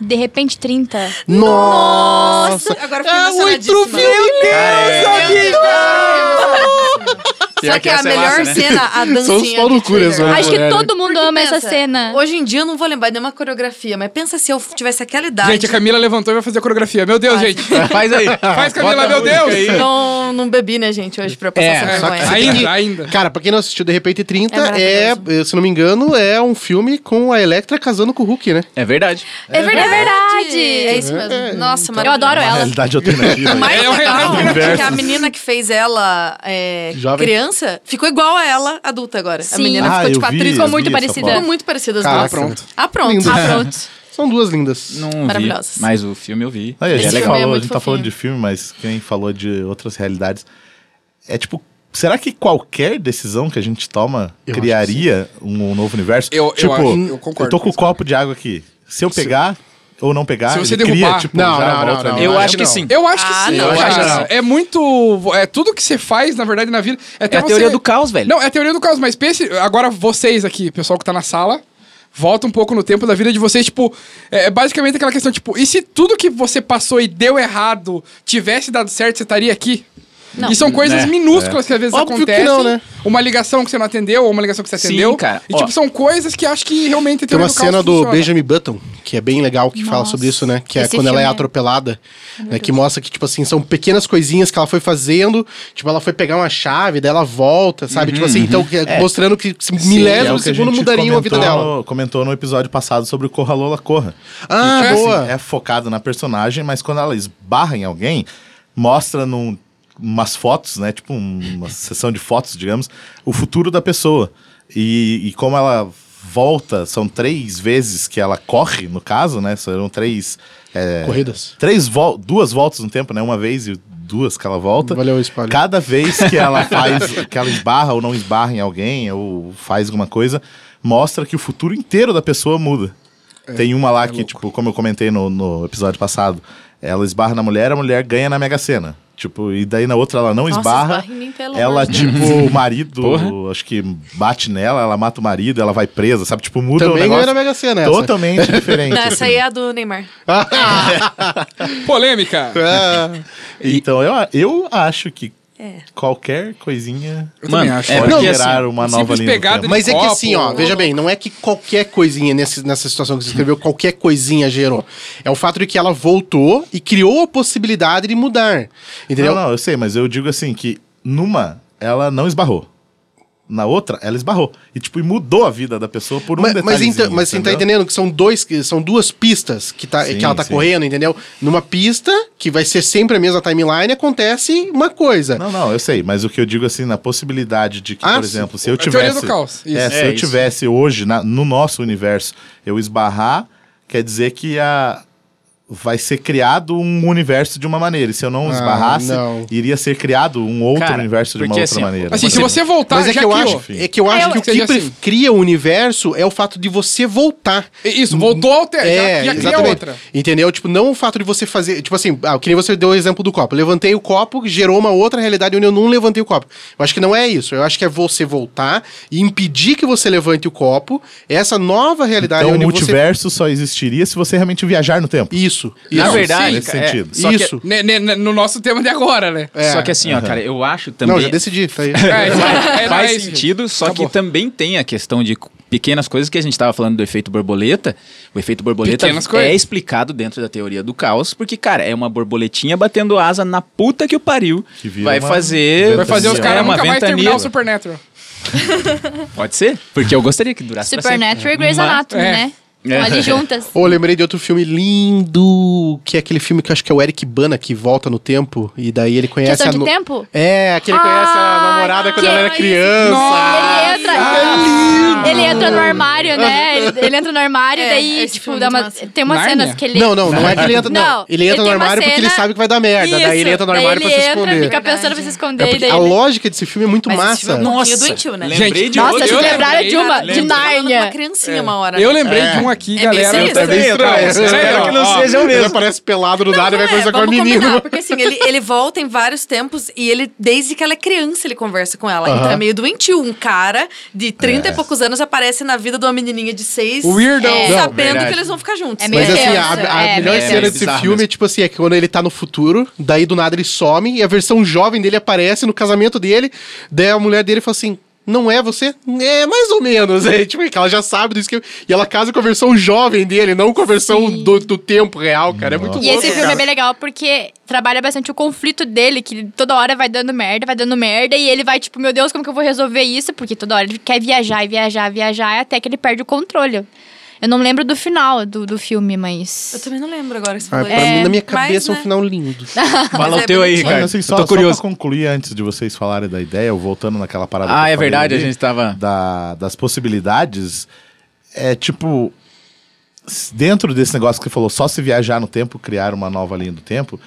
Speaker 6: De repente 30.
Speaker 7: Nossa!
Speaker 5: Agora eu fiquei emocionadíssima. Só
Speaker 3: Pior
Speaker 5: que a
Speaker 3: essa é
Speaker 5: melhor
Speaker 3: massa, né?
Speaker 5: cena, a
Speaker 7: São os
Speaker 5: dancinha
Speaker 7: pau no
Speaker 5: de
Speaker 7: cu, né,
Speaker 5: Thriller.
Speaker 7: só.
Speaker 6: Acho que
Speaker 7: Mulher,
Speaker 6: todo mundo ama
Speaker 5: Pensa,
Speaker 6: essa cena.
Speaker 5: Hoje em dia eu não vou lembrar de nenhuma coreografia, mas pensa se eu tivesse aquela idade.
Speaker 9: Gente, a Camila levantou e vai fazer a coreografia. Meu Deus, gente.
Speaker 3: [LAUGHS] Faz Ah, aí.
Speaker 9: Faz, Camila, meu Deus.
Speaker 5: Não, não bebi, né, gente, hoje pra passar
Speaker 3: É,
Speaker 5: essa
Speaker 7: só que
Speaker 5: vergonha.
Speaker 7: você tem que-
Speaker 9: Ainda, ainda.
Speaker 7: Cara, pra quem não assistiu De Repente 30,
Speaker 5: É
Speaker 7: é,
Speaker 5: maravilhoso.
Speaker 7: se não me engano, é um filme com a Electra casando com o Hulk, né?
Speaker 3: É verdade.
Speaker 6: É, verdade.
Speaker 5: É isso mesmo. Nossa,
Speaker 6: Eu
Speaker 5: maravilhoso.
Speaker 6: adoro
Speaker 2: Uma
Speaker 6: ela.
Speaker 2: realidade alternativa. né?
Speaker 5: O mais
Speaker 9: É, é o
Speaker 5: legal
Speaker 9: Renato
Speaker 5: é que a
Speaker 2: Versus.
Speaker 5: menina que fez ela é,
Speaker 7: Jovem.
Speaker 5: criança ficou igual a ela adulta agora. A
Speaker 6: Sim.
Speaker 5: menina
Speaker 2: Ah,
Speaker 5: ficou tipo
Speaker 2: eu vi,
Speaker 5: atriz.
Speaker 2: eu
Speaker 5: Ficou
Speaker 6: vi muito
Speaker 2: essa
Speaker 6: parecida.
Speaker 2: foto.
Speaker 5: Ficou muito parecida as
Speaker 7: Caraca.
Speaker 5: duas.
Speaker 7: Ah, pronto.
Speaker 5: Ah, pronto.
Speaker 7: Lindo.
Speaker 5: Ah, pronto. [LAUGHS]
Speaker 7: São duas lindas.
Speaker 3: Não vi.
Speaker 5: Maravilhosas.
Speaker 3: Mas o filme eu vi.
Speaker 2: Aí, a
Speaker 5: Esse
Speaker 2: gente,
Speaker 5: filme é
Speaker 2: falou, a
Speaker 5: muito
Speaker 2: gente tá
Speaker 5: fofinho.
Speaker 2: falando de filme, mas quem falou de outras realidades. É tipo, será que qualquer decisão que a gente toma criaria um, novo universo?
Speaker 9: Eu- eu
Speaker 2: tipo,
Speaker 9: acho- eu concordo
Speaker 2: tô com
Speaker 9: com
Speaker 2: um
Speaker 9: isso.
Speaker 2: copo de água aqui. Se eu pegar ou não pegar,
Speaker 9: Se você
Speaker 2: ele cria,
Speaker 9: derrubar-
Speaker 2: tipo,
Speaker 7: Não,
Speaker 2: já
Speaker 7: não,
Speaker 2: uma
Speaker 7: não,
Speaker 2: outra
Speaker 7: não,
Speaker 2: linha.
Speaker 3: Eu
Speaker 7: acho
Speaker 3: acho
Speaker 7: que
Speaker 3: que
Speaker 7: não.
Speaker 3: sim.
Speaker 9: Eu acho que
Speaker 5: Ah,
Speaker 9: sim.
Speaker 5: não,
Speaker 9: eu
Speaker 5: eu acho
Speaker 9: acho que sim. É muito. É tudo que você faz, na verdade, na vida. É, até
Speaker 3: É a teoria
Speaker 9: você-
Speaker 3: do caos, velho.
Speaker 9: Não, é a teoria do caos, mas pense. Agora, vocês aqui, pessoal que tá na sala, volta um pouco no tempo da vida de vocês, tipo. É basicamente aquela questão, tipo, e se tudo que você passou e deu errado tivesse dado certo, você estaria aqui?
Speaker 5: Não.
Speaker 9: E são coisas
Speaker 3: É,
Speaker 9: minúsculas que às vezes
Speaker 7: Óbvio que
Speaker 9: acontecem.
Speaker 7: não, né?
Speaker 9: Uma ligação que você não atendeu, ou uma ligação que você
Speaker 3: Sim,
Speaker 9: atendeu.
Speaker 3: cara,
Speaker 9: E,
Speaker 3: ó.
Speaker 9: tipo, são coisas que acho que realmente a
Speaker 7: Tem
Speaker 9: teoria
Speaker 7: uma
Speaker 9: caos
Speaker 7: cena do
Speaker 9: funciona.
Speaker 7: Benjamin Button, que é bem legal, que fala sobre isso, né? Que é
Speaker 6: esse
Speaker 7: quando ela é
Speaker 6: filme é-
Speaker 7: atropelada, né? Que mostra que, tipo assim, são pequenas coisinhas que ela foi fazendo. Tipo, ela foi pegar uma chave, daí ela volta, sabe? tipo assim, então, que- mostrando que se-
Speaker 2: Uhum, É
Speaker 7: milésimo
Speaker 2: o
Speaker 7: de
Speaker 2: que a
Speaker 7: segundo
Speaker 2: gente
Speaker 7: mudariam a vida
Speaker 2: comentou
Speaker 7: dela.
Speaker 2: no- comentou no episódio passado sobre o Corra Lola Corra.
Speaker 7: Ah,
Speaker 2: Que, tipo,
Speaker 7: boa.
Speaker 2: assim, é focado na personagem, mas quando ela esbarra em alguém, mostra num, umas fotos, né? Tipo um- uma sessão de fotos, digamos, o futuro da pessoa. E, e como ela volta, são três vezes que ela corre, no caso, né? Serão três. é,
Speaker 7: Corridas.
Speaker 2: Três vol duas voltas no tempo, né? Uma vez e duas que ela volta.
Speaker 7: Valeu, spoiler.
Speaker 2: Cada vez que
Speaker 7: [LAUGHS]
Speaker 2: ela faz, que ela esbarra ou não esbarra em alguém, ou faz alguma coisa, mostra que o futuro inteiro da pessoa muda.
Speaker 7: É,
Speaker 2: Tem uma lá que, tipo, como eu comentei no, no episódio passado, ela esbarra na mulher, a mulher ganha na Mega Sena. Tipo, e daí na outra ela não
Speaker 5: Nossa,
Speaker 2: esbarra.
Speaker 5: esbarra em mim, pelo
Speaker 2: ela,
Speaker 5: amor de
Speaker 2: tipo,
Speaker 5: Deus.
Speaker 2: o marido, acho que bate nela, ela mata o marido, ela vai presa, sabe? Tipo, muda o
Speaker 7: Também ganhou
Speaker 2: negócio.
Speaker 7: na Mega Sena essa.
Speaker 2: Totalmente
Speaker 5: [LAUGHS]
Speaker 2: diferente. assim.
Speaker 5: Não, essa aí é a do Neymar.
Speaker 9: Polêmica.
Speaker 7: É.
Speaker 2: Então, eu, eu acho que
Speaker 5: É.
Speaker 2: qualquer coisinha
Speaker 9: Eu também
Speaker 3: Mano,
Speaker 9: acho.
Speaker 3: é
Speaker 2: pode
Speaker 3: porque,
Speaker 2: gerar
Speaker 3: assim,
Speaker 2: uma
Speaker 9: simples
Speaker 2: nova linha do
Speaker 9: pegada
Speaker 2: tempo.
Speaker 9: de-
Speaker 7: Mas é que
Speaker 9: copo.
Speaker 7: assim, ó, veja bem, não é que qualquer coisinha nesse, nessa situação que você
Speaker 2: Hum.
Speaker 7: escreveu, qualquer coisinha gerou. É o fato de que ela voltou e criou a possibilidade de mudar. Entendeu?
Speaker 2: Não, não, eu sei, mas eu digo assim que numa ela não esbarrou. Na outra, ela esbarrou. E tipo, e mudou a vida da pessoa por um
Speaker 7: Mas, mas,
Speaker 2: detalhezinho,
Speaker 7: então, mas você tá
Speaker 2: entendeu?
Speaker 7: entendendo que são dois, que são duas pistas que, tá,
Speaker 2: Sim,
Speaker 7: que ela tá
Speaker 2: sim.
Speaker 7: correndo, entendeu? Numa pista, que vai ser sempre a mesma timeline, acontece uma coisa.
Speaker 2: Não, não, eu sei, mas o que eu digo assim, na possibilidade de que,
Speaker 7: Ah,
Speaker 2: por
Speaker 7: sim.
Speaker 2: exemplo, se eu
Speaker 9: A teoria
Speaker 2: tivesse.
Speaker 9: do caos, isso.
Speaker 2: É, se
Speaker 3: É,
Speaker 2: eu
Speaker 3: isso.
Speaker 2: tivesse hoje, na- no nosso universo, eu esbarrar, quer dizer que a. Vai ser criado um universo de uma maneira. E se eu
Speaker 9: Ah,
Speaker 2: não esbarrasse,
Speaker 7: não.
Speaker 2: iria ser criado um outro
Speaker 3: Cara,
Speaker 2: universo de uma
Speaker 3: porque
Speaker 2: outra
Speaker 3: assim,
Speaker 2: maneira. Tipo,
Speaker 9: Assim, se
Speaker 2: Por exemplo.
Speaker 9: você voltar,
Speaker 2: tá,
Speaker 7: Mas é
Speaker 9: já
Speaker 7: que, eu
Speaker 9: criou.
Speaker 7: acho, é que eu acho
Speaker 9: Eu-
Speaker 7: que o que
Speaker 9: Seja
Speaker 7: pre-
Speaker 9: assim.
Speaker 7: cria o universo é o fato de você voltar.
Speaker 9: Isso, voltou ao ter, já,
Speaker 7: É,
Speaker 9: já cria
Speaker 7: exatamente.
Speaker 9: outra.
Speaker 7: Entendeu? Tipo, não o fato de você fazer. Tipo assim, ah, que nem você deu o exemplo do copo. Levantei o copo, gerou uma outra realidade onde eu não levantei o copo. Eu acho que não é isso. Eu acho que é você voltar e impedir que você levante o copo, essa nova realidade
Speaker 2: Então o
Speaker 7: onde você.
Speaker 2: multiverso só existiria se você realmente viajar no tempo.
Speaker 7: Isso.
Speaker 3: Na
Speaker 7: isso.
Speaker 3: verdade,
Speaker 2: nesse
Speaker 3: cara, é,
Speaker 2: sentido.
Speaker 3: só que-
Speaker 7: Isso.
Speaker 9: Ne- ne- ne- no nosso tema de agora, né?
Speaker 7: É.
Speaker 3: Só que assim, ó, cara, eu acho também.
Speaker 7: Não, já decidi.
Speaker 2: [LAUGHS]
Speaker 9: É,
Speaker 7: Tá aí.
Speaker 9: é, é,
Speaker 3: faz
Speaker 9: é isso,
Speaker 3: sentido, só
Speaker 9: Acabou.
Speaker 3: que também tem a questão de cu- pequenas coisas que a gente tava falando do efeito borboleta. O efeito borboleta
Speaker 9: Pequenas coisas.
Speaker 3: é explicado dentro da teoria do caos, porque, cara, é uma borboletinha batendo asa na puta que o pariu.
Speaker 2: Que vira
Speaker 3: vai
Speaker 2: uma
Speaker 3: fazer.
Speaker 9: Vai fazer os
Speaker 3: é
Speaker 9: caras
Speaker 3: uma
Speaker 9: nunca mais
Speaker 3: ventania.
Speaker 9: terminar o Supernatural.
Speaker 3: Pode ser, porque eu gostaria que durasse pra sempre.
Speaker 6: Supernatural e Grey's
Speaker 3: Mas-
Speaker 6: Anatomy,
Speaker 9: É.
Speaker 6: né?
Speaker 3: É.
Speaker 6: Ali
Speaker 7: [LAUGHS]
Speaker 6: juntas.
Speaker 7: Ou lembrei de outro filme lindo, que é aquele filme que eu acho que é o Eric Bana que volta no tempo e daí ele conhece
Speaker 6: Questão
Speaker 7: a
Speaker 6: de
Speaker 7: no-
Speaker 6: é tempo? Ah,
Speaker 7: É, que ele conhece a namorada quando
Speaker 6: que- é
Speaker 7: ela era criança.
Speaker 9: Nossa!
Speaker 6: Ele entra, ele entra no armário, né? Ele, ele entra no armário,
Speaker 5: É,
Speaker 6: daí,
Speaker 5: esse
Speaker 6: tipo,
Speaker 5: filme
Speaker 6: dá
Speaker 5: é muito
Speaker 6: uma,
Speaker 5: massa.
Speaker 6: tem umas
Speaker 9: Nárnia?
Speaker 6: cenas que ele.
Speaker 7: Não, não, não é que ele entra. Não,
Speaker 6: Não,
Speaker 7: ele
Speaker 6: ele
Speaker 7: entra
Speaker 6: tem
Speaker 7: no
Speaker 6: uma
Speaker 7: armário porque ele
Speaker 6: cena-
Speaker 7: sabe que vai dar merda. Daí ele entra no
Speaker 6: Daí
Speaker 7: armário pra
Speaker 6: ele
Speaker 7: se
Speaker 6: entra,
Speaker 7: esconder.
Speaker 6: Fica pensando pra se
Speaker 5: Verdade.
Speaker 7: É
Speaker 6: esconder.
Speaker 7: porque
Speaker 6: daí
Speaker 7: a
Speaker 6: ele-
Speaker 7: lógica desse filme é muito
Speaker 5: Mas esse
Speaker 6: tipo,
Speaker 7: massa.
Speaker 5: filme é um pouquinho doentio, né?
Speaker 3: Lembrei
Speaker 9: Gente,
Speaker 3: de
Speaker 6: Nossa,
Speaker 3: outro.
Speaker 6: vocês
Speaker 9: eu
Speaker 6: lembraram
Speaker 9: lembrei-
Speaker 6: de uma,
Speaker 3: lembrei-
Speaker 6: de
Speaker 5: Tá falando uma
Speaker 6: Nárnia.
Speaker 5: criancinha uma hora.
Speaker 9: Eu
Speaker 5: né?
Speaker 9: lembrei de um aqui,
Speaker 5: É
Speaker 9: galera.
Speaker 5: bem sinistro,
Speaker 3: né?
Speaker 9: Sério,
Speaker 3: Espero que não
Speaker 9: ó.
Speaker 3: seja o mesmo.
Speaker 7: Ele aparece pelado do nada e vai
Speaker 5: Não, é,
Speaker 7: conversar com a
Speaker 5: vamos combinar,
Speaker 7: menina.
Speaker 5: Porque assim, ele, ele volta em vários tempos e ele, desde que ela é criança, ele conversa com ela. Então é meio doentio. Um cara de
Speaker 7: É.
Speaker 5: 30 e poucos anos aparece na vida de uma menininha de 6.
Speaker 9: Weirdo.
Speaker 5: é,
Speaker 9: Não,
Speaker 5: sabendo
Speaker 3: verdade.
Speaker 5: que eles vão ficar juntos.
Speaker 6: É meio
Speaker 7: Mas assim,
Speaker 6: tenso,
Speaker 7: a, a
Speaker 6: é,
Speaker 7: melhor
Speaker 6: meio
Speaker 7: cena
Speaker 3: tenso.
Speaker 7: desse
Speaker 3: Bizarro
Speaker 7: filme,
Speaker 3: mesmo.
Speaker 7: tipo assim, é que quando ele tá no futuro, daí do nada ele some e a versão jovem dele aparece no casamento dele, daí a mulher dele fala assim. Não é você? É mais ou menos. [LAUGHS] É, tipo, que ela já sabe do esquema. E ela casa com a versão jovem dele, não com a versão do, do tempo real, cara. É muito
Speaker 6: E
Speaker 7: louco,
Speaker 6: esse filme
Speaker 7: cara.
Speaker 6: é bem legal porque trabalha bastante o conflito dele, que ele toda hora vai dando merda, vai dando merda, e ele vai tipo, meu Deus, como que eu vou resolver isso? Porque toda hora ele quer viajar e viajar, viajar, até que ele perde o controle. Eu não lembro do final do, do filme, mas.
Speaker 5: Eu também não lembro agora. se
Speaker 7: Ah,
Speaker 5: foi.
Speaker 7: pra mim, na minha
Speaker 5: Mas,
Speaker 7: cabeça, é um
Speaker 5: né?
Speaker 7: final lindo.
Speaker 3: Fala
Speaker 5: Mas
Speaker 3: o
Speaker 5: é
Speaker 3: teu aí,
Speaker 5: bonitinho.
Speaker 3: cara.
Speaker 2: Mas assim, só,
Speaker 3: eu tô curioso.
Speaker 2: só pra concluir antes de vocês falarem da ideia, eu voltando naquela parada.
Speaker 3: Ah,
Speaker 2: que eu falei
Speaker 3: é verdade,
Speaker 2: ali,
Speaker 3: a gente tava-
Speaker 2: da- das possibilidades. É tipo. s- Dentro desse negócio que você falou, só se viajar no tempo, criar uma nova linha do tempo,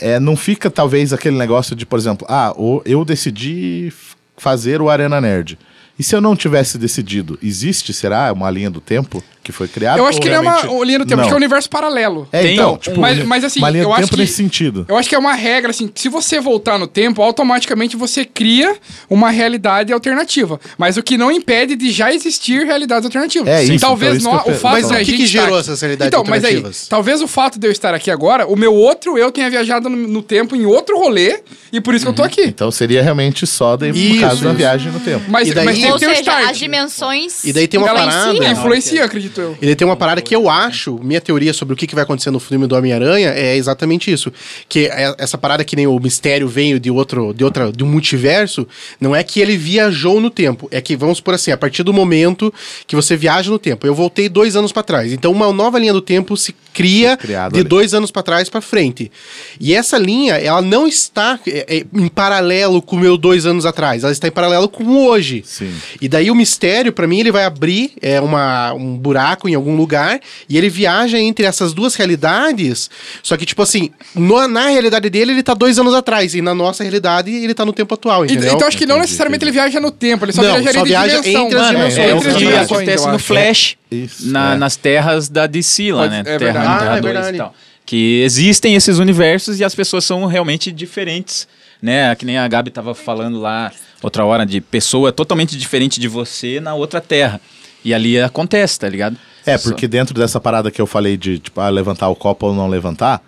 Speaker 2: é, não fica talvez aquele negócio de, por exemplo, ah, o- eu decidi f- fazer o Arena Nerd. E se eu não tivesse decidido, existe, será, uma linha do tempo que foi criada?
Speaker 9: Eu acho
Speaker 2: Ou
Speaker 9: que não é uma
Speaker 2: realmente-
Speaker 9: linha do tempo,
Speaker 2: Não.
Speaker 9: acho que é um universo paralelo.
Speaker 2: É,
Speaker 3: Tem
Speaker 2: então,
Speaker 3: um-
Speaker 2: tipo,
Speaker 9: mas- mas assim,
Speaker 2: uma linha
Speaker 9: eu
Speaker 2: do
Speaker 9: acho
Speaker 2: tempo
Speaker 9: que-
Speaker 2: nesse sentido.
Speaker 9: Eu acho que é uma regra, assim, que se você voltar no tempo, automaticamente você cria uma realidade alternativa. Mas o que não impede de já existir realidades alternativas.
Speaker 2: É isso,
Speaker 9: Talvez
Speaker 2: então, isso
Speaker 9: nó-
Speaker 2: que eu
Speaker 9: o
Speaker 2: pe-
Speaker 9: fato
Speaker 2: Mas
Speaker 9: da
Speaker 2: o que
Speaker 9: gente
Speaker 7: que gerou
Speaker 9: estar-
Speaker 7: essas realidades
Speaker 9: então, mas aí,
Speaker 7: alternativas?
Speaker 9: talvez o fato de eu estar aqui agora, o meu outro eu tenha viajado no, no tempo em outro rolê, e por isso que eu tô aqui.
Speaker 2: Então seria realmente só daí por
Speaker 7: Isso,
Speaker 2: causa da
Speaker 7: isso.
Speaker 2: viagem no tempo.
Speaker 9: Mas,
Speaker 7: E daí-
Speaker 9: mas tem
Speaker 6: Ou
Speaker 9: que ter o
Speaker 6: seja,
Speaker 9: start.
Speaker 6: as dimensões.
Speaker 7: E daí tem uma
Speaker 9: Ela
Speaker 7: parada. né?
Speaker 6: influencia.
Speaker 9: Influencia, acredito eu.
Speaker 7: Ele tem uma parada que eu acho, minha teoria sobre o que que vai acontecer no filme do Homem-Aranha é exatamente isso. Que é- essa parada que nem o mistério veio de outro, de outra, de um multiverso, não é que ele viajou no tempo. É que, vamos por assim, a partir do momento que você viaja no tempo. Eu voltei dois anos pra trás. Então, uma nova linha do tempo se cria
Speaker 2: criado
Speaker 7: de
Speaker 2: ali.
Speaker 7: dois anos pra trás pra frente. E essa linha, ela não está é, é, em paralelo com o meu dois anos atrás. Ela está em paralelo com o hoje.
Speaker 2: Sim.
Speaker 7: E daí o mistério, pra mim, ele vai abrir é, uma, um buraco buraco em algum lugar e ele viaja entre essas duas realidades. Só que, tipo assim, no- na realidade dele, ele tá dois anos atrás, e na nossa realidade, ele tá no tempo atual.
Speaker 9: E-
Speaker 7: Entendeu?
Speaker 9: Então acho que não necessariamente ele viaja no tempo, ele só
Speaker 7: Não,
Speaker 9: viajaria
Speaker 7: só
Speaker 9: de
Speaker 7: viaja
Speaker 9: dimensão.
Speaker 7: entre as
Speaker 9: Mano, um
Speaker 7: dimensões,
Speaker 3: É,
Speaker 9: entre
Speaker 3: o
Speaker 9: as
Speaker 7: outras
Speaker 3: que
Speaker 9: dimensões, eu
Speaker 3: acontece
Speaker 9: acho.
Speaker 3: no Flash,
Speaker 2: Isso,
Speaker 3: na-
Speaker 2: é.
Speaker 3: nas terras da DC lá,
Speaker 9: Pode-
Speaker 3: né?
Speaker 9: é
Speaker 3: terra
Speaker 9: verdade.
Speaker 3: 1,
Speaker 9: Ah,
Speaker 3: Terra
Speaker 7: é
Speaker 3: 2
Speaker 7: verdade.
Speaker 3: e tal. Que existem esses universos e as pessoas são realmente diferentes, né? Que nem a Gabi tava falando lá outra hora, de pessoa totalmente diferente de você na outra terra. E ali acontece, tá ligado?
Speaker 2: É, porque dentro dessa parada que eu falei de tipo, ah, levantar o copo ou não levantar,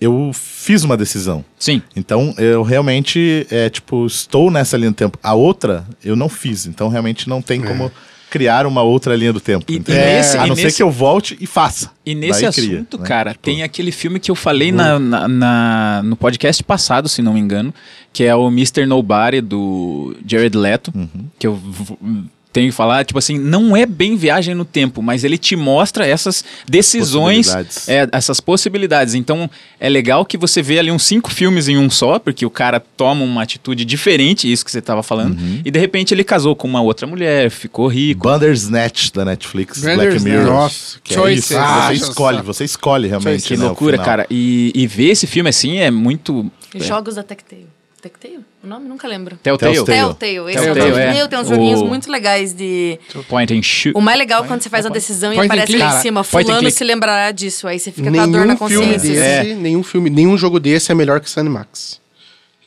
Speaker 2: eu fiz uma decisão.
Speaker 3: Sim.
Speaker 2: Então, eu realmente, é, tipo, estou nessa linha do tempo. A outra, eu não fiz. Então, realmente, não tem como criar uma outra linha do tempo.
Speaker 3: E- e
Speaker 2: entendeu?
Speaker 3: nesse-
Speaker 2: a
Speaker 3: e
Speaker 2: não ser
Speaker 3: nesse-
Speaker 2: que eu volte e faça.
Speaker 3: E nesse
Speaker 2: Daí cria,
Speaker 3: assunto,
Speaker 2: né?
Speaker 3: cara,
Speaker 2: Tipo,
Speaker 3: tem aquele filme que eu falei na, na- na- no podcast passado, se não me engano, que é o Mr. Nobody do Jared Leto,
Speaker 2: Uhum.
Speaker 3: que eu v- v- tenho que falar, tipo assim, não é bem viagem no tempo, mas ele te mostra essas decisões,
Speaker 2: Possibilidades.
Speaker 3: é, essas possibilidades. Então, é legal que você vê ali uns cinco filmes em um só, porque o cara toma uma atitude diferente, isso que você tava falando,
Speaker 2: Uhum.
Speaker 3: e de repente ele casou com uma outra mulher, ficou rico.
Speaker 2: Bandersnatch da Netflix, Black
Speaker 9: Bandersnatch.
Speaker 2: Mirror.
Speaker 9: Nossa,
Speaker 2: que é
Speaker 9: choices.
Speaker 2: isso.
Speaker 9: Ah,
Speaker 2: você
Speaker 9: já
Speaker 2: escolhe,
Speaker 9: sabe.
Speaker 2: você escolhe realmente.
Speaker 3: Que
Speaker 2: né, o
Speaker 3: loucura,
Speaker 2: final.
Speaker 3: cara. E, e ver esse filme assim é muito.
Speaker 5: Jogos da Tectale. Tectale? O nome? Nunca lembro.
Speaker 3: Telltale.
Speaker 2: Telltale.
Speaker 5: Telltale. Esse é o
Speaker 3: Telltale,
Speaker 5: nome.
Speaker 3: é.
Speaker 5: Meu, tem uns joguinhos
Speaker 3: O-
Speaker 5: muito legais de...
Speaker 3: Point and shoot.
Speaker 5: O mais legal é quando você faz a decisão e
Speaker 9: Point and
Speaker 5: aparece
Speaker 9: click.
Speaker 5: lá em cima.
Speaker 3: Cara, point and
Speaker 5: Fulano
Speaker 3: click.
Speaker 5: se lembrará disso. Aí você fica com a dor na
Speaker 7: Nenhum filme
Speaker 5: consciência.
Speaker 7: desse, nenhum filme, nenhum jogo desse é melhor que Sanimax.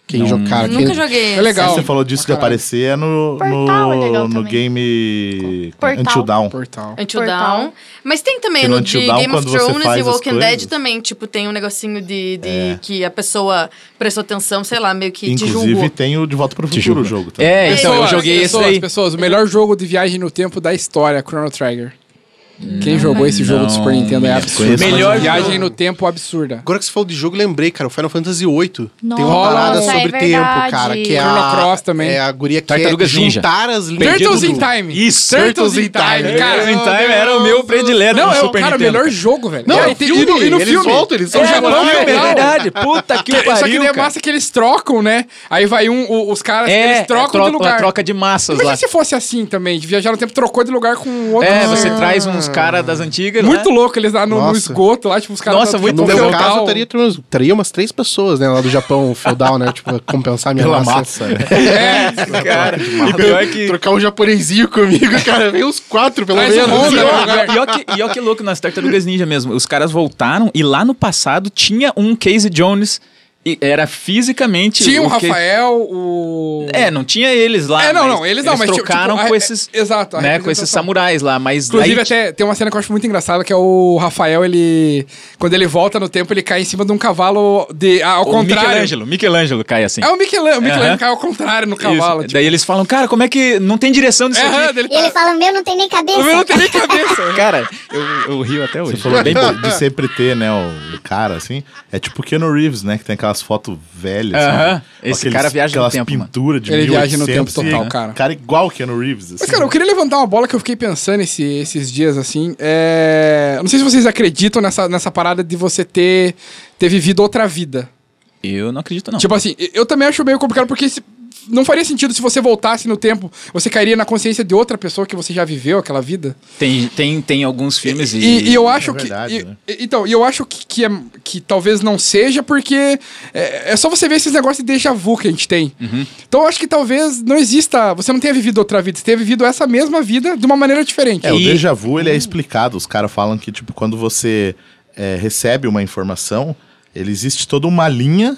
Speaker 7: Quem jogar cara,
Speaker 5: Nunca
Speaker 7: quem-
Speaker 5: joguei esse.
Speaker 9: É legal.
Speaker 2: Você falou disso de aparecer é no,
Speaker 6: Portal é
Speaker 2: no,
Speaker 6: legal
Speaker 2: no
Speaker 6: também.
Speaker 2: game
Speaker 6: Portal.
Speaker 2: Until Dawn.
Speaker 9: Portal.
Speaker 5: Until
Speaker 6: Portal.
Speaker 5: Down. Mas tem também
Speaker 2: Que no
Speaker 5: no
Speaker 2: Until
Speaker 5: de
Speaker 2: Dawn,
Speaker 5: Game of
Speaker 2: quando você
Speaker 5: Thrones
Speaker 2: faz
Speaker 5: e
Speaker 2: as
Speaker 5: Walking
Speaker 2: coisas.
Speaker 5: Dead também. Tipo, tem um negocinho de, de- que a pessoa prestou atenção, sei lá, meio que te
Speaker 2: Inclusive
Speaker 5: julgou.
Speaker 2: tem o De Volta pro Futuro o jogo. Tá?
Speaker 3: É, então eu
Speaker 9: Pessoas,
Speaker 3: joguei esse
Speaker 9: pessoas,
Speaker 3: daí.
Speaker 9: Pessoas, o melhor jogo de viagem no tempo da história, Chrono Trigger. Quem jogou esse jogo do Super Nintendo é absurdo.
Speaker 2: Conheço, mas
Speaker 3: Melhor
Speaker 9: Melhor
Speaker 3: jogo.
Speaker 9: viagem no tempo absurda.
Speaker 7: Agora que você falou de jogo, lembrei, cara, o Final Fantasy VIII. tem uma
Speaker 6: Nossa,
Speaker 7: parada
Speaker 6: é
Speaker 7: sobre tempo,
Speaker 6: verdade.
Speaker 7: cara, que é
Speaker 9: Chrono
Speaker 7: a,
Speaker 9: Cross também.
Speaker 7: é a guria que
Speaker 3: Tartarugas
Speaker 7: é juntar as linhas do
Speaker 9: Turtles in
Speaker 7: mundo.
Speaker 9: Time.
Speaker 3: Isso,
Speaker 9: Turtles in Time. Cara,
Speaker 3: Turtles in
Speaker 9: meu
Speaker 3: Time
Speaker 9: Deus
Speaker 3: era o meu predileto
Speaker 9: Não,
Speaker 3: no
Speaker 9: é o
Speaker 3: Super
Speaker 9: cara, o
Speaker 3: Nintendo.
Speaker 9: melhor jogo, velho.
Speaker 7: Não,
Speaker 9: É,
Speaker 7: é
Speaker 9: e tem-
Speaker 7: filme,
Speaker 9: e no, e no
Speaker 7: eles
Speaker 9: filme.
Speaker 7: voltam, eles
Speaker 9: É,
Speaker 7: são
Speaker 9: no
Speaker 7: japoneses.
Speaker 9: filme,
Speaker 3: é
Speaker 9: não.
Speaker 3: verdade. Puta que pariu,
Speaker 9: [LAUGHS] Só que daí é
Speaker 3: cara.
Speaker 9: massa que eles trocam, né? Aí vai um, o- os caras,
Speaker 3: É,
Speaker 9: eles trocam
Speaker 3: a troca,
Speaker 9: de lugar.
Speaker 3: a troca de massas
Speaker 9: Imagina
Speaker 3: lá.
Speaker 9: se fosse assim também, de viajar no tempo, trocou de lugar com outro.
Speaker 3: É, você traz uns caras das antigas,
Speaker 9: Muito
Speaker 3: né?
Speaker 9: louco, eles lá no, no
Speaker 7: Nossa.
Speaker 9: esgoto, lá, tipo, os caras...
Speaker 3: Nossa,
Speaker 9: lá,
Speaker 3: muito
Speaker 7: No
Speaker 9: tipo,
Speaker 7: meu
Speaker 3: louco.
Speaker 9: local.
Speaker 7: caso, eu teria, trans- teria umas três pessoas, né, lá do Japão feudal, né, tipo, pra compensar minha
Speaker 2: Pela
Speaker 7: massa. [LAUGHS]
Speaker 2: massa, né?
Speaker 9: É, cara.
Speaker 3: E pior que...
Speaker 7: Trocar um japonesinho comigo, cara, vem uns quatro, pelo
Speaker 9: Traz um
Speaker 7: menos.
Speaker 9: monte,
Speaker 7: né?
Speaker 9: né?
Speaker 3: Pior- pior que, pior que louco, nas Tartarugas Ninja mesmo. Os caras voltaram e lá no passado tinha um Casey Jones e era fisicamente...
Speaker 9: Tinha um o
Speaker 3: que-
Speaker 9: Rafael, o...
Speaker 3: É, não tinha eles lá.
Speaker 9: É, não, não, eles não, mas tipo,
Speaker 3: trocaram
Speaker 9: tipo,
Speaker 3: com
Speaker 9: a-
Speaker 3: esses...
Speaker 9: é, exato, a
Speaker 3: Né, com esses
Speaker 9: representação.
Speaker 3: samurais lá, mas...
Speaker 9: Inclusive,
Speaker 3: daí- tipo,
Speaker 9: até tem uma cena que eu acho muito engraçada, que é o Rafael, ele... Quando ele volta no tempo, ele cai em cima de um cavalo de... ah, ao
Speaker 3: o
Speaker 9: contrário.
Speaker 3: Michelangelo, Michelangelo cai assim.
Speaker 9: É o Michelangelo, o Michelangelo
Speaker 3: Aham.
Speaker 9: cai ao contrário no
Speaker 3: Isso.
Speaker 9: cavalo. tipo.
Speaker 3: Daí eles falam, cara, como é que não tem direção disso
Speaker 9: Aham,
Speaker 3: aqui?
Speaker 9: dele- tá-
Speaker 10: E ele fala, o meu não tem nem cabeça.
Speaker 9: O meu não tem nem cabeça.
Speaker 3: [LAUGHS] Cara, eu, eu rio até hoje.
Speaker 2: Você falou
Speaker 9: [LAUGHS]
Speaker 2: bem de sempre ter, né, o cara, assim. É tipo o Keanu Reeves, né, que tem aquelas fotos velhas. assim,
Speaker 3: Aham.
Speaker 2: né?
Speaker 3: Esse
Speaker 2: Aqueles-
Speaker 3: cara viaja no
Speaker 2: aquelas
Speaker 3: tempo, mano.
Speaker 2: pintura de
Speaker 9: Ele viaja no
Speaker 2: 1800
Speaker 9: tempo
Speaker 2: e- né?
Speaker 9: total, cara.
Speaker 2: Cara igual o Keanu Reeves, assim.
Speaker 9: Mas, cara, eu queria levantar uma bola que eu fiquei pensando esse- esses dias, assim. É... Não sei se vocês acreditam nessa, nessa parada de você ter, ter vivido outra vida.
Speaker 3: Eu não acredito, não.
Speaker 9: Tipo assim, eu também acho meio complicado porque se- não faria sentido se você voltasse no tempo, você cairia na consciência de outra pessoa que você já viveu aquela vida.
Speaker 3: tem, tem, tem alguns filmes e.
Speaker 9: E, e eu acho que.
Speaker 2: é, verdade,
Speaker 9: e-
Speaker 2: né?
Speaker 9: e- Então, e eu acho que, que, é- que talvez não seja, porque é, é só você ver esses negócios de déjà vu que a gente tem.
Speaker 2: Uhum.
Speaker 9: Então, eu acho que talvez não exista. Você não tenha vivido outra vida, você tenha vivido essa mesma vida de uma maneira diferente.
Speaker 2: É, o
Speaker 3: E-
Speaker 2: déjà vu, ele é explicado. Os caras falam que, tipo, quando você é, recebe uma informação, ele existe toda uma linha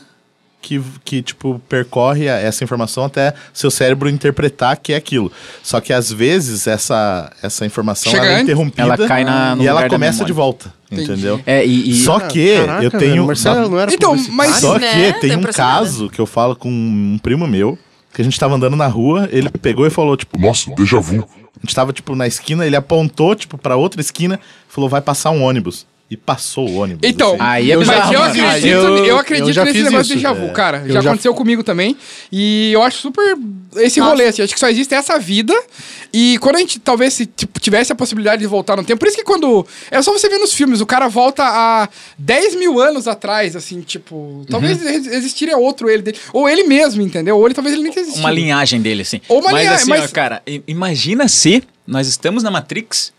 Speaker 2: que, que tipo, percorre a- essa informação até seu cérebro interpretar que é aquilo. Só que, às vezes, essa, essa informação
Speaker 9: Chega
Speaker 2: ela é
Speaker 9: antes,
Speaker 2: interrompida
Speaker 3: ela cai na- no
Speaker 2: e
Speaker 3: lugar
Speaker 2: ela
Speaker 3: da
Speaker 2: começa
Speaker 3: memória.
Speaker 2: de volta, entendeu?
Speaker 3: É, e. e-
Speaker 2: Só que
Speaker 7: Ah, Caraca,
Speaker 2: eu tenho...
Speaker 7: velho, Marcelo, não era
Speaker 9: Então,
Speaker 7: publicitário?
Speaker 9: mas-
Speaker 2: Só
Speaker 5: né?
Speaker 2: que tem
Speaker 5: Tô
Speaker 2: um
Speaker 5: impressionada.
Speaker 2: caso que eu falo com um primo meu, que a gente tava andando na rua, ele pegou e falou, tipo, nossa, déjà vu. A gente tava, tipo, na esquina, ele apontou, tipo, pra outra esquina, falou, vai passar um ônibus. E passou o ônibus.
Speaker 9: Então,
Speaker 2: assim.
Speaker 3: Aí é
Speaker 9: mas
Speaker 3: bizarro,
Speaker 9: eu
Speaker 3: mano.
Speaker 9: acredito,
Speaker 7: Eu-
Speaker 9: eu,
Speaker 7: eu
Speaker 9: acredito
Speaker 7: já
Speaker 9: nesse
Speaker 7: fiz
Speaker 9: negócio de
Speaker 7: isso,
Speaker 9: déjà vu,
Speaker 7: é.
Speaker 9: cara.
Speaker 7: Eu
Speaker 9: já,
Speaker 7: já-
Speaker 9: aconteceu comigo também. E eu acho super esse rolê, assim. Acho que só existe essa vida. E quando a gente talvez se, tipo, tivesse a possibilidade de voltar no tempo. Por isso que quando. É só você ver nos filmes, o cara volta a 10 mil anos atrás, assim, tipo. Talvez ex- existiria outro ele dele. Ou ele mesmo, entendeu? Ou ele talvez ele nem existisse.
Speaker 3: uma linhagem dele, assim.
Speaker 9: Ou uma
Speaker 3: mas
Speaker 9: linha-
Speaker 3: assim,
Speaker 9: mas-
Speaker 3: ó, cara, i- imagina se nós estamos na Matrix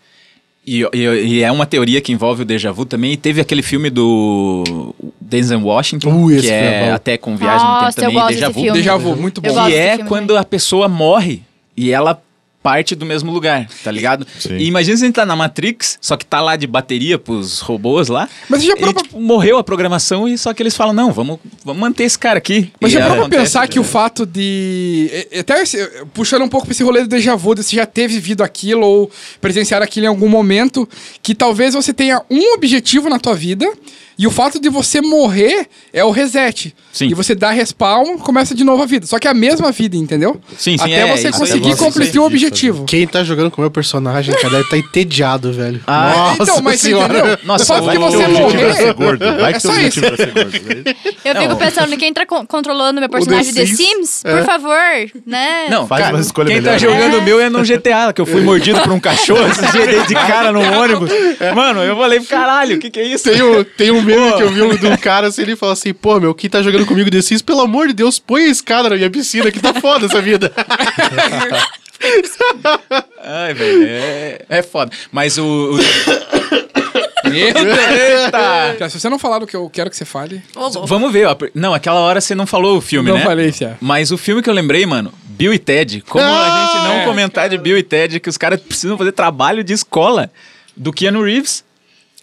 Speaker 3: E, e- e é uma teoria que envolve o déjà vu também. E teve aquele filme do Denzel Washington,
Speaker 7: Uh, esse
Speaker 3: que
Speaker 7: filme é
Speaker 3: é
Speaker 7: bom.
Speaker 3: até com viagem no tempo
Speaker 6: Nossa, eu
Speaker 3: também,
Speaker 6: gosto
Speaker 3: e déjà
Speaker 6: desse
Speaker 3: vu.
Speaker 6: filme.
Speaker 9: Déjà vu, muito
Speaker 6: Eu
Speaker 9: bom.
Speaker 6: gosto
Speaker 3: que
Speaker 6: desse
Speaker 3: é
Speaker 6: filme
Speaker 3: quando a pessoa morre e ela parte do mesmo lugar, tá ligado?
Speaker 2: Sim.
Speaker 3: E imagina se a gente tá na Matrix, só que tá lá de bateria pros robôs lá.
Speaker 9: Mas já
Speaker 3: E,
Speaker 9: parou pra-
Speaker 3: tipo, morreu a programação e só que eles falam, não, vamos, vamos manter esse cara aqui.
Speaker 9: Mas
Speaker 3: E
Speaker 9: já parou pra
Speaker 3: acontece,
Speaker 9: pensar
Speaker 3: tá
Speaker 9: que o
Speaker 3: ligado?
Speaker 9: fato de. e- Até esse- puxando um pouco pra esse rolê do déjà vu, de você já ter vivido aquilo ou presenciar aquilo em algum momento, que talvez você tenha um objetivo na tua vida e o fato de você morrer é o reset.
Speaker 3: Sim.
Speaker 9: E você dá respawn, começa de novo a vida. Só que é a mesma vida, entendeu?
Speaker 3: Sim, sim,
Speaker 9: Até
Speaker 3: é, isso
Speaker 9: você
Speaker 3: aí,
Speaker 9: conseguir
Speaker 3: isso aí.
Speaker 9: completar o objetivo.
Speaker 7: Quem tá jogando com o meu personagem, cara, deve tá entediado, velho.
Speaker 3: Ah,
Speaker 9: então, mas você entendeu?
Speaker 3: Nossa,
Speaker 9: o fato
Speaker 3: vai
Speaker 9: de
Speaker 3: que
Speaker 9: você
Speaker 3: o objetivo
Speaker 2: vai ser
Speaker 9: morrer.
Speaker 2: gordo. Vai que
Speaker 9: É
Speaker 2: teu
Speaker 9: só isso.
Speaker 2: objetivo vai ser gordo.
Speaker 6: Eu fico pensando, quem tá con- controlando meu personagem
Speaker 7: The É.
Speaker 6: The Sims, por favor, né?
Speaker 3: Não,
Speaker 2: Faz
Speaker 3: cara,
Speaker 2: uma escolha
Speaker 3: quem tá
Speaker 2: melhor.
Speaker 3: jogando o meu é no GTA, que eu fui mordido por um cachorro, esse jeito de cara no ônibus.
Speaker 2: É.
Speaker 3: Mano, eu falei, caralho, o que que é isso?
Speaker 7: Tem um, tem um meme que eu vi um de um cara assim, ele fala assim, pô, meu, quem tá jogando comigo The Sims, pelo amor de Deus, põe a escada na minha piscina, que tá foda essa vida.
Speaker 3: Ai, velho, é, é foda. Mas o... o... [COUGHS] Eita!
Speaker 9: Cara, Se você não falar do que eu quero que você fale.
Speaker 5: Ô, louco.
Speaker 3: Vamos ver. ó. Não, aquela hora você não falou o filme,
Speaker 9: Não
Speaker 3: né?
Speaker 9: falei, Fia.
Speaker 3: Mas o filme que eu lembrei, mano, Bill e Ted. Como
Speaker 2: Ah,
Speaker 3: a gente não
Speaker 9: é,
Speaker 3: comentar de Bill e Ted, que os caras precisam fazer trabalho de escola do Keanu Reeves.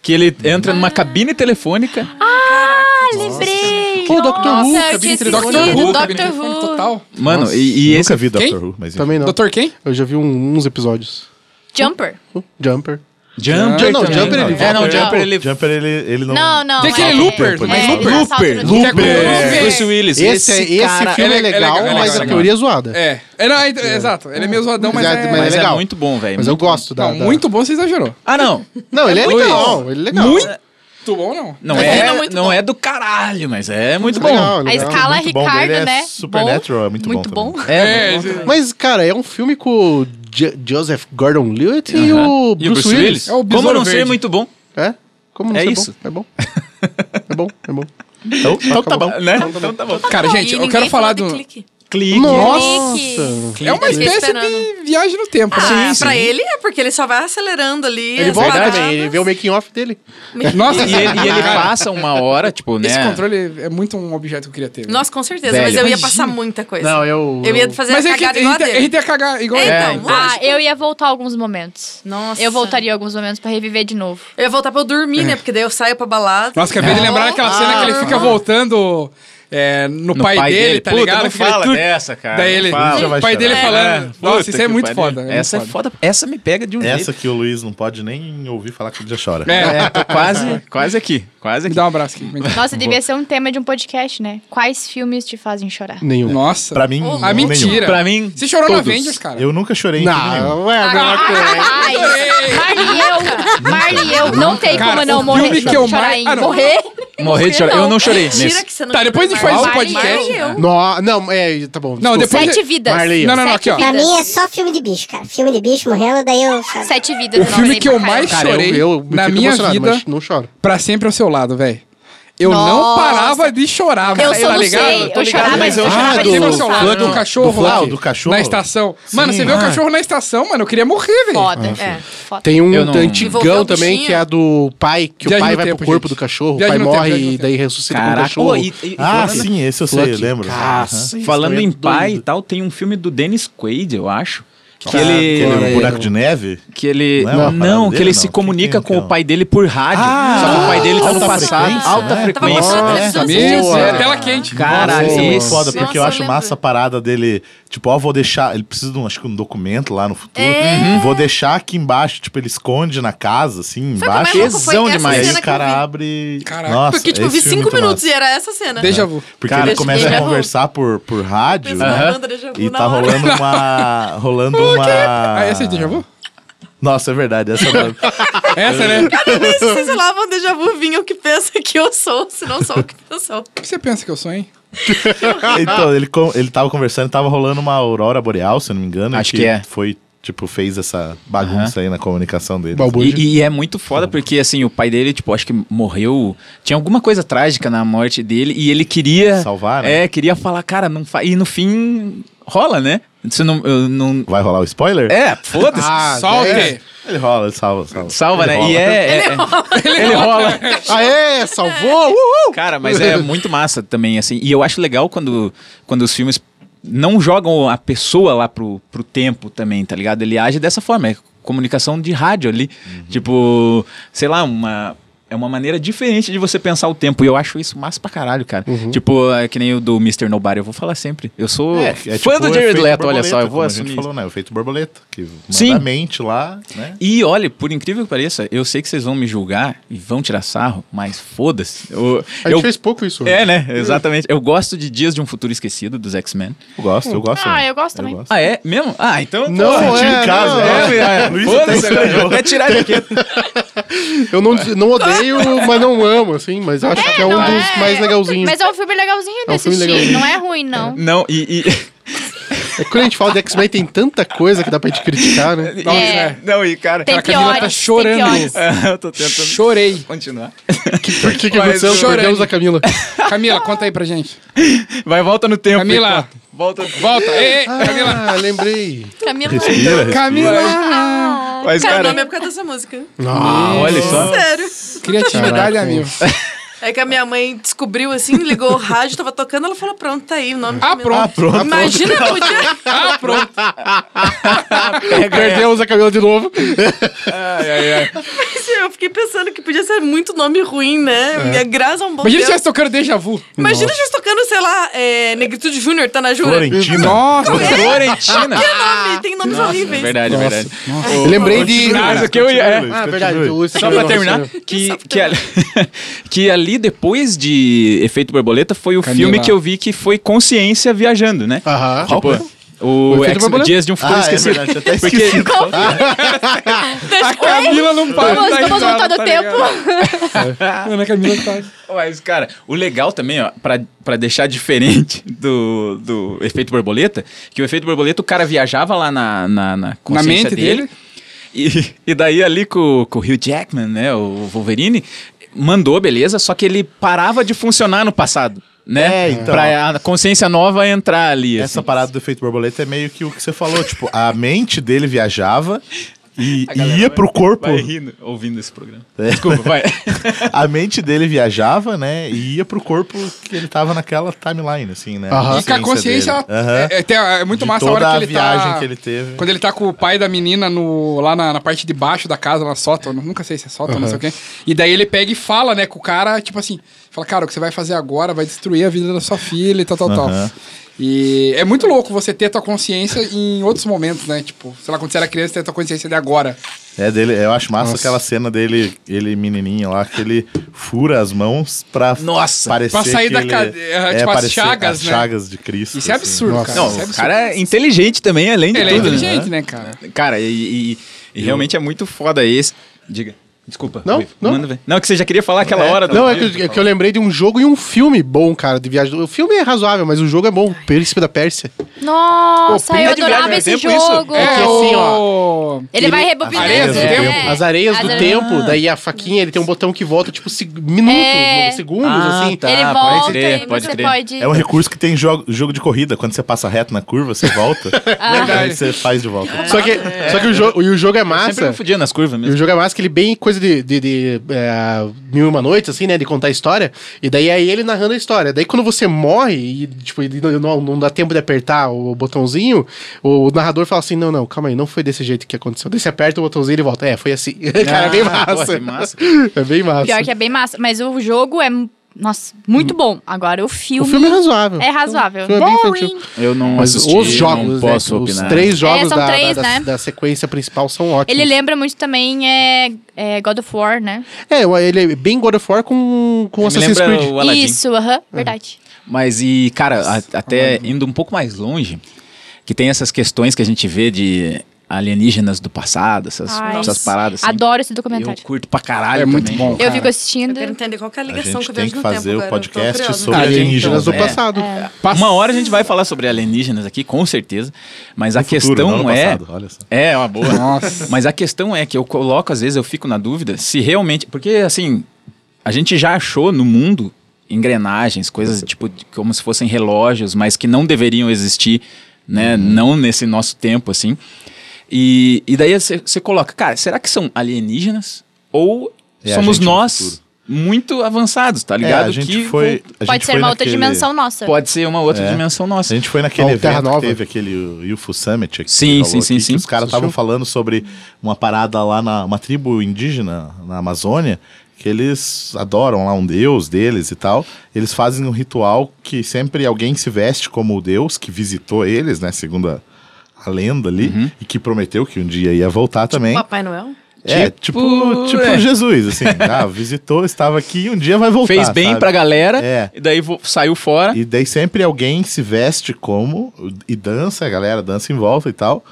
Speaker 3: Que ele entra
Speaker 9: Ah.
Speaker 3: numa cabine telefônica.
Speaker 6: Ah, lembrei!
Speaker 7: Pô, Dr. Who,
Speaker 6: Nossa, eu
Speaker 7: cabine
Speaker 6: tinha
Speaker 7: de
Speaker 6: esquecido.
Speaker 9: Doctor Who, cabine
Speaker 6: Dr.
Speaker 9: telefônica
Speaker 6: Who.
Speaker 9: total.
Speaker 3: mano, e, e esse.
Speaker 2: Nunca vi Doctor
Speaker 9: Quem?
Speaker 2: Who, mas enfim.
Speaker 7: [LAUGHS] Também não.
Speaker 9: Doutor quem?
Speaker 7: Eu já vi um- uns episódios.
Speaker 6: Jumper.
Speaker 7: Uh, Jumper.
Speaker 3: Jumper.
Speaker 7: Não,
Speaker 3: também,
Speaker 7: Jumper ele
Speaker 3: É, não,
Speaker 7: volta, né?
Speaker 3: Jumper ele.
Speaker 2: Jumper, ele, ele não...
Speaker 6: Não, não.
Speaker 9: Tem aquele
Speaker 6: é-
Speaker 9: Looper, mas
Speaker 6: é,
Speaker 9: Looper.
Speaker 6: ele assalta no dia.
Speaker 7: Looper.
Speaker 9: Looper.
Speaker 3: é Bruce Willis.
Speaker 7: Esse, é- esse,
Speaker 3: cara-
Speaker 7: filme
Speaker 9: ele
Speaker 7: é
Speaker 9: é-
Speaker 7: legal,
Speaker 9: ele é legal,
Speaker 7: mas
Speaker 9: ele é
Speaker 7: a
Speaker 9: legal.
Speaker 7: teoria é zoada.
Speaker 9: É. é, não, é, é, Exato. Ele é meio zoadão, mas
Speaker 7: Exato,
Speaker 9: é...
Speaker 7: mas
Speaker 3: Mas
Speaker 7: é
Speaker 3: é,
Speaker 7: legal.
Speaker 3: muito bom, velho.
Speaker 7: Mas eu
Speaker 3: Muito-
Speaker 7: gosto da...
Speaker 9: Não,
Speaker 7: da-
Speaker 9: muito bom, você exagerou.
Speaker 3: Ah, não.
Speaker 7: Não, ele é,
Speaker 3: muito
Speaker 7: legal,
Speaker 3: bom.
Speaker 7: ele é legal.
Speaker 9: Muito bom, não.
Speaker 3: Não
Speaker 5: Ele é
Speaker 3: é,
Speaker 5: muito
Speaker 3: não
Speaker 5: bom.
Speaker 3: é do caralho, mas é muito bom.
Speaker 7: Legal,
Speaker 6: A
Speaker 7: Tá legal.
Speaker 6: escala
Speaker 2: muito bom
Speaker 6: Ricardo,
Speaker 2: dele, é
Speaker 6: né?
Speaker 2: Supernatural,
Speaker 6: bom,
Speaker 2: é muito bom
Speaker 6: Muito bom.
Speaker 2: também.
Speaker 3: É,
Speaker 9: É,
Speaker 3: muito bom.
Speaker 7: Mas, cara, é um filme com o Jo- Joseph Gordon-Levitt e
Speaker 3: Aham.
Speaker 7: o Bruce, Willis.
Speaker 9: É o
Speaker 3: Como
Speaker 9: Besouro
Speaker 3: não ser
Speaker 9: Verde.
Speaker 3: muito bom,
Speaker 7: É? Como não
Speaker 3: É
Speaker 7: sei,
Speaker 3: isso.
Speaker 7: Bom? É bom. É bom, é bom.
Speaker 2: Então, então tá bom.
Speaker 3: né? Então tá bom.
Speaker 9: Cara,
Speaker 5: E
Speaker 9: gente, eu
Speaker 5: ninguém
Speaker 9: quero falar
Speaker 5: falou
Speaker 9: do...
Speaker 5: de clique.
Speaker 3: Clique.
Speaker 9: É uma
Speaker 7: Nossa!
Speaker 5: Eu fiquei
Speaker 9: espécie de
Speaker 5: esperando.
Speaker 9: viagem no tempo.
Speaker 5: Ah,
Speaker 9: né?
Speaker 5: pra ele é porque ele só vai acelerando ali. é
Speaker 7: Ele
Speaker 5: as
Speaker 7: volta
Speaker 5: paradas.
Speaker 7: também, ele vê o making off dele.
Speaker 9: Nossa,
Speaker 3: E ele, e ele
Speaker 9: cara,
Speaker 3: passa uma hora, tipo, né?
Speaker 9: Esse controle é muito um objeto que eu queria ter.
Speaker 5: Nossa, com certeza,
Speaker 3: Velho,
Speaker 5: mas eu ia
Speaker 3: imagina.
Speaker 5: passar muita coisa.
Speaker 7: Não, eu-
Speaker 5: Eu ia fazer
Speaker 9: Mas
Speaker 5: a
Speaker 9: é que
Speaker 5: cagada igual a
Speaker 9: ele tem- ele
Speaker 5: dele.
Speaker 9: tem a cagar igual
Speaker 5: É, então,
Speaker 9: a ele.
Speaker 6: Ah,
Speaker 5: lógico.
Speaker 6: eu ia voltar alguns momentos.
Speaker 5: Nossa.
Speaker 6: Eu voltaria alguns momentos pra reviver de novo.
Speaker 5: Eu ia voltar pra eu dormir, né? Porque daí eu saio pra balada.
Speaker 9: Nossa, acabei de lembrar daquela cena que ele fica voltando é, no,
Speaker 3: No
Speaker 9: pai, dele, tá
Speaker 3: Puta,
Speaker 9: ligado?
Speaker 3: Não
Speaker 9: Fica ele
Speaker 3: fala
Speaker 9: tudo-
Speaker 3: dessa, cara.
Speaker 9: Daí ele,
Speaker 3: Não fala.
Speaker 2: Já
Speaker 9: o
Speaker 2: vai
Speaker 9: pai
Speaker 2: chorar.
Speaker 9: dele falando. Nossa,
Speaker 3: Puta
Speaker 9: isso é
Speaker 3: que
Speaker 9: muito
Speaker 3: pariu.
Speaker 9: foda. muito
Speaker 3: Essa é foda. Essa me pega de um [LAUGHS]
Speaker 2: Essa
Speaker 3: jeito.
Speaker 2: que o Luiz não pode nem ouvir falar que ele já chora.
Speaker 9: É,
Speaker 3: É, tô quase, quase aqui. Quase
Speaker 9: me
Speaker 3: aqui.
Speaker 9: dá um abraço aqui.
Speaker 6: Nossa, devia ser um tema de um podcast, né? Quais filmes te fazem chorar?
Speaker 7: Nenhum.
Speaker 9: Nossa.
Speaker 2: Pra mim,
Speaker 9: a
Speaker 2: nenhum.
Speaker 9: Ah, mentira.
Speaker 3: Pra mim,
Speaker 9: Você chorou
Speaker 3: todos.
Speaker 9: na Avengers, cara.
Speaker 2: Eu nunca chorei em filme nenhum.
Speaker 7: Não, é a mesma coisa.
Speaker 6: Ai, Marley e eu, Marley e eu, não tem
Speaker 9: Cara,
Speaker 6: como não
Speaker 9: o
Speaker 6: morrer,
Speaker 9: filme que eu
Speaker 6: chorar
Speaker 9: mais-
Speaker 6: em
Speaker 9: Ah, não.
Speaker 6: morrer.
Speaker 3: Morrer um- de chorar. Eu não chorei
Speaker 5: Então, é, Tira
Speaker 3: nesse.
Speaker 5: que você não
Speaker 9: Tá, depois a gente faz
Speaker 6: esse
Speaker 9: um
Speaker 6: Marley,
Speaker 9: podcast.
Speaker 5: Marley, eu.
Speaker 7: Nó- Não, é, tá bom.
Speaker 9: Não,
Speaker 7: desculpa.
Speaker 9: depois-
Speaker 6: Sete vidas.
Speaker 7: Marley,
Speaker 9: Não, não, não, aqui, ó.
Speaker 10: Pra mim é só filme de bicho, cara. Filme de bicho morrendo, daí eu. choro.
Speaker 6: Sete vidas.
Speaker 9: O filme que eu mais
Speaker 7: Cara,
Speaker 9: chorei
Speaker 7: eu, eu me
Speaker 9: na
Speaker 7: fico
Speaker 9: minha
Speaker 7: emocionado,
Speaker 9: vida,
Speaker 7: mas não choro.
Speaker 9: pra sempre ao seu lado, velho. Eu não
Speaker 6: Nossa.
Speaker 9: parava de chorar,
Speaker 6: Eu
Speaker 9: velho,
Speaker 6: sou
Speaker 9: tá
Speaker 6: do
Speaker 9: ligado?
Speaker 6: sei,
Speaker 9: Tô
Speaker 6: eu
Speaker 9: ligado.
Speaker 6: chorava
Speaker 2: mas eu
Speaker 6: eu
Speaker 2: chorava
Speaker 6: chorava
Speaker 9: Ah,
Speaker 2: de
Speaker 9: do,
Speaker 6: de
Speaker 2: Fla-
Speaker 9: do,
Speaker 2: emoção.
Speaker 6: emoção.
Speaker 9: do cachorro
Speaker 2: Do Fla-
Speaker 9: lá.
Speaker 2: do cachorro?
Speaker 9: Na estação. Mano,
Speaker 2: Sim.
Speaker 9: você vê o
Speaker 2: Ah.
Speaker 9: cachorro na estação, mano. Eu queria morrer, velho.
Speaker 6: Foda.
Speaker 5: É.
Speaker 6: Foda.
Speaker 7: Tem um
Speaker 3: Eu não-
Speaker 5: Envolveu
Speaker 7: antigão
Speaker 5: o
Speaker 7: também,
Speaker 5: bichinho.
Speaker 7: que é a do pai, que o
Speaker 9: Viagem
Speaker 7: pai
Speaker 9: no
Speaker 7: vai
Speaker 9: tempo,
Speaker 7: pro corpo
Speaker 9: gente.
Speaker 7: do cachorro,
Speaker 9: Viagem
Speaker 7: o
Speaker 9: no
Speaker 7: pai
Speaker 9: tempo,
Speaker 7: morre
Speaker 9: viagem no
Speaker 7: e daí ressuscita com o
Speaker 3: Caraca.
Speaker 7: cachorro.
Speaker 3: Pô, e- e- e
Speaker 2: Ah,
Speaker 3: falando-
Speaker 2: sim, esse eu sei,
Speaker 7: Flucky.
Speaker 2: eu lembro. é
Speaker 7: Caça.
Speaker 3: Falando em
Speaker 7: Doido.
Speaker 3: pai e tal, tem um filme do Dennis Quaid, eu acho. Que
Speaker 2: Ah,
Speaker 3: ele,
Speaker 2: aquele buraco de neve?
Speaker 3: que ele
Speaker 2: Não é
Speaker 3: não,
Speaker 2: uma parada
Speaker 3: que
Speaker 2: dele,
Speaker 3: ele
Speaker 2: não?
Speaker 3: se
Speaker 2: Quem
Speaker 3: comunica
Speaker 2: tem,
Speaker 3: com
Speaker 2: então? Ah,
Speaker 3: o pai dele por rádio. só que o pai dele tá no
Speaker 2: alta
Speaker 3: passado,
Speaker 2: frequência,
Speaker 3: alta
Speaker 2: né?
Speaker 3: frequência.
Speaker 5: Tava mostrando
Speaker 3: né?
Speaker 5: televisão.
Speaker 9: Meu Deus,
Speaker 7: Boa.
Speaker 9: é tela quente.
Speaker 3: Cara,
Speaker 2: Nossa, é muito
Speaker 3: esse-
Speaker 2: foda, porque eu
Speaker 5: Nossa,
Speaker 2: acho
Speaker 5: eu
Speaker 2: massa
Speaker 5: lembro.
Speaker 2: a parada dele. Tipo, ó, vou deixar. Ele precisa de um, acho que um documento lá no futuro.
Speaker 5: É.
Speaker 2: Uhum. Vou deixar aqui embaixo. Tipo, ele esconde na casa, assim,
Speaker 5: Foi o que mais
Speaker 2: embaixo.
Speaker 5: é louco, foi
Speaker 3: Tesão
Speaker 5: essa
Speaker 3: demais.
Speaker 2: E aí
Speaker 5: cena
Speaker 2: o
Speaker 5: que eu
Speaker 2: cara
Speaker 5: vi.
Speaker 2: abre.
Speaker 9: Caraca.
Speaker 2: Nossa,
Speaker 5: Porque, tipo, eu vi
Speaker 2: esse filme é
Speaker 5: cinco
Speaker 2: muito
Speaker 5: minutos
Speaker 2: massa.
Speaker 5: e é- era essa cena.
Speaker 9: Déjà vu.
Speaker 2: Porque
Speaker 3: Cara,
Speaker 2: ele começa
Speaker 5: déjà
Speaker 2: a
Speaker 5: vu.
Speaker 2: conversar por, por rádio.
Speaker 5: Pensando
Speaker 2: Aham.
Speaker 5: no déjà vu
Speaker 2: E
Speaker 5: na
Speaker 2: tá
Speaker 5: hora.
Speaker 2: rolando uma. Rolando uma.
Speaker 9: Ah, essa é déjà vu?
Speaker 2: Nossa, é verdade. Essa
Speaker 9: [LAUGHS] Essa, né?
Speaker 5: Cada vez que vocês falavam um déjà vu, vinha o que pensa que eu sou, se não sou o que eu sou.
Speaker 9: O que você pensa que eu sou, hein?
Speaker 2: [LAUGHS] Então, ele, co- ele tava conversando, tava rolando uma aurora boreal, se eu não me engano.
Speaker 3: Acho que é.
Speaker 2: Foi, tipo, fez essa bagunça aí na comunicação dele.
Speaker 3: E, e é muito foda porque, assim, o pai dele, tipo, acho que morreu. Tinha alguma coisa trágica na morte dele e ele queria.
Speaker 2: Salvar, né?
Speaker 3: É, queria falar, cara, não fa... E no fim, rola, né? Você não, eu não...
Speaker 2: Vai rolar o spoiler?
Speaker 3: É, foda-se.
Speaker 9: Ah, Solte!
Speaker 2: é. Ele rola, ele salva, salva.
Speaker 3: Salva,
Speaker 2: Ele
Speaker 3: né?
Speaker 2: rola.
Speaker 3: E é. é- ele rola.
Speaker 7: Aê, salvou! Uhul!
Speaker 3: Cara, mas
Speaker 2: [LAUGHS]
Speaker 3: é muito massa também, assim. E eu acho legal quando, quando os filmes não jogam a pessoa lá pro, pro tempo também, tá ligado? Ele age dessa forma. É comunicação de rádio ali.
Speaker 2: Uhum.
Speaker 3: Tipo, sei lá, uma. É uma maneira diferente de você pensar o tempo. E eu acho isso massa pra caralho, cara.
Speaker 2: Uhum.
Speaker 3: Tipo, é que nem o do Mr. Nobody, eu vou falar sempre. Eu sou fã
Speaker 2: tipo o
Speaker 3: do Jared
Speaker 2: efeito
Speaker 3: Leto, olha só,
Speaker 2: borboleta,
Speaker 3: eu vou
Speaker 2: como a gente
Speaker 3: assumir. isso.
Speaker 2: falou, né? O efeito borboleta, que manda
Speaker 3: Sim.
Speaker 2: a mente lá, né?
Speaker 3: E olha, por incrível que pareça, eu sei que vocês vão me julgar e vão tirar sarro, mas foda-se. Eu,
Speaker 7: A gente
Speaker 3: eu-
Speaker 7: fez pouco isso.
Speaker 3: É, né? Exatamente. Eu gosto de Dias de um Futuro Esquecido, dos X-Men.
Speaker 2: Eu gosto, eu gosto.
Speaker 6: Ah,
Speaker 2: né?
Speaker 6: eu gosto também.
Speaker 2: gosto.
Speaker 3: Ah, é? Mesmo? Ah, então.
Speaker 7: Não,
Speaker 3: porra,
Speaker 7: é,
Speaker 3: de casa.
Speaker 7: não,
Speaker 3: É, é,
Speaker 2: Luiz,
Speaker 3: Foda-se,
Speaker 2: tá
Speaker 3: agora, eu vou até É tirar a jaqueta.
Speaker 7: Eu não, não odeio, mas não amo, assim. Mas acho que é um
Speaker 6: não,
Speaker 7: dos
Speaker 6: é-
Speaker 7: mais legalzinhos.
Speaker 6: Mas é um filme legalzinho de
Speaker 7: É um filme
Speaker 6: assistir.
Speaker 7: legalzinho.
Speaker 6: Não é ruim, não.
Speaker 3: Não, e. e-
Speaker 7: É que quando a gente fala de X-Men, tem tanta coisa que dá pra gente criticar,
Speaker 3: [LAUGHS]
Speaker 7: né?
Speaker 9: Nossa,
Speaker 6: É.
Speaker 9: é.
Speaker 3: Não, e cara.
Speaker 6: Tem
Speaker 9: A Camila
Speaker 6: piores.
Speaker 9: tá chorando.
Speaker 6: Tem piores.
Speaker 3: [LAUGHS] Eu tô tentando
Speaker 9: Chorei.
Speaker 3: continuar.
Speaker 7: Por que, que
Speaker 9: Mas
Speaker 7: aconteceu?
Speaker 3: Então,
Speaker 9: chorando.
Speaker 7: Perdemos a Camila.
Speaker 9: Camila, conta aí pra gente.
Speaker 3: Vai, volta no tempo.
Speaker 9: Camila,
Speaker 3: Volta.
Speaker 9: volta. Ei, ei, Camila.
Speaker 7: Ah, lembrei.
Speaker 5: Camila.
Speaker 2: Respira, respira.
Speaker 9: Camila.
Speaker 3: Mas,
Speaker 5: Cara, o
Speaker 3: cara.
Speaker 5: nome é por causa dessa música.
Speaker 3: Ah, olha só.
Speaker 5: Sério.
Speaker 9: Criatividade, amigo.
Speaker 5: É que a minha mãe descobriu assim, ligou o rádio, tava tocando, ela falou: pronto, tá aí o nome.
Speaker 9: Ah, pronto.
Speaker 2: Pronto.
Speaker 5: Imagina, podia.
Speaker 3: É,
Speaker 7: Perdemos a Camila de novo.
Speaker 3: Ai, ai, ai.
Speaker 5: Eu fiquei pensando que podia ser muito nome ruim, né? Minha graça é um bom
Speaker 9: Imagina se
Speaker 5: Deus.
Speaker 9: tivesse tocando déjà vu.
Speaker 5: Imagina se estivesse tocando, sei lá, é, Negritude Júnior, tá na
Speaker 3: é
Speaker 5: Jura.
Speaker 2: Florentina.
Speaker 9: Nossa,
Speaker 6: é.
Speaker 3: Florentina.
Speaker 5: Que nome? Tem nomes horríveis.
Speaker 3: Verdade, verdade.
Speaker 7: Eu lembrei de...
Speaker 3: Mas o que eu ia. é.
Speaker 7: Ah, verdade. eu-
Speaker 3: Só pra terminar, que, que, ali, [LAUGHS] que ali depois de Efeito Borboleta foi o
Speaker 9: Camila.
Speaker 3: filme que eu vi que foi consciência viajando, né?
Speaker 7: Aham.
Speaker 3: Tipo, o,
Speaker 7: Efeito
Speaker 3: Ex-
Speaker 7: Borboleta?
Speaker 3: Dias de um Futuro
Speaker 2: Ah, é
Speaker 3: Esquecido.
Speaker 2: verdade, eu até
Speaker 3: Porque-
Speaker 6: [LAUGHS]
Speaker 2: esqueci.
Speaker 3: [LAUGHS]
Speaker 9: a Camila não para.
Speaker 6: Vamos,
Speaker 9: de dar
Speaker 6: vamos
Speaker 9: risada,
Speaker 6: voltar no
Speaker 9: tá
Speaker 6: tempo.
Speaker 9: ligado? Mano, a Camila tá...
Speaker 3: Mas, cara, o legal também, ó, pra, pra deixar diferente [LAUGHS] do, do Efeito Borboleta, que o Efeito Borboleta, o cara viajava lá na, na, na consciência
Speaker 9: mente
Speaker 3: dele.
Speaker 9: dele.
Speaker 3: E, e daí ali com, com o Hugh Jackman, né, o Wolverine, mandou, beleza, só que ele parava de funcionar no passado. Né?
Speaker 2: É, então.
Speaker 3: Pra a consciência nova entrar ali.
Speaker 2: Essa
Speaker 3: assim.
Speaker 2: parada do efeito borboleta é meio que o que você falou, tipo, a mente dele viajava e
Speaker 3: galera
Speaker 2: ia
Speaker 3: vai-
Speaker 2: pro corpo.
Speaker 3: Vai rindo, ouvindo esse programa.
Speaker 2: [LAUGHS]
Speaker 3: Desculpa, vai.
Speaker 2: A mente dele viajava, né? E ia pro corpo que ele tava naquela timeline, assim, né?
Speaker 7: Aham.
Speaker 9: E com a consciência,
Speaker 2: dele.
Speaker 9: ela-
Speaker 2: Aham.
Speaker 9: é, é, tem- é muito
Speaker 2: De
Speaker 9: massa a
Speaker 2: toda
Speaker 9: hora que
Speaker 2: a
Speaker 9: ele
Speaker 2: viagem
Speaker 9: tá...
Speaker 2: que ele teve.
Speaker 9: Quando ele tá com o pai da menina no, lá na, na parte de baixo da casa, lá sótão, nunca sei se é sótão, não sei o quê. E daí ele pega e fala, né, com o cara, tipo assim, fala, cara, o que você vai fazer agora vai destruir a vida da sua filha e tal, tal, tal. E é muito louco você ter a tua consciência em outros momentos, né? Tipo, sei lá, quando você era criança, você ter a tua consciência de agora.
Speaker 2: É dele, eu acho massa aquela cena dele, ele menininho lá, que ele fura as mãos pra
Speaker 3: Nossa,
Speaker 2: parecer
Speaker 9: pra sair
Speaker 2: que
Speaker 9: da
Speaker 2: ele-
Speaker 9: cade- é, tipo, as
Speaker 2: parecer
Speaker 9: chagas,
Speaker 2: as
Speaker 9: né?
Speaker 2: chagas de Cristo.
Speaker 9: Isso é
Speaker 2: assim.
Speaker 9: absurdo, cara.
Speaker 3: Não,
Speaker 9: Isso é
Speaker 3: o
Speaker 9: absurdo.
Speaker 3: cara é inteligente também, além de
Speaker 9: Ele é
Speaker 3: tudo. né?
Speaker 9: inteligente, né, cara?
Speaker 3: Cara, e, e- e realmente é muito foda esse. Diga. Desculpa.
Speaker 7: Não,
Speaker 3: Rui,
Speaker 7: não.
Speaker 3: Manda ver. Não, que você já queria falar aquela hora. do-
Speaker 7: Não, é que, eu- é que eu lembrei de um jogo e um filme bom, cara, de viagem. do- O filme é razoável, mas o jogo é bom. Príncipe da Pérsia.
Speaker 6: Nossa, eu
Speaker 3: Príncipe da
Speaker 6: adorava
Speaker 3: Viagem
Speaker 6: esse
Speaker 3: no Tempo, isso?
Speaker 6: jogo.
Speaker 7: É que assim, ó,
Speaker 9: ó...
Speaker 6: Ele vai rebobinando.
Speaker 9: Areias do
Speaker 6: é.
Speaker 9: Tempo?
Speaker 7: As areias do
Speaker 6: As areias-
Speaker 7: tempo, daí a faquinha, ele tem um botão que volta, tipo, se- minutos,
Speaker 6: É.
Speaker 7: segundos,
Speaker 3: Ah,
Speaker 7: assim.
Speaker 3: tá.
Speaker 6: ele
Speaker 3: pode
Speaker 6: volta
Speaker 3: crer,
Speaker 6: e
Speaker 3: pode
Speaker 6: você
Speaker 3: crer.
Speaker 6: pode...
Speaker 2: É um recurso que tem em jogo, jogo de corrida. Quando você passa reto na curva, você
Speaker 9: [LAUGHS]
Speaker 2: volta.
Speaker 9: É
Speaker 2: Aí você faz de volta.
Speaker 9: Ah.
Speaker 7: Só que, só que o, jo e o jogo é
Speaker 3: Sempre me
Speaker 7: massa.
Speaker 3: fudia nas curvas
Speaker 7: E o
Speaker 3: mesmo.
Speaker 7: jogo é massa que ele bem coisa de, de, de, é, mil e uma noites, assim, né? De contar a história. E daí é ele narrando a história. Daí quando você morre e, tipo, ele não, não- não dá tempo de apertar o botãozinho, o narrador fala assim, não, não, calma aí, não foi desse jeito que aconteceu. Daí você aperta o botãozinho e ele volta. É, foi assim. [LAUGHS] Cara, é bem
Speaker 3: Ah,
Speaker 7: massa.
Speaker 3: pô, que massa.
Speaker 7: É bem massa.
Speaker 6: Pior que é bem massa. Mas o jogo é, nossa, muito bom. Agora, o
Speaker 7: O
Speaker 6: filme...
Speaker 7: filme é razoável.
Speaker 6: É razoável.
Speaker 7: O filme é bem
Speaker 6: Boring. É,
Speaker 7: infantil.
Speaker 3: Eu não
Speaker 7: Mas
Speaker 3: assisti,
Speaker 7: os jogos,
Speaker 3: não posso
Speaker 7: né,
Speaker 3: opinar.
Speaker 7: os três jogos
Speaker 6: são
Speaker 7: da,
Speaker 6: três,
Speaker 7: da,
Speaker 6: né?
Speaker 7: da sequência principal são ótimos.
Speaker 6: Ele lembra muito também é, é God of War, né?
Speaker 7: É, ele é bem God of War com, com
Speaker 3: Me
Speaker 7: Assassin's
Speaker 3: lembra
Speaker 7: Creed.
Speaker 3: o Aladdin.
Speaker 6: Isso, aham, verdade.
Speaker 3: Mas e, cara, a- até indo um pouco mais longe, que tem essas questões que a gente vê de alienígenas do passado, essas,
Speaker 6: Ai,
Speaker 3: essas paradas assim.
Speaker 6: Adoro esse
Speaker 3: Eu
Speaker 6: documentário.
Speaker 3: curto pra caralho
Speaker 9: É muito
Speaker 3: também.
Speaker 9: bom.
Speaker 6: Eu,
Speaker 9: cara.
Speaker 6: fico assistindo.
Speaker 5: Eu quero entender qual que é a
Speaker 2: A
Speaker 5: ligação
Speaker 2: gente
Speaker 5: que eu
Speaker 2: tem
Speaker 5: vejo
Speaker 2: que
Speaker 5: no
Speaker 2: fazer
Speaker 5: tempo
Speaker 2: o
Speaker 5: agora, eu tô
Speaker 2: podcast
Speaker 5: curiosa. Ah,
Speaker 2: sobre
Speaker 3: Tá,
Speaker 7: Alienígenas
Speaker 3: então,
Speaker 2: alienígenas.
Speaker 7: do
Speaker 2: né?
Speaker 7: passado.
Speaker 3: é. Uma hora a gente vai falar sobre alienígenas aqui, com certeza. Mas a
Speaker 2: futuro,
Speaker 3: questão
Speaker 2: não no
Speaker 3: é.
Speaker 2: passado, olha só.
Speaker 3: É, uma boa.
Speaker 9: Nossa.
Speaker 3: Mas a questão é que eu coloco, às vezes, eu fico na dúvida se realmente. Porque, assim, a gente já achou no mundo
Speaker 2: Uhum.
Speaker 3: engrenagens, coisas tipo de- como se fossem relógios, mas que não deveriam existir
Speaker 2: Uhum.
Speaker 3: né? Não nesse nosso tempo, assim. E, e daí você você coloca, cara, será que são alienígenas? Ou
Speaker 2: É a
Speaker 3: somos
Speaker 2: gente no
Speaker 3: nós
Speaker 2: futuro.
Speaker 3: muito avançados, tá
Speaker 2: É,
Speaker 3: ligado?
Speaker 2: a gente
Speaker 3: que
Speaker 2: foi.
Speaker 3: vo-
Speaker 2: a gente
Speaker 6: Pode ser
Speaker 2: foi
Speaker 6: uma outra
Speaker 2: naquele-
Speaker 6: dimensão nossa.
Speaker 3: Pode ser uma outra
Speaker 2: É.
Speaker 3: dimensão
Speaker 2: A
Speaker 3: nossa.
Speaker 2: gente foi naquele
Speaker 7: Não, Terra
Speaker 2: evento
Speaker 7: Nova.
Speaker 2: que teve aquele UFO Summit aqui.
Speaker 3: Sim,
Speaker 2: que
Speaker 3: sim,
Speaker 2: rolou
Speaker 3: sim,
Speaker 2: aqui,
Speaker 3: sim.
Speaker 2: Que os caras estavam falando sobre uma parada lá na uma tribo indígena na Amazônia, que eles adoram lá um deus deles e tal. Eles fazem um ritual que sempre alguém se veste como o deus que visitou eles, né, segundo a, a lenda ali,
Speaker 3: Uhum.
Speaker 2: e que prometeu que um dia ia voltar também.
Speaker 5: Papai Noel?
Speaker 2: É,
Speaker 3: Tipo,
Speaker 2: tipo, tipo
Speaker 3: é.
Speaker 2: Jesus, assim. Ah, [LAUGHS] visitou, estava aqui e um dia vai voltar.
Speaker 3: Fez bem
Speaker 2: sabe?
Speaker 3: pra galera,
Speaker 2: É.
Speaker 3: e daí vo- saiu fora.
Speaker 9: Tá.
Speaker 2: E daí sempre alguém se veste como e dança, a galera dança em volta e tal.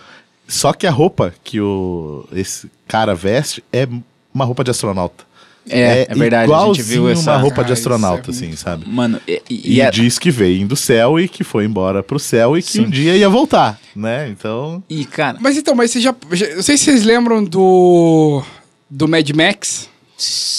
Speaker 2: Só que a roupa que o esse cara veste é uma roupa de astronauta.
Speaker 3: É, é verdade, a gente viu
Speaker 2: igualzinho
Speaker 3: essa-
Speaker 2: uma roupa de
Speaker 9: Ah, isso
Speaker 2: astronauta,
Speaker 9: é
Speaker 2: assim,
Speaker 9: muito-
Speaker 2: sabe?
Speaker 3: Mano, e, e-
Speaker 2: E,
Speaker 3: e é-
Speaker 2: diz que veio do céu e que foi embora pro céu e que um dia ia voltar, né? Então.
Speaker 3: e, cara,
Speaker 9: Mas então, mas vocês já, já- Eu sei se vocês lembram do. Do Mad Max.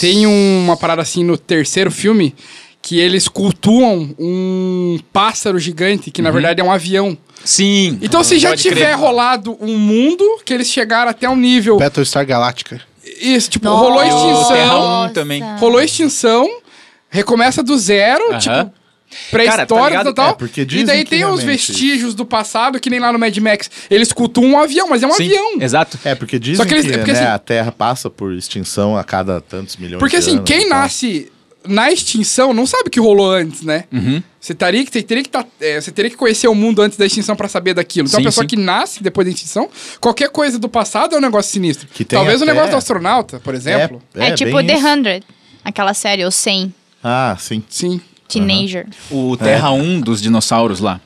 Speaker 9: Tem uma parada assim no terceiro filme que eles cultuam um pássaro gigante, que na verdade é um avião.
Speaker 3: sim.
Speaker 9: Então, se já
Speaker 3: Uhum. Ah, Pode
Speaker 9: tiver
Speaker 3: crer.
Speaker 9: rolado um mundo que eles chegaram até um nível.
Speaker 7: Battlestar Galáctica.
Speaker 9: Isso, tipo,
Speaker 6: Nossa.
Speaker 9: rolou
Speaker 3: Terra
Speaker 9: extinção.
Speaker 3: um também.
Speaker 9: Rolou extinção, recomeça do zero,
Speaker 3: Aham.
Speaker 9: tipo,
Speaker 3: Cara, tá
Speaker 9: pré-histórica
Speaker 3: ligado?
Speaker 9: e tal.
Speaker 2: É, porque
Speaker 9: e
Speaker 2: dizem
Speaker 9: daí
Speaker 2: que
Speaker 9: tem os
Speaker 2: realmente-
Speaker 9: vestígios do passado, que nem lá no Mad Max. Eles cultuam um avião, mas é um
Speaker 3: Sim,
Speaker 9: avião.
Speaker 3: Exato.
Speaker 2: É, porque dizem
Speaker 9: Só que
Speaker 2: que,
Speaker 9: eles- é porque,
Speaker 2: né,
Speaker 9: assim-
Speaker 2: a Terra passa por extinção a cada tantos milhões
Speaker 9: Porque
Speaker 2: de
Speaker 9: assim,
Speaker 2: anos
Speaker 9: quem
Speaker 2: e tal.
Speaker 9: nasce na extinção não sabe o que rolou antes, né? Você teria que, você teria que, tá- é, você teria que conhecer o mundo antes da extinção pra saber daquilo. Então
Speaker 3: Sim,
Speaker 9: a pessoa
Speaker 3: sim.
Speaker 9: que nasce depois da extinção, qualquer coisa do passado é um negócio sinistro.
Speaker 2: Que tem
Speaker 9: Talvez o
Speaker 2: até-
Speaker 9: negócio do astronauta, por exemplo.
Speaker 6: É, tipo
Speaker 2: bem
Speaker 6: The
Speaker 2: isso.
Speaker 6: 100, aquela série, ou 100,
Speaker 2: Ah, sim.
Speaker 9: Sim.
Speaker 6: Teenager.
Speaker 3: O Terra 1 dos dinossauros lá.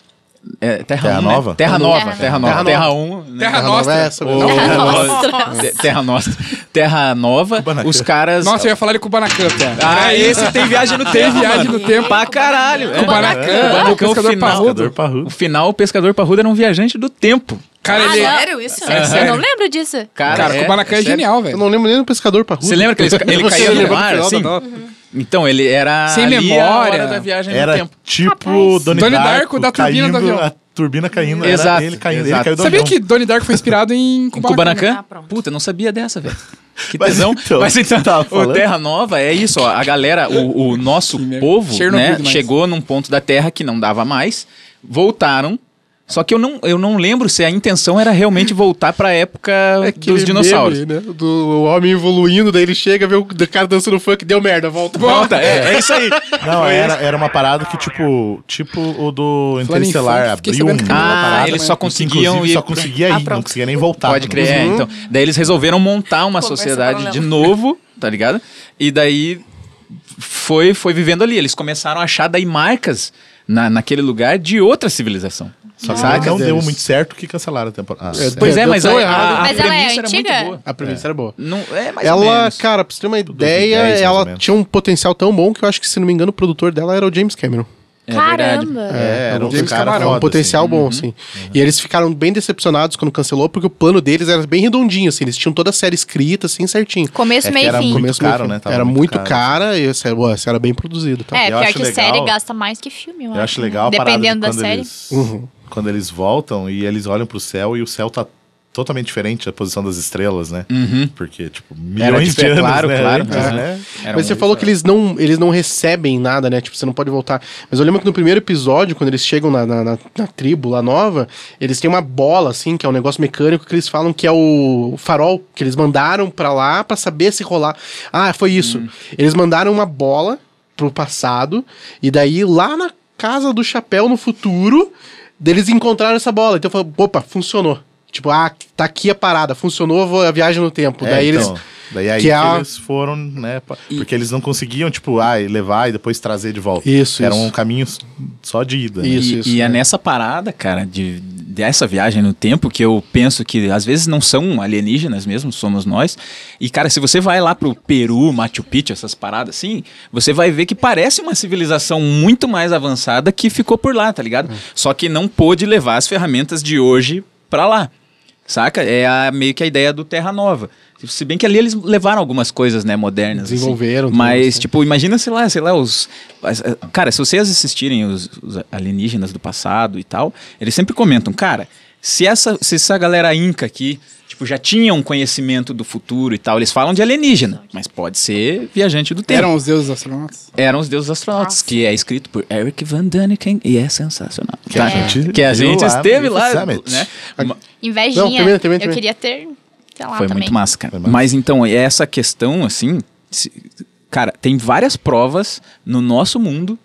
Speaker 3: É, Terra,
Speaker 2: Terra
Speaker 3: 1, né?
Speaker 2: Nova?
Speaker 3: Terra Nova. Terra
Speaker 6: Terra
Speaker 3: Nova. Terra 1. né?
Speaker 9: Terra,
Speaker 7: Terra
Speaker 9: Nostra.
Speaker 7: Nova é essa
Speaker 3: O-
Speaker 6: [LAUGHS]
Speaker 7: mesmo.
Speaker 3: Te- Terra Nostra. Terra Nova,
Speaker 2: Kubanacan.
Speaker 3: os caras...
Speaker 9: Nossa, eu ia falar de Kubanacan.
Speaker 3: Ah, esse tem viagem no tempo,
Speaker 9: viagem
Speaker 3: mano.
Speaker 9: no tempo. né?
Speaker 3: Pra caralho. é.
Speaker 6: Kubanacan.
Speaker 3: Kubanacan, o
Speaker 9: Pescador
Speaker 3: final-
Speaker 9: Parrudo.
Speaker 2: Pescador
Speaker 3: O
Speaker 2: parrudo.
Speaker 3: final, o Pescador Parrudo era um viajante do tempo.
Speaker 9: Cara,
Speaker 5: Ah,
Speaker 9: ele...
Speaker 5: sério isso?
Speaker 6: Eu não lembro disso.
Speaker 3: Cara,
Speaker 9: Cara,
Speaker 3: é,
Speaker 9: Kubanacan é,
Speaker 3: sério.
Speaker 9: genial,
Speaker 7: Eu
Speaker 9: velho.
Speaker 7: não lembro nem do Pescador Parrudo.
Speaker 3: Você lembra que
Speaker 7: [LAUGHS]
Speaker 3: ele, ele
Speaker 7: Você
Speaker 3: caiu
Speaker 7: lembra
Speaker 3: no
Speaker 7: do
Speaker 3: mar,
Speaker 7: final
Speaker 3: assim?
Speaker 7: da-
Speaker 3: Então, ele era
Speaker 9: Sem
Speaker 3: ali a
Speaker 9: memória.
Speaker 3: hora da viagem no
Speaker 2: Era
Speaker 3: tempo.
Speaker 2: tipo
Speaker 6: Rapaz.
Speaker 2: Doni
Speaker 9: Donnie Darko
Speaker 2: Darko,
Speaker 9: da turbina do
Speaker 2: caindo,
Speaker 9: avião.
Speaker 2: a turbina caindo.
Speaker 3: Exato,
Speaker 2: Era ele caindo,
Speaker 3: exato.
Speaker 2: ele caiu do
Speaker 9: Sabia
Speaker 2: avião.
Speaker 9: que Donnie Darko foi inspirado em
Speaker 3: Em
Speaker 9: Kubanacan?
Speaker 3: Kubanacan?
Speaker 5: Ah, pronto.
Speaker 3: Puta, não sabia dessa, velho. Que
Speaker 2: Mas
Speaker 3: tesão. Mas então,
Speaker 2: então, tava
Speaker 3: o
Speaker 2: falando.
Speaker 3: Terra Nova é isso, ó. A galera, o, o nosso
Speaker 9: merda.
Speaker 3: povo,
Speaker 9: Chernobyl
Speaker 3: né,
Speaker 9: demais.
Speaker 3: chegou num ponto da Terra que não dava mais, voltaram. Só que eu não, eu não lembro se a intenção era realmente voltar pra época
Speaker 7: Aquele
Speaker 3: dos dinossauros.
Speaker 7: meme, né? Do homem evoluindo, daí ele chega, vê o cara dançando funk, deu merda, volta.
Speaker 3: Volta, é, é isso aí.
Speaker 2: Não, era, era uma parada que tipo... Tipo o do Interestelar,
Speaker 9: Funk, fiquei
Speaker 2: abriu um,
Speaker 9: sabendo que abriu
Speaker 2: uma
Speaker 3: uma
Speaker 2: parada.
Speaker 3: parada, eles só
Speaker 2: que,
Speaker 3: conseguiam
Speaker 2: inclusive,
Speaker 3: ir
Speaker 2: só
Speaker 3: pra-
Speaker 2: conseguia
Speaker 5: Ah,
Speaker 2: ir, não
Speaker 5: pronto.
Speaker 2: conseguia nem voltar.
Speaker 3: Pode
Speaker 2: não
Speaker 3: crer.
Speaker 2: conseguia.
Speaker 3: é, então, daí eles resolveram montar uma
Speaker 5: Conversa
Speaker 3: sociedade de
Speaker 5: paralela.
Speaker 3: novo, tá ligado? E daí foi, foi vivendo ali. Eles começaram a achar daí marcas na, naquele lugar de outra civilização.
Speaker 2: Só que
Speaker 7: Saca
Speaker 2: não deu
Speaker 7: deles.
Speaker 2: muito certo que cancelaram a temporada. Ah,
Speaker 3: Pois é,
Speaker 7: deu
Speaker 3: mas a,
Speaker 7: tão
Speaker 3: a,
Speaker 7: errado.
Speaker 3: a
Speaker 6: Mas ela é
Speaker 3: premissa era
Speaker 6: antiga?
Speaker 3: muito boa.
Speaker 7: A premissa era boa.
Speaker 3: Não, é mais ou
Speaker 7: Ela,
Speaker 3: menos.
Speaker 7: cara, pra você ter uma ideia,
Speaker 2: 2010, mais ou
Speaker 7: ela
Speaker 2: menos.
Speaker 7: tinha um potencial tão bom que eu acho que, se não me engano, o produtor dela era o James Cameron.
Speaker 3: É verdade.
Speaker 6: Caramba.
Speaker 2: É, era um
Speaker 7: James
Speaker 2: cara
Speaker 7: Cameron, um
Speaker 2: foda,
Speaker 7: potencial bom, assim. E eles ficaram bem decepcionados quando cancelou, porque o plano deles era bem redondinho, assim. Eles tinham toda a série escrita, assim, certinho.
Speaker 6: Começo,
Speaker 2: É que
Speaker 6: meio e
Speaker 2: era
Speaker 6: fim.
Speaker 2: muito-
Speaker 7: meio
Speaker 2: caro,
Speaker 7: fim.
Speaker 2: né? Tava
Speaker 7: era
Speaker 2: muito
Speaker 7: muito
Speaker 2: caro,
Speaker 7: cara, e essa, ué, essa era bem produzida. Tá?
Speaker 6: É,
Speaker 2: Eu
Speaker 6: pior
Speaker 2: acho
Speaker 6: que
Speaker 2: legal.
Speaker 6: série gasta mais que filme, eu,
Speaker 2: Eu acho legal a parada de
Speaker 6: Dependendo da
Speaker 2: quando
Speaker 6: série.
Speaker 2: Eles, Quando eles voltam e eles olham pro céu e o céu tá totalmente diferente da posição das estrelas, né? Porque, tipo, milhões de
Speaker 3: diferente,
Speaker 2: anos,
Speaker 3: claro,
Speaker 2: né?
Speaker 3: claro.
Speaker 2: antes,
Speaker 3: Aham.
Speaker 2: né?
Speaker 3: Era
Speaker 7: Mas você
Speaker 3: muito
Speaker 7: falou que eles não, eles não recebem nada, né? Tipo, você não pode voltar. Mas eu lembro que no primeiro episódio, quando eles chegam na, na, na- na tribo lá nova, eles têm uma bola, assim, que é um negócio mecânico que eles falam que é o farol que eles mandaram pra lá pra saber se rolar. Ah, foi
Speaker 2: Hum.
Speaker 7: isso. Eles mandaram uma bola pro passado, e daí lá na casa do chapéu no futuro, eles encontraram essa bola. Então falou, opa, funcionou. Tipo, ah, tá aqui a parada, funcionou vou- a viagem no tempo.
Speaker 2: É,
Speaker 7: Tipo, daí
Speaker 2: então,
Speaker 7: eles.
Speaker 2: Daí aí
Speaker 7: que é
Speaker 2: que,
Speaker 7: a-
Speaker 2: eles foram, né? pra- Porque eles não conseguiam, tipo, ah, e levar e depois trazer de volta.
Speaker 7: Isso,
Speaker 2: Era
Speaker 7: isso.
Speaker 2: um caminho s- só de ida. né?
Speaker 7: Isso.
Speaker 3: e, e é,
Speaker 7: é.
Speaker 3: nessa parada, cara, de, dessa viagem no tempo, que eu penso que às vezes não são alienígenas mesmo, somos nós. E, cara, se você vai lá pro Peru, Machu Picchu, essas paradas assim, você vai ver que parece uma civilização muito mais avançada
Speaker 7: É.
Speaker 3: que ficou por lá, tá ligado? Só que não pôde levar as ferramentas de hoje pra lá. Saca? É a- meio que a ideia do Terra Nova. Se bem que ali eles levaram algumas coisas, né, modernas.
Speaker 7: Desenvolveram
Speaker 3: Assim.
Speaker 7: tudo,
Speaker 3: Mas,
Speaker 7: assim.
Speaker 3: tipo, imagina, sei lá, sei lá, os. as- eh, Cara, se vocês assistirem os, os alienígenas do passado e tal, eles sempre comentam, cara, se essa, se essa galera inca aqui, tipo, já tinha um conhecimento do futuro e tal, eles falam de alienígena, mas pode ser viajante do tempo.
Speaker 9: Eram os deuses astronautas?
Speaker 3: Eram os deuses astronautas, que é escrito por Eric Van Daniken e é sensacional.
Speaker 2: Que a gente
Speaker 3: que a
Speaker 2: viu
Speaker 3: gente
Speaker 2: lá no
Speaker 3: esteve
Speaker 2: Youth
Speaker 3: lá,
Speaker 2: Summit.
Speaker 3: né? Uma-
Speaker 6: Invejinha.
Speaker 7: Não, termina, termina, termina.
Speaker 6: Eu queria ter, sei lá,
Speaker 3: Foi
Speaker 6: também.
Speaker 3: muito massa, cara.
Speaker 2: Foi massa.
Speaker 3: Mas então, é essa questão, assim, se- cara, tem várias provas no nosso mundo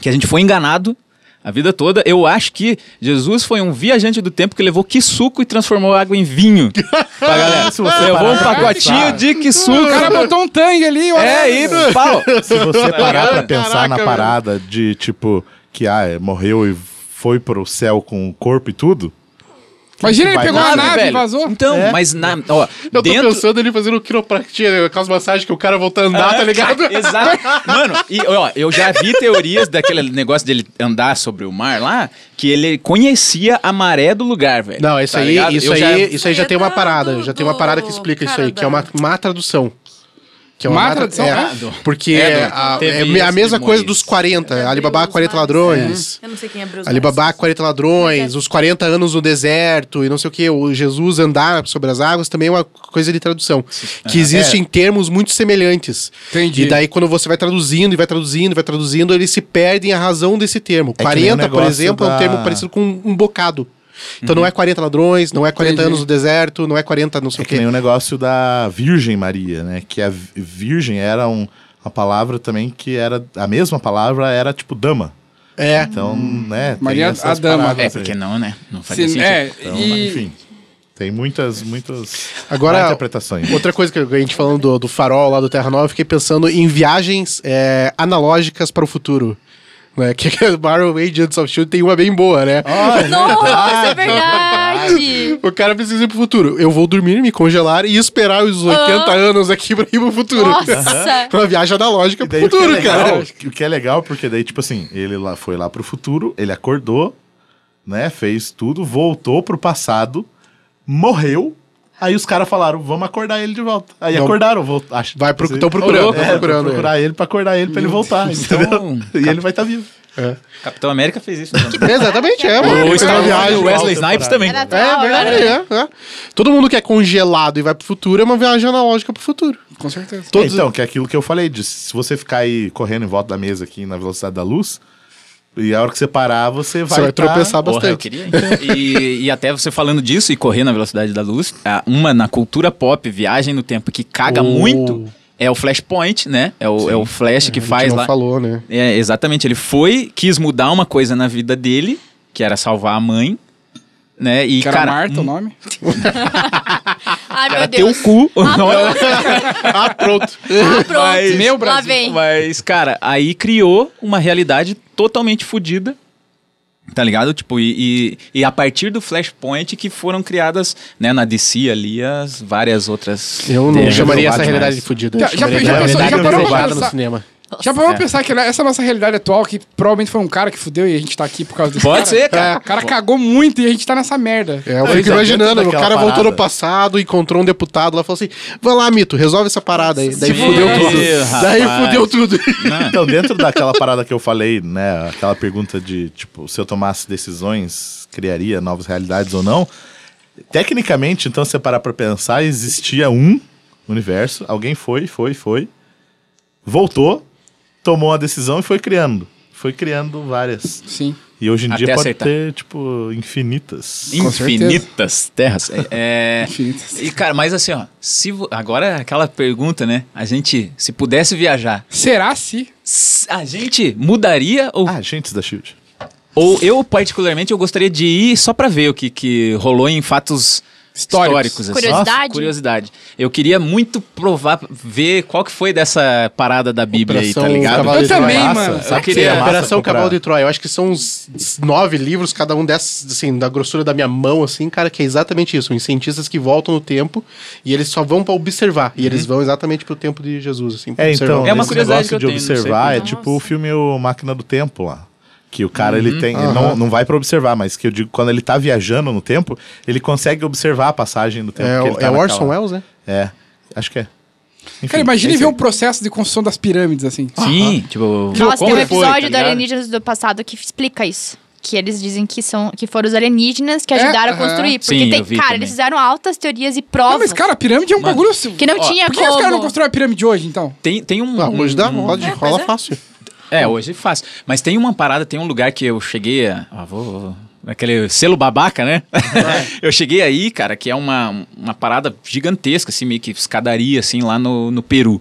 Speaker 3: que a gente foi enganado a vida toda. Eu acho que Jesus foi um viajante do tempo que levou quisuco e transformou água em vinho. pra
Speaker 9: É,
Speaker 3: galera.
Speaker 2: É, Se você
Speaker 3: levou um
Speaker 2: parar pra
Speaker 3: pacotinho
Speaker 2: pensar-
Speaker 3: de
Speaker 9: O
Speaker 3: quisuco.
Speaker 9: cara botou um tangue ali, olha.
Speaker 3: É, e pau.
Speaker 2: Se você parar pra pensar
Speaker 9: Caraca,
Speaker 2: na
Speaker 9: velho.
Speaker 2: parada de tipo, que ah, é, morreu e foi pro céu com o corpo e tudo. é
Speaker 9: Imagina, ele
Speaker 2: Vai
Speaker 9: pegou a
Speaker 2: nada,
Speaker 9: nave e
Speaker 3: velho.
Speaker 9: vazou.
Speaker 3: Então, mas na, ó,
Speaker 7: Eu tô
Speaker 3: dentro,
Speaker 7: pensando ele fazendo quiropraxia, com as massagens que o cara volta a andar, [LAUGHS]
Speaker 3: É, [LAUGHS]
Speaker 7: tá ligado?
Speaker 3: Exato. Mano, e ó, eu já vi teorias daquele negócio dele andar sobre o mar lá, que ele conhecia a maré do lugar, velho.
Speaker 7: Não, isso
Speaker 3: Tá
Speaker 7: aí,
Speaker 3: ligado?
Speaker 7: isso
Speaker 3: Eu
Speaker 7: aí,
Speaker 3: já-
Speaker 7: isso aí já tem uma
Speaker 5: Do-
Speaker 7: parada, já tem uma parada que
Speaker 5: do
Speaker 7: explica isso
Speaker 5: cara
Speaker 7: aí, que é uma
Speaker 5: da-
Speaker 7: má tradução. Que
Speaker 9: Má
Speaker 7: tra-
Speaker 9: tradução?
Speaker 7: é,
Speaker 9: Ah,
Speaker 7: porque
Speaker 3: É,
Speaker 7: é,
Speaker 3: do-
Speaker 7: a,
Speaker 3: teve É,
Speaker 7: é me- a
Speaker 3: esse
Speaker 7: mesma
Speaker 3: de
Speaker 7: coisa
Speaker 3: Moisés.
Speaker 7: dos 40, Alibaba
Speaker 5: Abriu os
Speaker 7: 40
Speaker 5: mares,
Speaker 7: ladrões.
Speaker 5: é. Eu não sei quem abriu os
Speaker 7: Alibaba,
Speaker 5: mares.
Speaker 7: 40 ladrões, os 40 anos no deserto e não sei o que, o Jesus andar sobre as águas também é uma coisa de tradução.
Speaker 2: É.
Speaker 7: Que existem termos muito semelhantes.
Speaker 9: Entendi.
Speaker 7: E daí, quando você vai traduzindo e vai traduzindo e vai traduzindo, eles se perdem a razão desse termo.
Speaker 2: É que nem o
Speaker 7: 40, por
Speaker 2: negócio
Speaker 7: exemplo, é
Speaker 2: da- Uhum.
Speaker 7: um termo parecido com um bocado. Então não é 40 ladrões, não é 40 anos no deserto, não é 40 não sei
Speaker 2: É
Speaker 7: o
Speaker 2: que nem
Speaker 7: quê.
Speaker 2: o negócio da Virgem Maria, né? Que a vi- Virgem era um- uma palavra também que era. A mesma palavra era tipo dama.
Speaker 7: É.
Speaker 2: Então, né? tem
Speaker 9: Maria
Speaker 2: essas
Speaker 9: a dama.
Speaker 2: paradas
Speaker 3: É,
Speaker 2: aí.
Speaker 3: porque não, né? Não faz
Speaker 9: Se-
Speaker 3: sentido.
Speaker 9: é,
Speaker 2: Então,
Speaker 9: e-
Speaker 2: Enfim. Tem muitas, muitas
Speaker 7: Agora-
Speaker 2: interpretações.
Speaker 7: Outra coisa que a gente falando do, do farol lá do Terra Nova, eu fiquei pensando em viagens é, analógicas para o futuro. Né? Que o Marvel Agents of Shield tem uma bem boa, né?
Speaker 2: Ah.
Speaker 7: [LAUGHS]
Speaker 6: Nossa, é verdade.
Speaker 7: O cara precisa ir pro futuro. Eu vou dormir, me congelar e esperar os 80 anos aqui pra ir pro futuro.
Speaker 6: Nossa.
Speaker 7: [LAUGHS] uma viagem analógica
Speaker 2: E daí
Speaker 7: pro futuro,
Speaker 2: o que é
Speaker 7: cara.
Speaker 2: legal, O que é legal, porque daí, tipo assim, ele lá foi lá pro futuro, ele acordou, né? Fez tudo, voltou pro passado, morreu. Aí os caras falaram, vamos acordar ele de volta. Aí
Speaker 7: Não.
Speaker 2: acordaram, volta, acho,
Speaker 7: Vai pro- tão procurando,
Speaker 2: Ô, louco,
Speaker 7: tão
Speaker 2: é,
Speaker 7: procurando
Speaker 2: vão procurar ele pra acordar ele pra ele voltar. Entendeu? E ele vai estar vivo.
Speaker 3: Capitão América fez isso. Então.
Speaker 7: Exatamente, é. mano.
Speaker 3: o
Speaker 7: Fez uma
Speaker 3: Star Wars
Speaker 7: viagem.
Speaker 3: do Wesley Snipes também.
Speaker 6: Era
Speaker 7: É,
Speaker 6: tal,
Speaker 7: verdade,
Speaker 6: né?
Speaker 7: é, é. Todo mundo que é congelado e vai pro futuro é uma viagem analógica pro futuro.
Speaker 9: Com certeza.
Speaker 7: Todos-
Speaker 2: Então, que é aquilo que eu falei, de se você ficar aí correndo em volta da mesa aqui na velocidade da luz, e a hora que você parar, você vai,
Speaker 7: Você vai
Speaker 2: tá-
Speaker 7: tropeçar
Speaker 3: Porra, eu
Speaker 7: bastante.
Speaker 3: queria. então. E, e até você falando disso e correr na velocidade da luz, a- uma na cultura pop, viagem no tempo, que caga
Speaker 7: Oh.
Speaker 3: muito, é o Flashpoint, né? É o, é o Flash que
Speaker 7: A gente
Speaker 3: faz
Speaker 7: não
Speaker 3: lá.
Speaker 7: falou, né?
Speaker 3: É, exatamente. Ele foi, quis mudar uma coisa na vida dele, que era salvar a mãe, né? E,
Speaker 9: Que era
Speaker 3: cara,
Speaker 9: Marta o
Speaker 3: hum,
Speaker 9: nome.
Speaker 6: Ai, meu
Speaker 3: era teu
Speaker 6: Deus.
Speaker 3: um cu. o [LAUGHS]
Speaker 6: Ah,
Speaker 3: nome.
Speaker 7: Ah, pronto.
Speaker 6: Ah, pronto.
Speaker 3: Mas-
Speaker 9: Meu
Speaker 6: Lá
Speaker 9: Brasil,
Speaker 6: vem.
Speaker 3: Mas, cara, aí criou uma realidade totalmente fodida. Tá ligado? Tipo, e, e, e a partir do Flashpoint que foram criadas, né, na DC ali, as várias outras.
Speaker 7: Eu não
Speaker 3: É,
Speaker 7: chamaria essa
Speaker 3: roubado
Speaker 7: realidade
Speaker 3: demais.
Speaker 7: de fudida.
Speaker 9: Já-
Speaker 7: Eu
Speaker 9: já- já
Speaker 7: chamaria de
Speaker 9: pensou-
Speaker 7: realidade
Speaker 9: já parou pra
Speaker 7: roubada
Speaker 9: pensar?
Speaker 7: no cinema.
Speaker 9: Já parou pra pensar que né, essa nossa realidade atual, que provavelmente foi um cara que fudeu e a gente tá aqui por causa desse
Speaker 3: Pode
Speaker 9: cara.
Speaker 3: ser, cara.
Speaker 9: É, o cara cagou muito e a gente tá nessa merda.
Speaker 7: É, eu
Speaker 2: Não,
Speaker 7: fico
Speaker 2: então,
Speaker 7: imaginando,
Speaker 2: dentro
Speaker 7: o cara
Speaker 2: daquela
Speaker 7: voltou no
Speaker 2: parada.
Speaker 7: passado, encontrou um deputado lá e falou assim: vai lá, Mito, resolve essa parada aí. Daí
Speaker 3: Ih,
Speaker 7: fudeu tudo. Daí
Speaker 3: rapaz.
Speaker 7: fudeu tudo.
Speaker 2: Então, dentro daquela parada que eu falei, né? Aquela pergunta de, tipo, se eu tomasse decisões, criaria novas realidades ou não. Tecnicamente, então, se você parar pra pensar, existia um universo, alguém foi, foi, foi, voltou, tomou a decisão e foi criando. Foi criando várias.
Speaker 9: Sim.
Speaker 2: E hoje em
Speaker 3: Até
Speaker 2: dia pode
Speaker 3: aceitar.
Speaker 2: ter, tipo, infinitas.
Speaker 3: Infinitas terras. É, é-
Speaker 9: Infinitas.
Speaker 3: E, cara, mas assim, ó, se vo- agora é aquela pergunta, né? A gente, se pudesse viajar,
Speaker 9: Será se?
Speaker 3: s- a gente mudaria ou
Speaker 2: Ah, gente da Shield.
Speaker 3: Ou eu, particularmente, eu gostaria de ir só pra ver o que, que rolou em fatos
Speaker 9: Históricos.
Speaker 3: históricos. assim.
Speaker 6: Curiosidade?
Speaker 3: Nossa, curiosidade. Eu queria muito provar, ver qual que foi dessa parada da Bíblia
Speaker 7: Operação
Speaker 3: aí, tá ligado?
Speaker 7: Cavalo de
Speaker 9: Eu também,
Speaker 7: Troia. é
Speaker 9: mano.
Speaker 2: Sabe
Speaker 3: Eu queria-
Speaker 2: seria massa
Speaker 7: Operação
Speaker 2: comprar?
Speaker 7: Cavalo de Troia. Eu acho que são uns nove livros, cada um desses, assim, da grossura da minha mão, assim, cara, que é exatamente isso. Uns cientistas que voltam no tempo e eles só vão pra observar. E eles vão exatamente pro tempo de Jesus, assim. pra
Speaker 2: É,
Speaker 7: observar.
Speaker 2: então,
Speaker 3: É uma
Speaker 2: esse
Speaker 3: curiosidade
Speaker 2: negócio
Speaker 3: que eu
Speaker 2: de
Speaker 3: tenho, não sei
Speaker 2: observar é
Speaker 3: porquê.
Speaker 2: tipo o filme o Máquina do Tempo lá. Que o cara, ele tem. ele não, não vai pra observar, mas que eu digo, quando ele tá viajando no tempo, ele consegue observar a passagem do tempo.
Speaker 7: É,
Speaker 2: que ele
Speaker 7: o-
Speaker 2: tá
Speaker 7: é
Speaker 2: naquela-
Speaker 7: Orson Welles, né?
Speaker 2: É. Acho que é.
Speaker 9: Cara, imagine ver o processo de construção das pirâmides, assim.
Speaker 3: é Sim, tipo.
Speaker 6: Nossa, tem um
Speaker 3: como foi,
Speaker 6: episódio
Speaker 3: tá
Speaker 6: do
Speaker 3: ligado?
Speaker 6: Alienígenas do passado que explica isso. Que eles dizem que, são, que foram os alienígenas que
Speaker 9: É?
Speaker 6: ajudaram a
Speaker 9: Aham.
Speaker 6: construir. Porque
Speaker 3: Sim,
Speaker 6: tem,
Speaker 3: eu vi
Speaker 6: cara,
Speaker 3: também.
Speaker 6: eles fizeram altas teorias e
Speaker 9: Não,
Speaker 6: provas.
Speaker 9: mas, cara, a pirâmide é um bagulho.
Speaker 6: que não tinha
Speaker 9: Por que
Speaker 6: como.
Speaker 9: os caras não construíram a pirâmide hoje, então?
Speaker 3: Tem, tem um.
Speaker 7: Ah, hoje dá, pode,
Speaker 5: É,
Speaker 7: rola
Speaker 5: pois é.
Speaker 7: fácil.
Speaker 3: É, hoje é fácil. Mas tem uma parada, tem um lugar que eu cheguei a. Ah, vou, vou- Aquele selo babaca, né? [LAUGHS] eu cheguei aí, cara, que é uma, uma parada gigantesca, assim, meio que escadaria, assim, lá no, no Peru.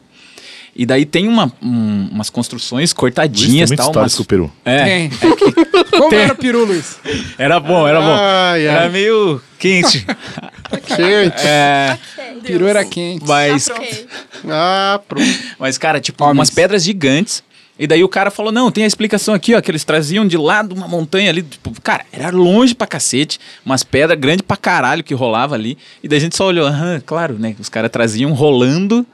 Speaker 3: E daí tem uma, um- umas construções cortadinhas e
Speaker 2: muito
Speaker 3: tal.
Speaker 2: histórico o
Speaker 3: umas-
Speaker 2: Peru.
Speaker 3: É,
Speaker 9: [LAUGHS] Tem. Como era o peru, Luiz?
Speaker 3: era bom, era bom.
Speaker 7: Ai, ai.
Speaker 3: Era meio
Speaker 7: [LAUGHS]
Speaker 3: quente.
Speaker 7: Gente.
Speaker 3: é,
Speaker 9: Peru era quente.
Speaker 7: Tá
Speaker 3: mas
Speaker 6: Ok.
Speaker 7: Ah, pronto.
Speaker 3: Mas, cara, tipo,
Speaker 9: Homens.
Speaker 3: umas pedras gigantes. E daí o cara falou: não, tem a explicação aqui, ó, que eles traziam de lá de uma montanha ali. Tipo, cara, era longe pra cacete, umas pedras grandes pra caralho que rolava ali. E daí a gente só olhou, aham, claro, né? Os caras traziam rolando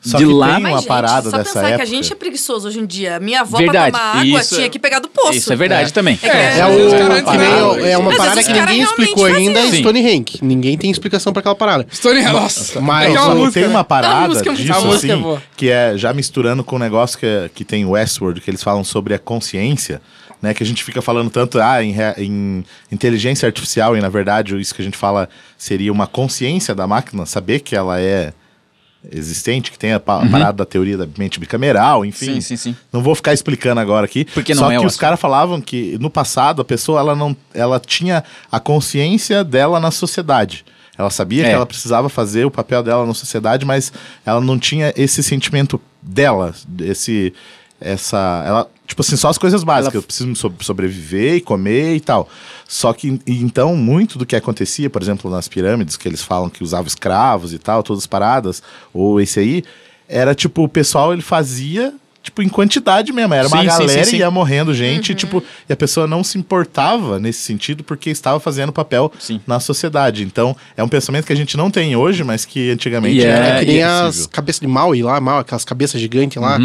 Speaker 2: Só
Speaker 3: de
Speaker 2: que
Speaker 3: lá.
Speaker 2: tem uma
Speaker 5: Mas, gente,
Speaker 2: parada
Speaker 5: só
Speaker 2: dessa
Speaker 5: pensar que
Speaker 2: época.
Speaker 5: a gente é preguiçoso hoje em dia. Minha avó,
Speaker 3: Verdade,
Speaker 5: pra tomar água,
Speaker 3: isso-
Speaker 5: tinha que pegar do poço.
Speaker 3: Isso é verdade também.
Speaker 5: um É, que
Speaker 7: É,
Speaker 9: Mas os caras
Speaker 7: o,
Speaker 9: antes
Speaker 7: que nem
Speaker 9: não.
Speaker 7: o- é uma
Speaker 5: Mas
Speaker 7: parada
Speaker 5: esses
Speaker 7: que
Speaker 5: caras
Speaker 7: ninguém
Speaker 5: realmente
Speaker 7: explicou ainda,
Speaker 5: faziam.
Speaker 7: é Stone Hank. Ninguém tem explicação pra aquela parada.
Speaker 9: Stone Nossa.
Speaker 7: Mas-
Speaker 9: Aquela
Speaker 2: Não,
Speaker 9: música,
Speaker 2: tem uma
Speaker 9: né?
Speaker 2: parada
Speaker 9: música é muito-
Speaker 2: disso,
Speaker 9: a música é
Speaker 2: assim,
Speaker 9: boa.
Speaker 2: que é já misturando com um negócio que, é- que tem em Westworld, que eles falam sobre a consciência, né? Que a gente fica falando tanto ah, em, rea- em inteligência artificial, e na verdade isso que a gente fala seria uma consciência da máquina, saber que ela é existente, que tem a pa- parada da teoria da mente bicameral, enfim.
Speaker 3: Uhum. Sim, sim, sim.
Speaker 2: Não vou ficar explicando agora aqui.
Speaker 3: Porque não
Speaker 2: Só
Speaker 3: é o
Speaker 2: que os
Speaker 3: assunto.
Speaker 2: caras falavam que no passado a pessoa ela não, ela tinha a consciência dela na sociedade. Ela sabia
Speaker 3: É.
Speaker 2: que ela precisava fazer o papel dela na sociedade, mas ela não tinha esse sentimento dela, esse essa, ela, tipo assim, só as coisas básicas, eu preciso so- sobreviver e comer e tal. Só que e então muito do que acontecia, por exemplo, nas pirâmides que eles falam que usavam escravos e tal, todas as paradas, ou esse aí, era tipo o pessoal ele fazia tipo em quantidade mesmo, era uma
Speaker 3: Sim, sim, sim,
Speaker 2: galera
Speaker 3: sim.
Speaker 2: e ia morrendo
Speaker 9: Uhum.
Speaker 2: gente, tipo, e a pessoa não se importava nesse sentido porque estava fazendo papel
Speaker 3: Sim.
Speaker 2: na sociedade. Então, é um pensamento que a gente não tem hoje, mas que antigamente
Speaker 3: E é-
Speaker 2: era
Speaker 7: É que nem as
Speaker 2: possível.
Speaker 7: cabeças de Maui lá, Maui, aquelas cabeças gigantes lá,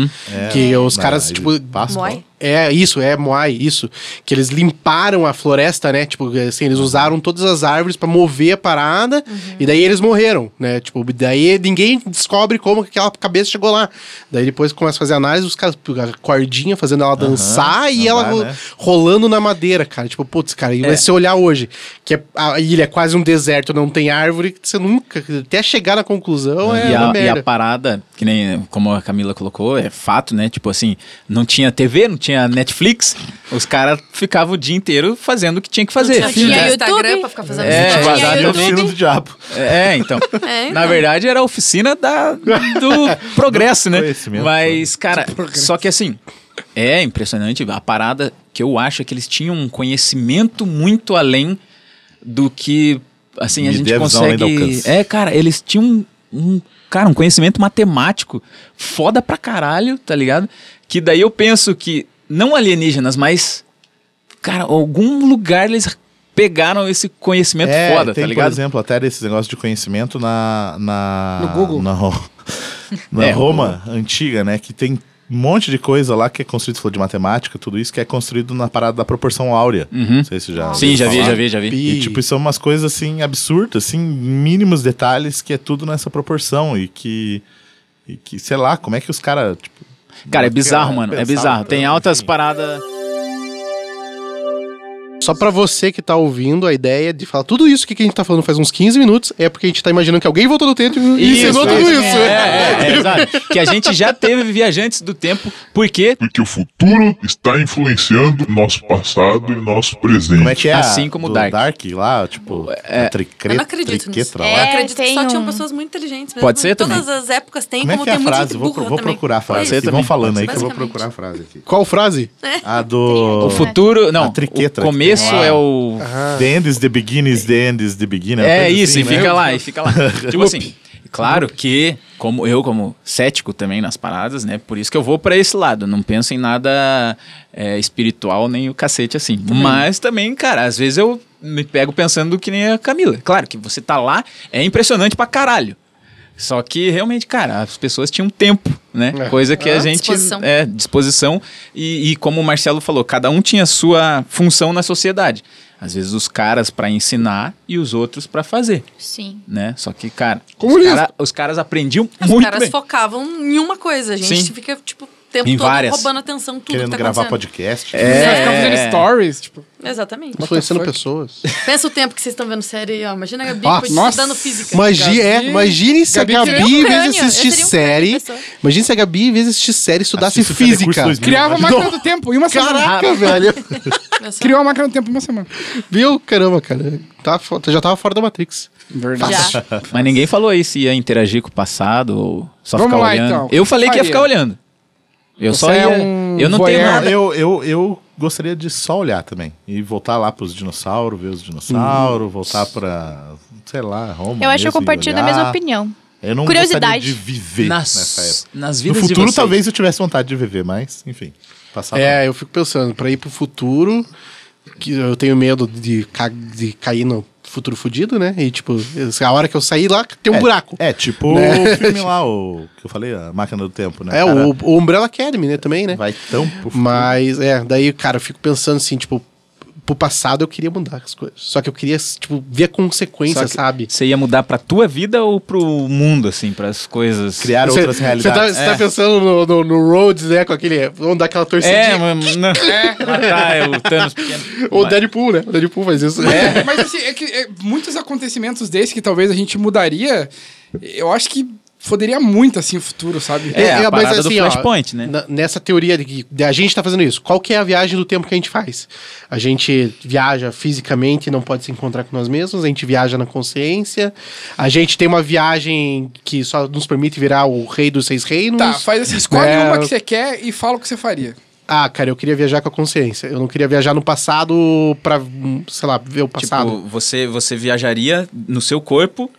Speaker 7: que os
Speaker 2: Não,
Speaker 7: caras,
Speaker 2: aí
Speaker 7: tipo...
Speaker 2: passa,
Speaker 5: Moai.
Speaker 2: pô.
Speaker 7: É, isso, é Moai, isso. Que eles limparam a floresta, né? Tipo, assim, eles usaram todas as árvores pra mover a parada
Speaker 5: Uhum.
Speaker 7: e daí eles morreram, né? Tipo, daí ninguém descobre como que aquela cabeça chegou lá. Daí depois começa a fazer análise, os caras, a cordinha fazendo ela dançar e ela
Speaker 2: andar,
Speaker 7: ro-
Speaker 2: né?
Speaker 7: rolando na madeira, cara. Tipo, putz, cara, e se você olhar hoje, que é- a ilha é quase um deserto, não tem árvore, você nunca, até chegar na conclusão é
Speaker 3: e,
Speaker 7: uma
Speaker 3: a, e a
Speaker 7: merda.
Speaker 3: parada, que nem como a Camila colocou, é fato, né? Tipo assim, não tinha TV, não tinha Netflix, os caras ficavam o dia inteiro fazendo o que tinha que fazer.
Speaker 5: Não
Speaker 6: Tinha
Speaker 5: tinha
Speaker 6: YouTube.
Speaker 5: Instagram pra ficar fazendo
Speaker 3: né? É,
Speaker 5: isso.
Speaker 3: vazado
Speaker 5: Tinha
Speaker 2: É o
Speaker 3: também.
Speaker 5: YouTube.
Speaker 2: filho do diabo.
Speaker 3: É, então.
Speaker 5: É,
Speaker 3: Na verdade, era a
Speaker 2: [LAUGHS]
Speaker 3: oficina da, do progresso, né?
Speaker 2: Conhecimento.
Speaker 3: Mas, cara, só que assim, é impressionante. A parada que eu acho é que eles tinham um conhecimento muito além do que, assim, a
Speaker 2: Me dê
Speaker 3: gente
Speaker 2: a visão além do
Speaker 3: consegue...
Speaker 2: alcance.
Speaker 3: É, cara, eles tinham um, um- cara, um conhecimento matemático foda pra caralho, tá ligado? Que daí eu penso que, não alienígenas, mas, cara, algum lugar eles pegaram esse conhecimento foda,
Speaker 2: É, tem,
Speaker 3: tá ligado?
Speaker 2: por exemplo, até desses negócios de conhecimento na... na
Speaker 9: No Google.
Speaker 2: Na, Ro-
Speaker 9: [LAUGHS]
Speaker 2: na
Speaker 3: É,
Speaker 2: Roma antiga, né? Que tem um monte de coisa lá que é construído, você falou de matemática, tudo isso, que é construído na parada da proporção áurea. Não sei se você já...
Speaker 3: Uhum. Sim,
Speaker 2: ouviu
Speaker 3: já vi,
Speaker 2: falar.
Speaker 3: já vi, já vi.
Speaker 2: E, tipo, são umas coisas, assim, absurdas, assim, mínimos detalhes que é tudo nessa proporção e que... E que, sei lá, como é que os caras, tipo...
Speaker 3: Cara, é
Speaker 2: Porque
Speaker 3: bizarro,
Speaker 2: eu
Speaker 3: mano. É
Speaker 2: pensava
Speaker 3: bizarro.
Speaker 2: tanto,
Speaker 3: Tem altas
Speaker 2: enfim.
Speaker 3: paradas.
Speaker 7: Só pra você que tá ouvindo, a ideia de falar tudo isso que a gente tá falando faz uns 15 minutos é porque a gente tá imaginando que alguém voltou no tempo e ensinou tudo isso.
Speaker 3: É, é, é, exato. Que a gente já teve viajantes do tempo, porque
Speaker 8: Porque o futuro está influenciando nosso passado e nosso presente.
Speaker 2: Como é que é?
Speaker 3: Assim
Speaker 2: a-
Speaker 3: como
Speaker 2: do
Speaker 3: Dark.
Speaker 2: lá, tipo, a tricre,
Speaker 5: Eu não acredito nisso.
Speaker 2: triquetra
Speaker 5: Eu
Speaker 2: lá.
Speaker 6: É,
Speaker 5: acredito que
Speaker 6: tem
Speaker 5: só tinham
Speaker 6: um-
Speaker 5: pessoas muito inteligentes mesmo.
Speaker 3: Pode ser
Speaker 5: Em Todas
Speaker 3: também.
Speaker 5: as épocas tem,
Speaker 2: Como é
Speaker 5: como um
Speaker 2: que é a
Speaker 5: tem muita gente
Speaker 2: frase? Vou,
Speaker 5: burra
Speaker 2: pro- vou
Speaker 5: também.
Speaker 2: procurar a frase.
Speaker 3: ser
Speaker 2: Vocês vão
Speaker 3: também,
Speaker 2: falando
Speaker 5: pode
Speaker 2: aí
Speaker 5: ser,
Speaker 2: que eu vou
Speaker 5: basicamente.
Speaker 2: procurar a frase aqui.
Speaker 7: Qual frase?
Speaker 2: A do...
Speaker 3: o um futuro.
Speaker 2: A
Speaker 3: Não,
Speaker 2: triquetra
Speaker 3: o
Speaker 2: que
Speaker 3: começo
Speaker 2: tem lá.
Speaker 3: é
Speaker 7: Ah.
Speaker 3: o.
Speaker 2: The end is the beginning is the end is the beginning. uma
Speaker 3: É
Speaker 2: coisa
Speaker 3: isso,
Speaker 2: assim,
Speaker 3: e
Speaker 2: né?
Speaker 3: fica lá, e fica
Speaker 2: [LAUGHS]
Speaker 3: lá. tipo assim, claro que, como eu, como cético também nas paradas, né? Por isso que eu vou pra esse lado. Não penso em nada é, espiritual nem o cacete assim. Mas também, cara, às vezes eu me pego pensando que nem a Camila. Claro que você tá lá, é impressionante pra caralho. Só que realmente, cara, as pessoas tinham tempo, né?
Speaker 7: É.
Speaker 3: Coisa que
Speaker 5: Ah,
Speaker 3: a gente.
Speaker 5: disposição.
Speaker 3: É, disposição. E, e como o Marcelo falou, cada um tinha sua função na sociedade. Às vezes os caras pra ensinar e os outros pra fazer,
Speaker 6: Sim.
Speaker 3: né? Só que, cara,
Speaker 7: Como
Speaker 3: os,
Speaker 7: isso?
Speaker 3: cara- os caras aprendiam
Speaker 5: Os
Speaker 3: muito
Speaker 5: caras
Speaker 3: bem.
Speaker 5: focavam em uma coisa, a gente
Speaker 3: Sim.
Speaker 5: fica, tipo, o tempo
Speaker 3: Em
Speaker 5: todo
Speaker 3: várias.
Speaker 5: roubando atenção tudo
Speaker 2: Querendo
Speaker 5: que tá
Speaker 2: gravar
Speaker 5: acontecendo.
Speaker 2: podcast.
Speaker 5: É.
Speaker 7: É.
Speaker 9: Vai ficar
Speaker 3: É.
Speaker 9: fazendo stories, tipo.
Speaker 5: Exatamente.
Speaker 7: Influenciando
Speaker 9: fuck?
Speaker 7: pessoas.
Speaker 5: [LAUGHS] Pensa o tempo que vocês estão vendo série, ó. Imagina a Gabi
Speaker 7: Ah,
Speaker 5: foi
Speaker 9: nossa.
Speaker 5: estudando física.
Speaker 7: Imagine, é,
Speaker 9: Gabi-
Speaker 7: imagine se a
Speaker 9: Gabi teria
Speaker 7: Gabi,
Speaker 9: um
Speaker 7: em
Speaker 5: crânio,
Speaker 7: vez de
Speaker 5: eu
Speaker 7: assistir
Speaker 5: teria um crânio
Speaker 7: série,
Speaker 5: de pessoa.
Speaker 7: imagine se a Gabi, em vez de assistir série, estudasse
Speaker 2: Assiste o Fazercurso
Speaker 7: física.
Speaker 2: 2000,
Speaker 9: Criava a
Speaker 2: imagina.
Speaker 9: máquina do tempo em uma semana.
Speaker 7: Caraca, velho.
Speaker 9: Criou a máquina do tempo em uma semana.
Speaker 7: Viu? Caramba, cara. Tá, fo- já tava fora da Matrix.
Speaker 9: Verdade.
Speaker 5: Já.
Speaker 3: Mas ninguém falou aí se ia interagir com o passado ou só
Speaker 9: Vamos
Speaker 3: ficar
Speaker 9: lá,
Speaker 3: olhando.
Speaker 9: então.
Speaker 3: Eu falei que ia
Speaker 9: Faria.
Speaker 3: ficar olhando. Eu só
Speaker 9: Você é
Speaker 3: ia.
Speaker 9: um
Speaker 3: eu não tenho
Speaker 9: voyeur.
Speaker 3: nada.
Speaker 2: Eu, eu, eu gostaria de só olhar também. E voltar lá pros dinossauros, ver os dinossauros, voltar pra, sei lá, Roma.
Speaker 6: Eu acho que
Speaker 2: mesmo
Speaker 6: eu
Speaker 2: e
Speaker 6: compartilho da
Speaker 3: né?
Speaker 2: olhar.
Speaker 3: Ah.
Speaker 6: mesma opinião.
Speaker 2: Eu não
Speaker 6: Curiosidade.
Speaker 2: gostaria de viver nessa
Speaker 3: Nas,
Speaker 2: época.
Speaker 3: nas
Speaker 2: No
Speaker 3: vidas de
Speaker 2: futuro,
Speaker 3: vocês.
Speaker 2: talvez eu tivesse vontade de viver, mas, enfim. Passar
Speaker 7: É, eu fico pensando, pra ir pro futuro, que eu tenho medo de, ca- de cair no futuro fudido, né? E tipo, a hora que eu sair lá, tem um buraco.
Speaker 2: É, tipo
Speaker 7: Né? [LAUGHS]
Speaker 2: o filme lá, o que eu falei, a máquina do tempo, né?
Speaker 7: É,
Speaker 2: cara
Speaker 7: o, o Umbrella Academy, né, também, né?
Speaker 2: Vai tão pro futuro.
Speaker 7: Mas, é, daí, cara, eu fico pensando assim, tipo, pro passado eu queria mudar as coisas. Só que eu queria, tipo, ver a consequência,
Speaker 3: Só que-
Speaker 7: sabe?
Speaker 3: Você ia mudar pra tua vida ou pro mundo, assim, pras coisas?
Speaker 2: Criar outras
Speaker 7: Você tá,
Speaker 2: realidades. É.
Speaker 7: você tá pensando no, no, no Rhodes, né? Com aquele. Vamos dar aquela torcidinha.
Speaker 3: É, mano.
Speaker 9: [LAUGHS]
Speaker 3: não. Matar é o Thanos pequeno.
Speaker 7: o
Speaker 3: Mas-
Speaker 7: Deadpool, né? O Deadpool faz isso.
Speaker 9: [LAUGHS] Mas assim, é que é, muitos acontecimentos desses que talvez a gente mudaria, eu acho que poderia muito assim o futuro, sabe?
Speaker 3: É, a parada do Flashpoint, né?
Speaker 7: assim, na- nessa teoria de que de a gente tá fazendo isso, qual que é a viagem do tempo que a gente faz? A gente viaja fisicamente, não pode se encontrar com nós mesmos, a gente viaja na consciência, a gente tem uma viagem que só nos permite virar o rei dos seis reinos.
Speaker 9: Tá, faz assim, escolhe
Speaker 7: É.
Speaker 9: uma que você quer e fala o que você faria.
Speaker 7: Ah, cara, eu queria viajar com a consciência. Eu não queria viajar no passado pra, hum, sei lá, ver o passado.
Speaker 3: Tipo, você, você viajaria no seu corpo.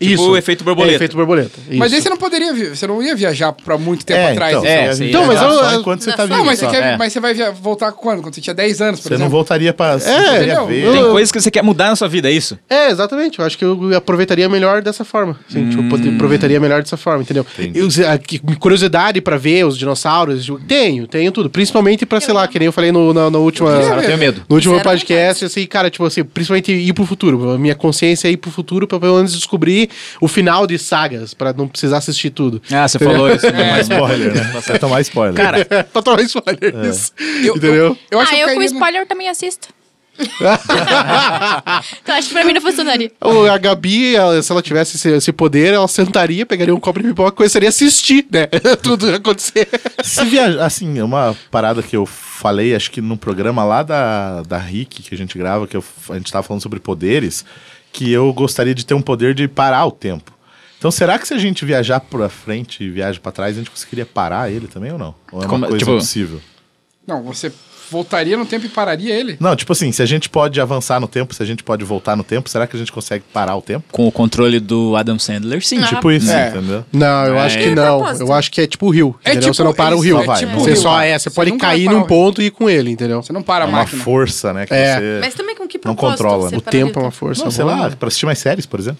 Speaker 3: Tipo
Speaker 7: Isso.
Speaker 3: o efeito borboleta.
Speaker 7: É, efeito borboleta.
Speaker 9: Mas
Speaker 7: isso.
Speaker 9: aí você não poderia, vi- você não ia viajar pra muito tempo
Speaker 2: É,
Speaker 9: atrás.
Speaker 2: então,
Speaker 9: né?
Speaker 3: É,
Speaker 7: assim,
Speaker 2: você ia
Speaker 3: então,
Speaker 2: viajar
Speaker 7: mas eu-
Speaker 2: só enquanto você tá vivo.
Speaker 9: Não, mas você,
Speaker 2: só.
Speaker 9: quer,
Speaker 3: É.
Speaker 9: mas você vai via- voltar quando? Quando você tinha 10 anos, por
Speaker 2: Você não
Speaker 9: exemplo?
Speaker 2: voltaria pra. você queria
Speaker 9: entendeu?
Speaker 2: ver.
Speaker 3: Tem coisas que você quer mudar na sua vida, é isso?
Speaker 7: É, exatamente. Eu acho que eu aproveitaria melhor dessa forma. Assim, tipo, eu poder- aproveitaria melhor dessa forma, entendeu? Eu, se- a- que- curiosidade pra ver os dinossauros, eu tenho, tenho tudo. Principalmente pra, sei lá, que nem eu falei no, na, na última.
Speaker 3: Cara, eu tenho medo.
Speaker 7: No último
Speaker 5: Zero
Speaker 7: podcast, assim, cara, tipo assim, principalmente ir pro futuro. A minha consciência é ir pro futuro pra pelo menos descobrir o final de sagas, pra não precisar assistir tudo.
Speaker 3: Ah, você
Speaker 7: [LAUGHS]
Speaker 3: falou isso.
Speaker 2: Tomar spoiler, né? Vai tomar spoiler.
Speaker 3: Cara,
Speaker 7: pra tomar spoiler. Isso. Entendeu?
Speaker 9: Eu acho
Speaker 6: ah,
Speaker 9: que
Speaker 6: eu com
Speaker 9: eu cairia no-
Speaker 6: spoiler também
Speaker 9: [LAUGHS]
Speaker 6: assisto. então acho que pra mim não funcionaria.
Speaker 7: O- A Gabi, ela- se ela tivesse esse, esse poder, ela sentaria, pegaria um copo de pipoca e começaria a assistir, né? [LAUGHS] Tudo acontecer.
Speaker 2: Se viajar, assim, é uma parada que eu falei, acho que num programa lá da, da RIC que a gente grava, que eu- a gente tava falando sobre poderes, que eu gostaria de ter um poder de parar o tempo. Então, será que se a gente viajar pra frente e viajar pra trás, a gente conseguiria parar ele também ou não? Ou é uma
Speaker 3: Como-
Speaker 2: coisa
Speaker 3: tipo-
Speaker 2: impossível?
Speaker 9: Não, você voltaria no tempo e pararia ele.
Speaker 2: Não, tipo assim, se a gente pode avançar no tempo, se a gente pode voltar no tempo, será que a gente consegue parar o tempo?
Speaker 3: Com o controle do Adam Sandler, sim. Tipo,
Speaker 2: Tipo isso,
Speaker 9: É.
Speaker 2: entendeu?
Speaker 7: Não, eu acho que
Speaker 5: É
Speaker 7: não.
Speaker 5: propósito.
Speaker 7: Eu acho que é tipo o rio.
Speaker 9: É
Speaker 7: entendeu?
Speaker 9: tipo-
Speaker 7: você não para o
Speaker 9: é
Speaker 7: rio.
Speaker 9: isso,
Speaker 2: é tipo
Speaker 7: você
Speaker 2: o
Speaker 7: só
Speaker 9: rio.
Speaker 7: é, você
Speaker 9: Você
Speaker 7: pode
Speaker 9: nunca vai
Speaker 7: cair
Speaker 9: parar
Speaker 7: num
Speaker 9: o rio.
Speaker 7: ponto e ir com ele, entendeu?
Speaker 9: Você não para a
Speaker 2: É Uma
Speaker 9: máquina.
Speaker 2: força, né? Que
Speaker 7: É.
Speaker 2: você...
Speaker 5: Mas também com que
Speaker 2: Não
Speaker 5: propósito?
Speaker 2: controla. né?
Speaker 5: você
Speaker 7: O
Speaker 5: pararia
Speaker 7: tempo é uma
Speaker 5: tudo?
Speaker 7: força.
Speaker 2: Não, sei lá, pra assistir mais séries, por exemplo.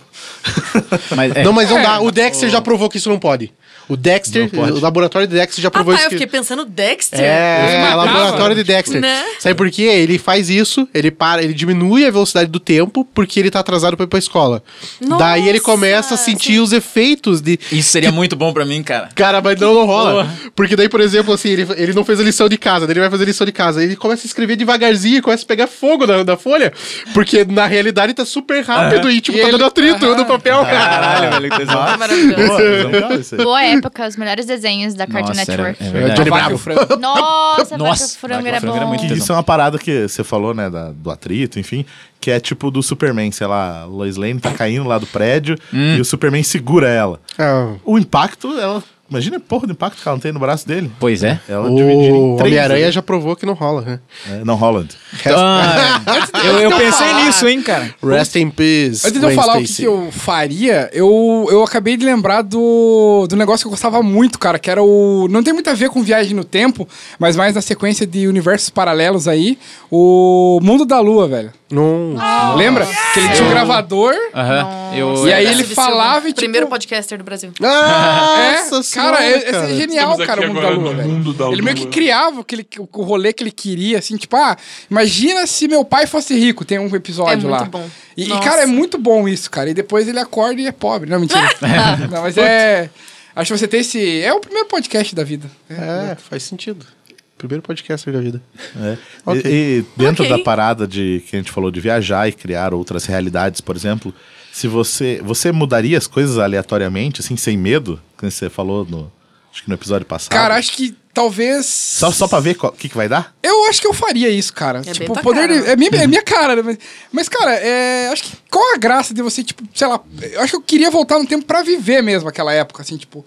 Speaker 2: [LAUGHS]
Speaker 3: mas, é.
Speaker 7: Não, mas não
Speaker 9: É,
Speaker 7: dá. O Dexter já provou que isso não pode. O Dexter, o laboratório de Dexter já
Speaker 5: Ah,
Speaker 7: provou
Speaker 5: tá, eu
Speaker 7: isso. que-
Speaker 5: fiquei pensando Dexter.
Speaker 7: É,
Speaker 9: matava,
Speaker 7: laboratório de Dexter.
Speaker 5: Né?
Speaker 7: Sabe por quê? Ele faz isso, ele para, ele diminui a velocidade do tempo porque ele tá atrasado pra ir pra escola.
Speaker 5: Nossa,
Speaker 7: Daí ele começa a sentir os efeitos de.
Speaker 3: Isso seria muito bom pra mim, cara.
Speaker 7: Cara, mas não, não rola. Porque daí, por exemplo, assim, ele, ele não fez a lição de casa, daí ele vai fazer a lição de casa. Ele começa a escrever devagarzinho e começa a pegar fogo na, na folha. Porque na realidade tá super rápido
Speaker 9: É.
Speaker 7: e, tipo, tá dando atrito no papel. [LAUGHS]
Speaker 3: Caralho, velho. que tesão.
Speaker 5: Maravilhoso.
Speaker 2: Pô, é legal isso aí.
Speaker 6: Boa época, os melhores desenhos da Cartoon
Speaker 3: Nossa, era-
Speaker 6: Network.
Speaker 3: é verdade.
Speaker 9: Vaca e o frango.
Speaker 3: [LAUGHS]
Speaker 6: Nossa,
Speaker 3: Nossa,
Speaker 6: Nossa Frango
Speaker 3: Vaca
Speaker 6: era
Speaker 3: Frango era
Speaker 6: bom.
Speaker 3: muito
Speaker 2: Que isso é uma parada que você falou, né, da- do atrito, enfim, que é tipo do Superman, sei lá, a Lois Lane tá caindo lá do prédio e o Superman segura ela.
Speaker 7: Ah,
Speaker 2: O impacto, ela. Imagina a porra do impacto que ela não tem no braço dele.
Speaker 3: [LAUGHS] Pois é.
Speaker 2: Ela dividiria
Speaker 7: o
Speaker 2: em três.
Speaker 7: Homem-Aranha já provou que não rola, né?
Speaker 2: né? Não, Holland.
Speaker 3: Ah, eu, eu pensei nisso, hein, cara.
Speaker 7: Rest in peace.
Speaker 9: Antes de eu
Speaker 7: Gwen
Speaker 9: falar o que,
Speaker 7: Stacy.
Speaker 9: que eu faria, eu, eu acabei de lembrar do, do negócio que eu gostava muito, cara, que era o. Não tem muito a ver com viagem no tempo, mas mais na sequência de universos paralelos aí, o Mundo da Lua, velho.
Speaker 7: Não.
Speaker 9: [LAUGHS] Lembra? Que ele tinha um gravador.
Speaker 3: Ah, Aham. Eu-
Speaker 9: E aí
Speaker 5: Tá
Speaker 9: ele
Speaker 5: subestimado.
Speaker 9: falava e, tipo-
Speaker 5: Primeiro podcaster do Brasil.
Speaker 9: É,
Speaker 7: Nossa
Speaker 9: cara,
Speaker 7: senhora,
Speaker 9: é, é
Speaker 7: cara.
Speaker 9: genial,
Speaker 11: Estamos
Speaker 9: cara, o
Speaker 11: aqui
Speaker 9: mundo da
Speaker 11: agora
Speaker 9: lua,
Speaker 11: no
Speaker 9: velho.
Speaker 11: mundo da
Speaker 9: Ele meio que
Speaker 11: lua.
Speaker 9: criava aquele, o rolê que ele queria, assim, tipo, ah, imagina se meu pai fosse rico, tem um episódio
Speaker 5: É muito
Speaker 9: lá.
Speaker 5: bom.
Speaker 9: E, e,
Speaker 5: Nossa.
Speaker 9: cara, é muito bom isso, cara. E depois ele acorda e é pobre.
Speaker 5: [LAUGHS]
Speaker 9: Não, mentira.
Speaker 5: Ah.
Speaker 9: [LAUGHS] Não, mas é. Acho que você tem esse. É o primeiro podcast da vida.
Speaker 7: É, faz sentido. Primeiro podcaster da vida.
Speaker 2: É. E-
Speaker 7: Ok.
Speaker 2: E, dentro
Speaker 5: Ok.
Speaker 2: da parada de que a gente falou de viajar e criar outras realidades, por exemplo, se você você mudaria as coisas aleatoriamente, assim, sem medo, que você falou no acho que no episódio
Speaker 11: Tá.
Speaker 2: passado.
Speaker 9: Cara, acho que talvez.
Speaker 2: só só para ver qual- o que, que vai dar?
Speaker 9: Eu acho que eu faria isso, cara.
Speaker 5: bem
Speaker 9: tipo,
Speaker 5: tua
Speaker 9: poder.
Speaker 5: cara.
Speaker 9: É, minha, é minha cara, né? mas, mas, cara, é, acho que qual a graça de você, tipo, sei lá, eu acho que eu queria voltar no tempo pra viver mesmo aquela época, assim, tipo.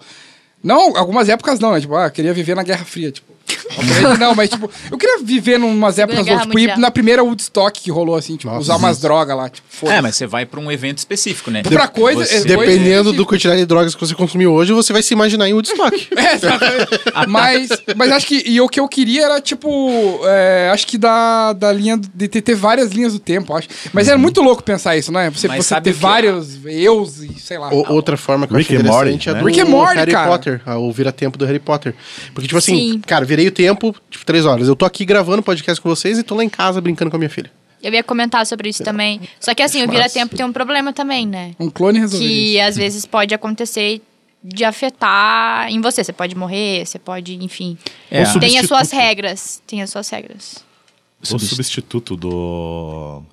Speaker 9: Não, algumas épocas não, é tipo, ah, eu queria viver na Guerra Fria, tipo. Obviamente Não, mas tipo, eu queria viver numas épocas,
Speaker 6: Guerra
Speaker 9: ou, tipo, ir
Speaker 6: Mundial.
Speaker 9: na primeira Woodstock que rolou, assim, tipo, usar umas drogas lá, tipo, foda
Speaker 3: Uhum. É, mas você vai pra um evento específico, né?
Speaker 9: Pra coisa-
Speaker 3: Você-
Speaker 9: Depois-
Speaker 7: é, Dependendo do quantidade de drogas que você consumiu hoje, você vai se imaginar em um Woodstock.
Speaker 9: [LAUGHS] É, exatamente. mas, mas acho que. E o que eu queria era, tipo. é, acho que da, da linha. De ter, ter várias linhas do tempo, acho. Mas era muito louco pensar isso, né? Você,
Speaker 3: Uhum. Mas
Speaker 9: você
Speaker 3: sabe
Speaker 9: ter
Speaker 3: o que- é?
Speaker 9: vários eus e sei lá.
Speaker 7: O- outra forma que
Speaker 2: Rick
Speaker 7: eu
Speaker 2: and
Speaker 7: acho
Speaker 2: Morty,
Speaker 7: interessante é
Speaker 2: né?
Speaker 7: do
Speaker 9: Rick and Morty,
Speaker 7: Harry
Speaker 9: cara.
Speaker 7: Potter, a- o vira-tempo do Harry Potter. Porque, tipo assim,
Speaker 6: Sim.
Speaker 7: cara, virei o tempo, tipo, três horas. Eu tô aqui gravando podcast com vocês e tô lá em casa brincando com a minha filha.
Speaker 6: Eu ia comentar sobre isso também. Só que assim, o vira-tempo tem um problema também, né?
Speaker 9: Um clone
Speaker 6: Que
Speaker 9: resolveria
Speaker 6: às vezes pode acontecer de afetar em você. Você pode morrer, você pode, enfim.
Speaker 3: É.
Speaker 2: Ou
Speaker 6: Tem as
Speaker 2: substituto.
Speaker 6: suas regras. Tem as suas regras.
Speaker 2: O substituto do
Speaker 3: Não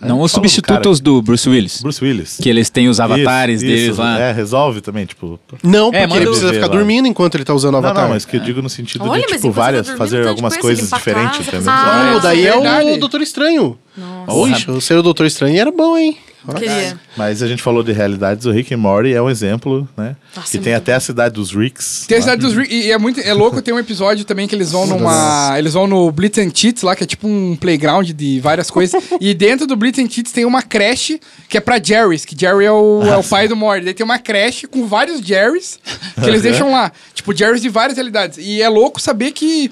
Speaker 2: Fala do
Speaker 3: os substitutos do Bruce Willis.
Speaker 2: Bruce Willis.
Speaker 3: Que eles têm os avatares
Speaker 2: Isso,
Speaker 3: deles
Speaker 2: isso,
Speaker 3: lá.
Speaker 2: É, resolve também, tipo.
Speaker 7: Não, porque
Speaker 3: É, manda
Speaker 7: ele
Speaker 3: eu
Speaker 7: precisa
Speaker 2: ver
Speaker 7: ficar
Speaker 2: lá.
Speaker 7: dormindo enquanto ele tá usando o
Speaker 2: Não,
Speaker 7: avatar.
Speaker 2: não, mas que eu digo no sentido
Speaker 5: é Olha,
Speaker 2: de,
Speaker 5: mas
Speaker 2: tipo,
Speaker 5: enquanto você tá
Speaker 2: várias,
Speaker 5: dormindo,
Speaker 2: fazer
Speaker 5: tem
Speaker 2: algumas
Speaker 5: coisa,
Speaker 2: coisas
Speaker 5: limpar a casa,
Speaker 2: diferentes.
Speaker 5: fazer-
Speaker 2: né?
Speaker 7: Ah,
Speaker 9: É,
Speaker 7: daí
Speaker 9: isso é
Speaker 7: é o
Speaker 9: verdade.
Speaker 7: Doutor Estranho. Nossa.
Speaker 2: Porra.
Speaker 7: o ser o Doutor Estranho era bom,
Speaker 9: [LAUGHS]
Speaker 7: hein?
Speaker 2: é
Speaker 5: Queria.
Speaker 2: Mas a gente falou de realidades, o Rick and Morty é um exemplo, né?
Speaker 5: Nossa,
Speaker 2: que
Speaker 5: é
Speaker 2: tem
Speaker 5: muito
Speaker 2: até a cidade dos Ricks.
Speaker 9: Tem a
Speaker 2: lá.
Speaker 9: cidade dos Re- e e é muito é louco, tem um episódio também que eles vão numa, eles vão no Blitz and Cheats lá, que é tipo um playground de várias coisas. e dentro do Blitz and Cheats tem uma creche que é pra Jerry's, que Jerry é o, é o pai do Morty. Daí tem uma creche com vários Jerry's que eles deixam lá, tipo Jerry's de várias realidades. E é louco saber que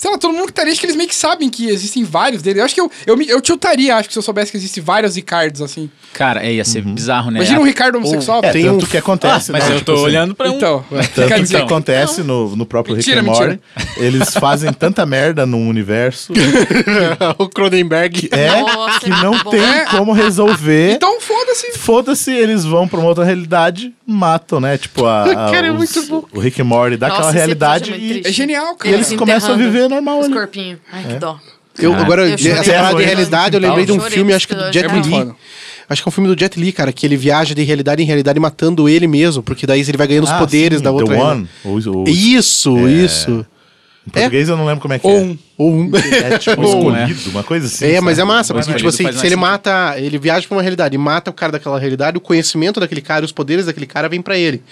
Speaker 9: Sei lá, todo mundo que tá ali, acho que eles meio que sabem que existem vários deles. Eu acho que eu, eu, me- eu tiltaria, acho que se eu soubesse que existem vários Ricardos, assim.
Speaker 3: Cara, é, ia ser bizarro, né?
Speaker 9: Imagina um Ricardo homossexual.
Speaker 2: É,
Speaker 9: tem um Ah,
Speaker 2: tanto que acontece,
Speaker 3: Mas
Speaker 2: né?
Speaker 3: eu
Speaker 2: Tipo
Speaker 3: tô
Speaker 2: assim,
Speaker 3: olhando pra um.
Speaker 9: Então,
Speaker 2: Tanto
Speaker 9: quer
Speaker 2: que
Speaker 9: dizer,
Speaker 2: acontece no, no próprio
Speaker 9: Mentira,
Speaker 2: Rick and Morty. Eles fazem tanta merda num
Speaker 9: [LAUGHS]
Speaker 2: universo
Speaker 7: o Cronenberg.
Speaker 2: é,
Speaker 5: Nossa,
Speaker 2: que
Speaker 5: é muito
Speaker 2: não
Speaker 5: bom.
Speaker 2: tem
Speaker 9: É.
Speaker 2: como resolver.
Speaker 9: então foda-se.
Speaker 2: Foda-se, eles vão pra uma outra realidade, matam, né? Tipo, a,
Speaker 7: [LAUGHS]
Speaker 2: a-
Speaker 7: Cara, é
Speaker 2: os-
Speaker 7: muito bom.
Speaker 2: o Rick and Morty daquela
Speaker 5: Nossa, esse
Speaker 2: realidade
Speaker 5: episódio é muito
Speaker 2: e
Speaker 5: triste.
Speaker 9: É genial, cara.
Speaker 2: eles começam a
Speaker 5: enterrando
Speaker 2: viver normal
Speaker 5: Os
Speaker 2: ali.
Speaker 5: corpinhos. Ai, que dó.
Speaker 7: Eu,
Speaker 2: Ah.
Speaker 7: agora,
Speaker 5: Eu chorei.
Speaker 7: essa parada de
Speaker 2: Terror.
Speaker 7: realidade,
Speaker 2: Então,
Speaker 7: eu lembrei de um
Speaker 5: Chorei
Speaker 7: filme,
Speaker 5: nesse
Speaker 7: acho que do
Speaker 5: episódio.
Speaker 7: Jet
Speaker 9: É muito
Speaker 7: Li.
Speaker 9: foda.
Speaker 7: Acho que é um filme do Jet Li, cara, que ele viaja de realidade em realidade matando ele mesmo, porque daí ele vai ganhando os
Speaker 2: Ah,
Speaker 7: poderes
Speaker 2: sim,
Speaker 7: da outra.
Speaker 2: The
Speaker 7: realidade.
Speaker 2: One, ou- ou-
Speaker 7: Isso, isso.
Speaker 2: Em português eu não lembro como é que
Speaker 9: Ou
Speaker 2: é.
Speaker 9: um.
Speaker 7: Ou um. [LAUGHS] né?
Speaker 2: É tipo
Speaker 3: Ou um, é.
Speaker 2: escolhido, uma coisa assim.
Speaker 7: É, mas é
Speaker 2: sabe?
Speaker 7: massa, porque,
Speaker 3: Mas escolhido
Speaker 7: tipo assim,
Speaker 3: faz mais
Speaker 7: se ele
Speaker 3: sentido.
Speaker 7: mata, ele viaja pra uma realidade, e mata o cara daquela realidade, o conhecimento daquele cara, os poderes daquele cara vem pra ele.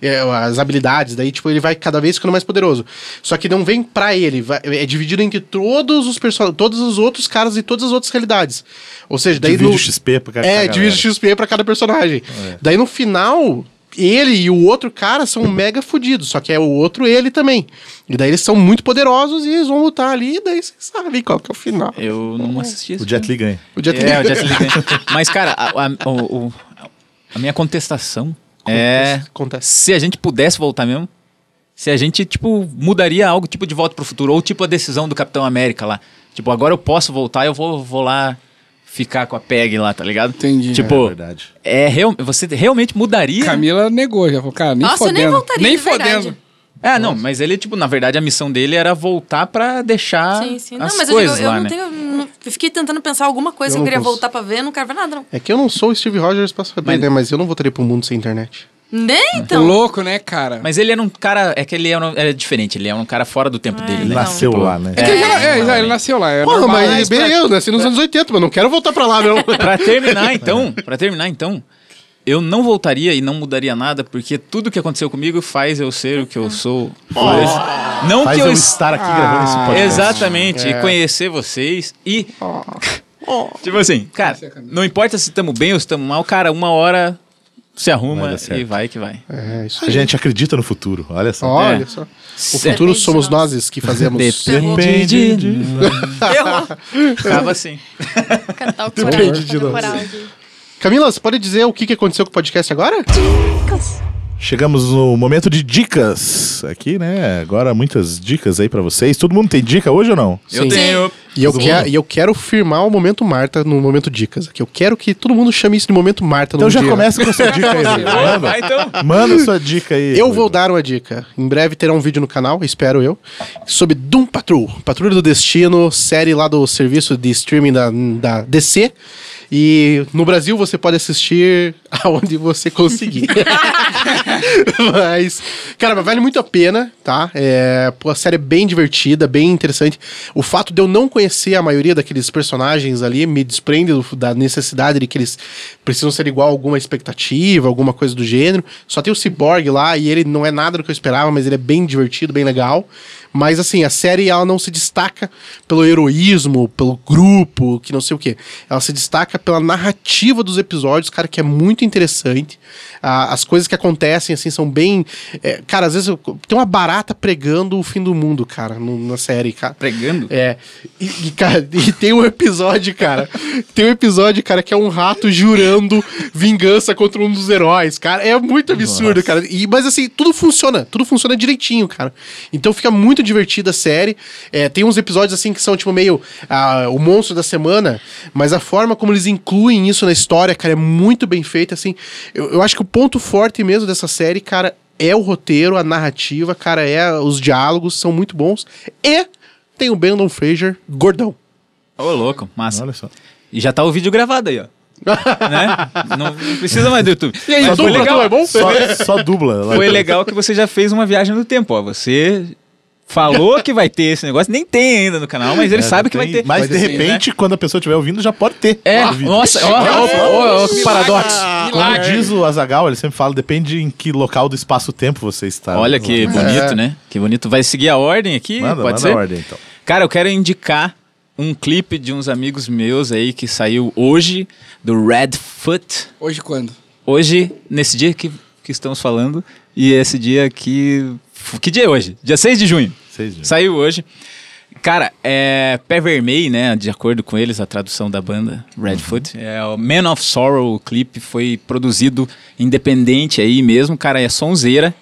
Speaker 7: É, as habilidades, daí, tipo, ele vai cada vez ficando mais poderoso. Só que não vem pra ele, vai- é dividido entre todos os perso- todos os outros caras de todas as outras realidades. Ou seja, daí
Speaker 2: Divide
Speaker 7: no-
Speaker 2: o XP pra cada-
Speaker 7: É,
Speaker 2: pra
Speaker 7: divide o
Speaker 2: galera. É.
Speaker 7: XP pra cada personagem. Daí no final, ele e o outro cara são mega fudidos, só que é o outro ele também. E daí eles são muito poderosos e eles vão lutar ali, e daí vocês sabem qual que é o final.
Speaker 3: Eu não assisti isso.
Speaker 2: O Jet Li ganha.
Speaker 7: O Jet Li.
Speaker 3: É, o
Speaker 7: [LAUGHS]
Speaker 3: Jet Li ganha. Mas, cara, a, a- o- o- a minha contestação é.
Speaker 7: Acontece.
Speaker 3: Se a gente pudesse voltar mesmo. Se a gente, tipo, mudaria algo, tipo, de volta pro futuro. Ou, tipo, a decisão do Capitão América lá. Tipo, agora eu posso voltar, eu vou, vou lá ficar com a PEG lá, tá ligado?
Speaker 9: Entendi.
Speaker 2: É
Speaker 3: Tipo,
Speaker 2: verdade.
Speaker 3: é, real, você realmente mudaria.
Speaker 9: Camila negou, já falou, cara, nem
Speaker 5: Nossa, eu
Speaker 9: fodendo.
Speaker 5: nem voltaria,
Speaker 9: Nem
Speaker 5: de verdade.
Speaker 9: fodendo.
Speaker 3: É, não, mas ele, tipo, na verdade a missão dele era voltar pra deixar
Speaker 5: Sim, sim.
Speaker 3: Ah, as
Speaker 5: Não, mas eu, digo,
Speaker 3: coisas
Speaker 5: eu
Speaker 3: lá,
Speaker 5: não
Speaker 3: né?
Speaker 5: tenho. não- eu fiquei tentando pensar alguma coisa
Speaker 7: Eu
Speaker 5: que eu
Speaker 7: não
Speaker 5: queria
Speaker 7: consigo.
Speaker 5: voltar pra ver, não quero ver nada, não.
Speaker 7: É que eu não sou o Steve Rogers pra saber,
Speaker 3: Mas-
Speaker 7: né? Mas eu não voltaria pro mundo sem internet.
Speaker 5: Nem então.
Speaker 9: Louco, né, cara?
Speaker 3: Mas ele era um cara, é que ele era, era diferente, ele era um cara fora do
Speaker 5: Ah,
Speaker 3: tempo dele, né?
Speaker 5: então.
Speaker 2: Nasceu
Speaker 3: Tipo,
Speaker 2: lá, né?
Speaker 9: É que ele, já- é, já- ele nasceu lá. É
Speaker 7: Porra,
Speaker 9: normal.
Speaker 7: mas bem, eu nasci nos anos 80, mas não quero voltar pra lá, [LAUGHS] não.
Speaker 3: Pra terminar então, pra terminar então, eu não voltaria e não mudaria nada porque tudo que aconteceu comigo faz eu ser o que eu sou. Faz-
Speaker 7: um
Speaker 3: não
Speaker 2: Faz
Speaker 3: que
Speaker 2: eu
Speaker 3: eu
Speaker 2: estar aqui gravando esse
Speaker 7: Ah,
Speaker 2: podcast.
Speaker 3: Exatamente, e conhecer vocês e [LAUGHS] Tipo assim, cara, não importa se estamos bem ou se estamos mal, cara, uma hora se
Speaker 2: Vai
Speaker 3: arruma
Speaker 2: dar certo.
Speaker 3: e vai que vai.
Speaker 7: É, isso
Speaker 2: A
Speaker 7: aí.
Speaker 2: gente acredita no futuro, olha só.
Speaker 7: Olha
Speaker 3: É.
Speaker 7: só. O
Speaker 3: Cê-
Speaker 7: futuro
Speaker 5: Depende
Speaker 7: somos
Speaker 5: de nós.
Speaker 7: nós que [LAUGHS] fazemos.
Speaker 3: Depende de
Speaker 5: Errou.
Speaker 3: Ficava assim.
Speaker 6: Cantar o coral.
Speaker 7: de
Speaker 6: fazer o
Speaker 7: nós.
Speaker 6: coral de-
Speaker 7: Camila, você pode dizer o que que aconteceu com o podcast agora?
Speaker 2: Chegamos no momento de dicas aqui, né? Agora muitas dicas aí pra vocês. Todo mundo tem dica hoje ou não?
Speaker 3: Eu tenho.
Speaker 7: E eu,
Speaker 2: Todo
Speaker 7: quer,
Speaker 2: mundo?
Speaker 7: e eu quero firmar o momento Marta no momento dicas aqui. Eu quero que todo mundo chame isso de momento Marta no
Speaker 2: Então já
Speaker 7: dia.
Speaker 2: começa com a sua
Speaker 7: [LAUGHS]
Speaker 2: dica aí, Zé. Manda.
Speaker 3: Vai então.
Speaker 2: Manda sua dica aí.
Speaker 7: Eu vou dar uma dica. Em breve terá um vídeo no canal, espero eu, sobre Doom Patrol, Patrulha do Destino, série lá do serviço de streaming da, da DC. E no Brasil você pode assistir [LAUGHS] aonde você conseguir. [LAUGHS] mas, cara, mas vale muito a pena, tá? É, pô, a série é bem divertida, bem interessante. O fato de eu não conhecer a maioria daqueles personagens ali me desprende do- da necessidade de que eles precisam ser igual a alguma expectativa, alguma coisa do gênero. Só tem o Cyborg lá e ele não é nada do que eu esperava, mas ele é bem divertido, bem legal. Mas assim, a série ela não se destaca pelo heroísmo, pelo grupo, que não sei o quê. Ela se destaca pela narrativa dos episódios, cara, que é muito interessante. Ah, as coisas que acontecem, assim, são bem. é, cara, às vezes eu- tem uma barata pregando o fim do mundo, cara, no- na série, cara.
Speaker 3: Pregando?
Speaker 7: É. E, e, cara, [LAUGHS] e tem um episódio, cara. Tem um episódio, cara, que é um rato jurando vingança contra um dos heróis, cara. É muito absurdo, cara. E, mas assim, tudo funciona. Tudo funciona direitinho, cara. Então fica muito divertida a série. É, tem uns episódios, assim, que são, tipo, meio ah, o monstro da semana. Mas a forma como eles incluem isso na história, cara, é muito bem feita, assim. Eu, eu acho que o ponto forte mesmo dessa série, cara. É o roteiro, a narrativa, cara, é os diálogos são muito bons. E tem o Brandon Fraser gordão.
Speaker 3: Ô, louco, massa.
Speaker 2: Olha só.
Speaker 3: E já tá o vídeo gravado [LAUGHS] aí, ó. né? Não não precisa mais do YouTube. E aí,
Speaker 7: dupla, tu é bom?
Speaker 2: Só, só dubla. lá.
Speaker 3: Foi legal que você já fez uma viagem no tempo, ó. Você falou que vai ter esse negócio, nem tem ainda no canal, mas ele
Speaker 2: É,
Speaker 3: sabe
Speaker 2: não
Speaker 3: que vai
Speaker 2: tem-
Speaker 3: ter.
Speaker 2: Mas de
Speaker 3: Tem, né?
Speaker 2: repente, quando a pessoa estiver ouvindo, já pode ter.
Speaker 3: É,
Speaker 2: o vídeo.
Speaker 3: nossa, ó, ó, ó, ó, que paradoxo.
Speaker 9: é,
Speaker 2: Como diz o Azagal, ele sempre fala, depende em que local do espaço-tempo você está.
Speaker 3: Olha que bonito, né? Que bonito. Vai seguir a ordem aqui?
Speaker 2: É. Manda,
Speaker 3: pode
Speaker 2: manda
Speaker 3: ser?
Speaker 2: a ordem, então.
Speaker 3: Cara, eu quero indicar um clipe de uns amigos meus aí que saiu hoje, do Redfoot.
Speaker 9: Hoje quando?
Speaker 3: Hoje, nesse dia que, que estamos falando, e esse dia que. Que dia é hoje? Dia 6 de junho.
Speaker 2: Seis de-
Speaker 3: Saiu hoje. Cara, é Pé Vermelho, né? De acordo com eles, a tradução da banda
Speaker 2: Uhum.
Speaker 3: Redfoot. É o Man of Sorrow, o clipe foi produzido independente aí mesmo. Cara, é sonzeira.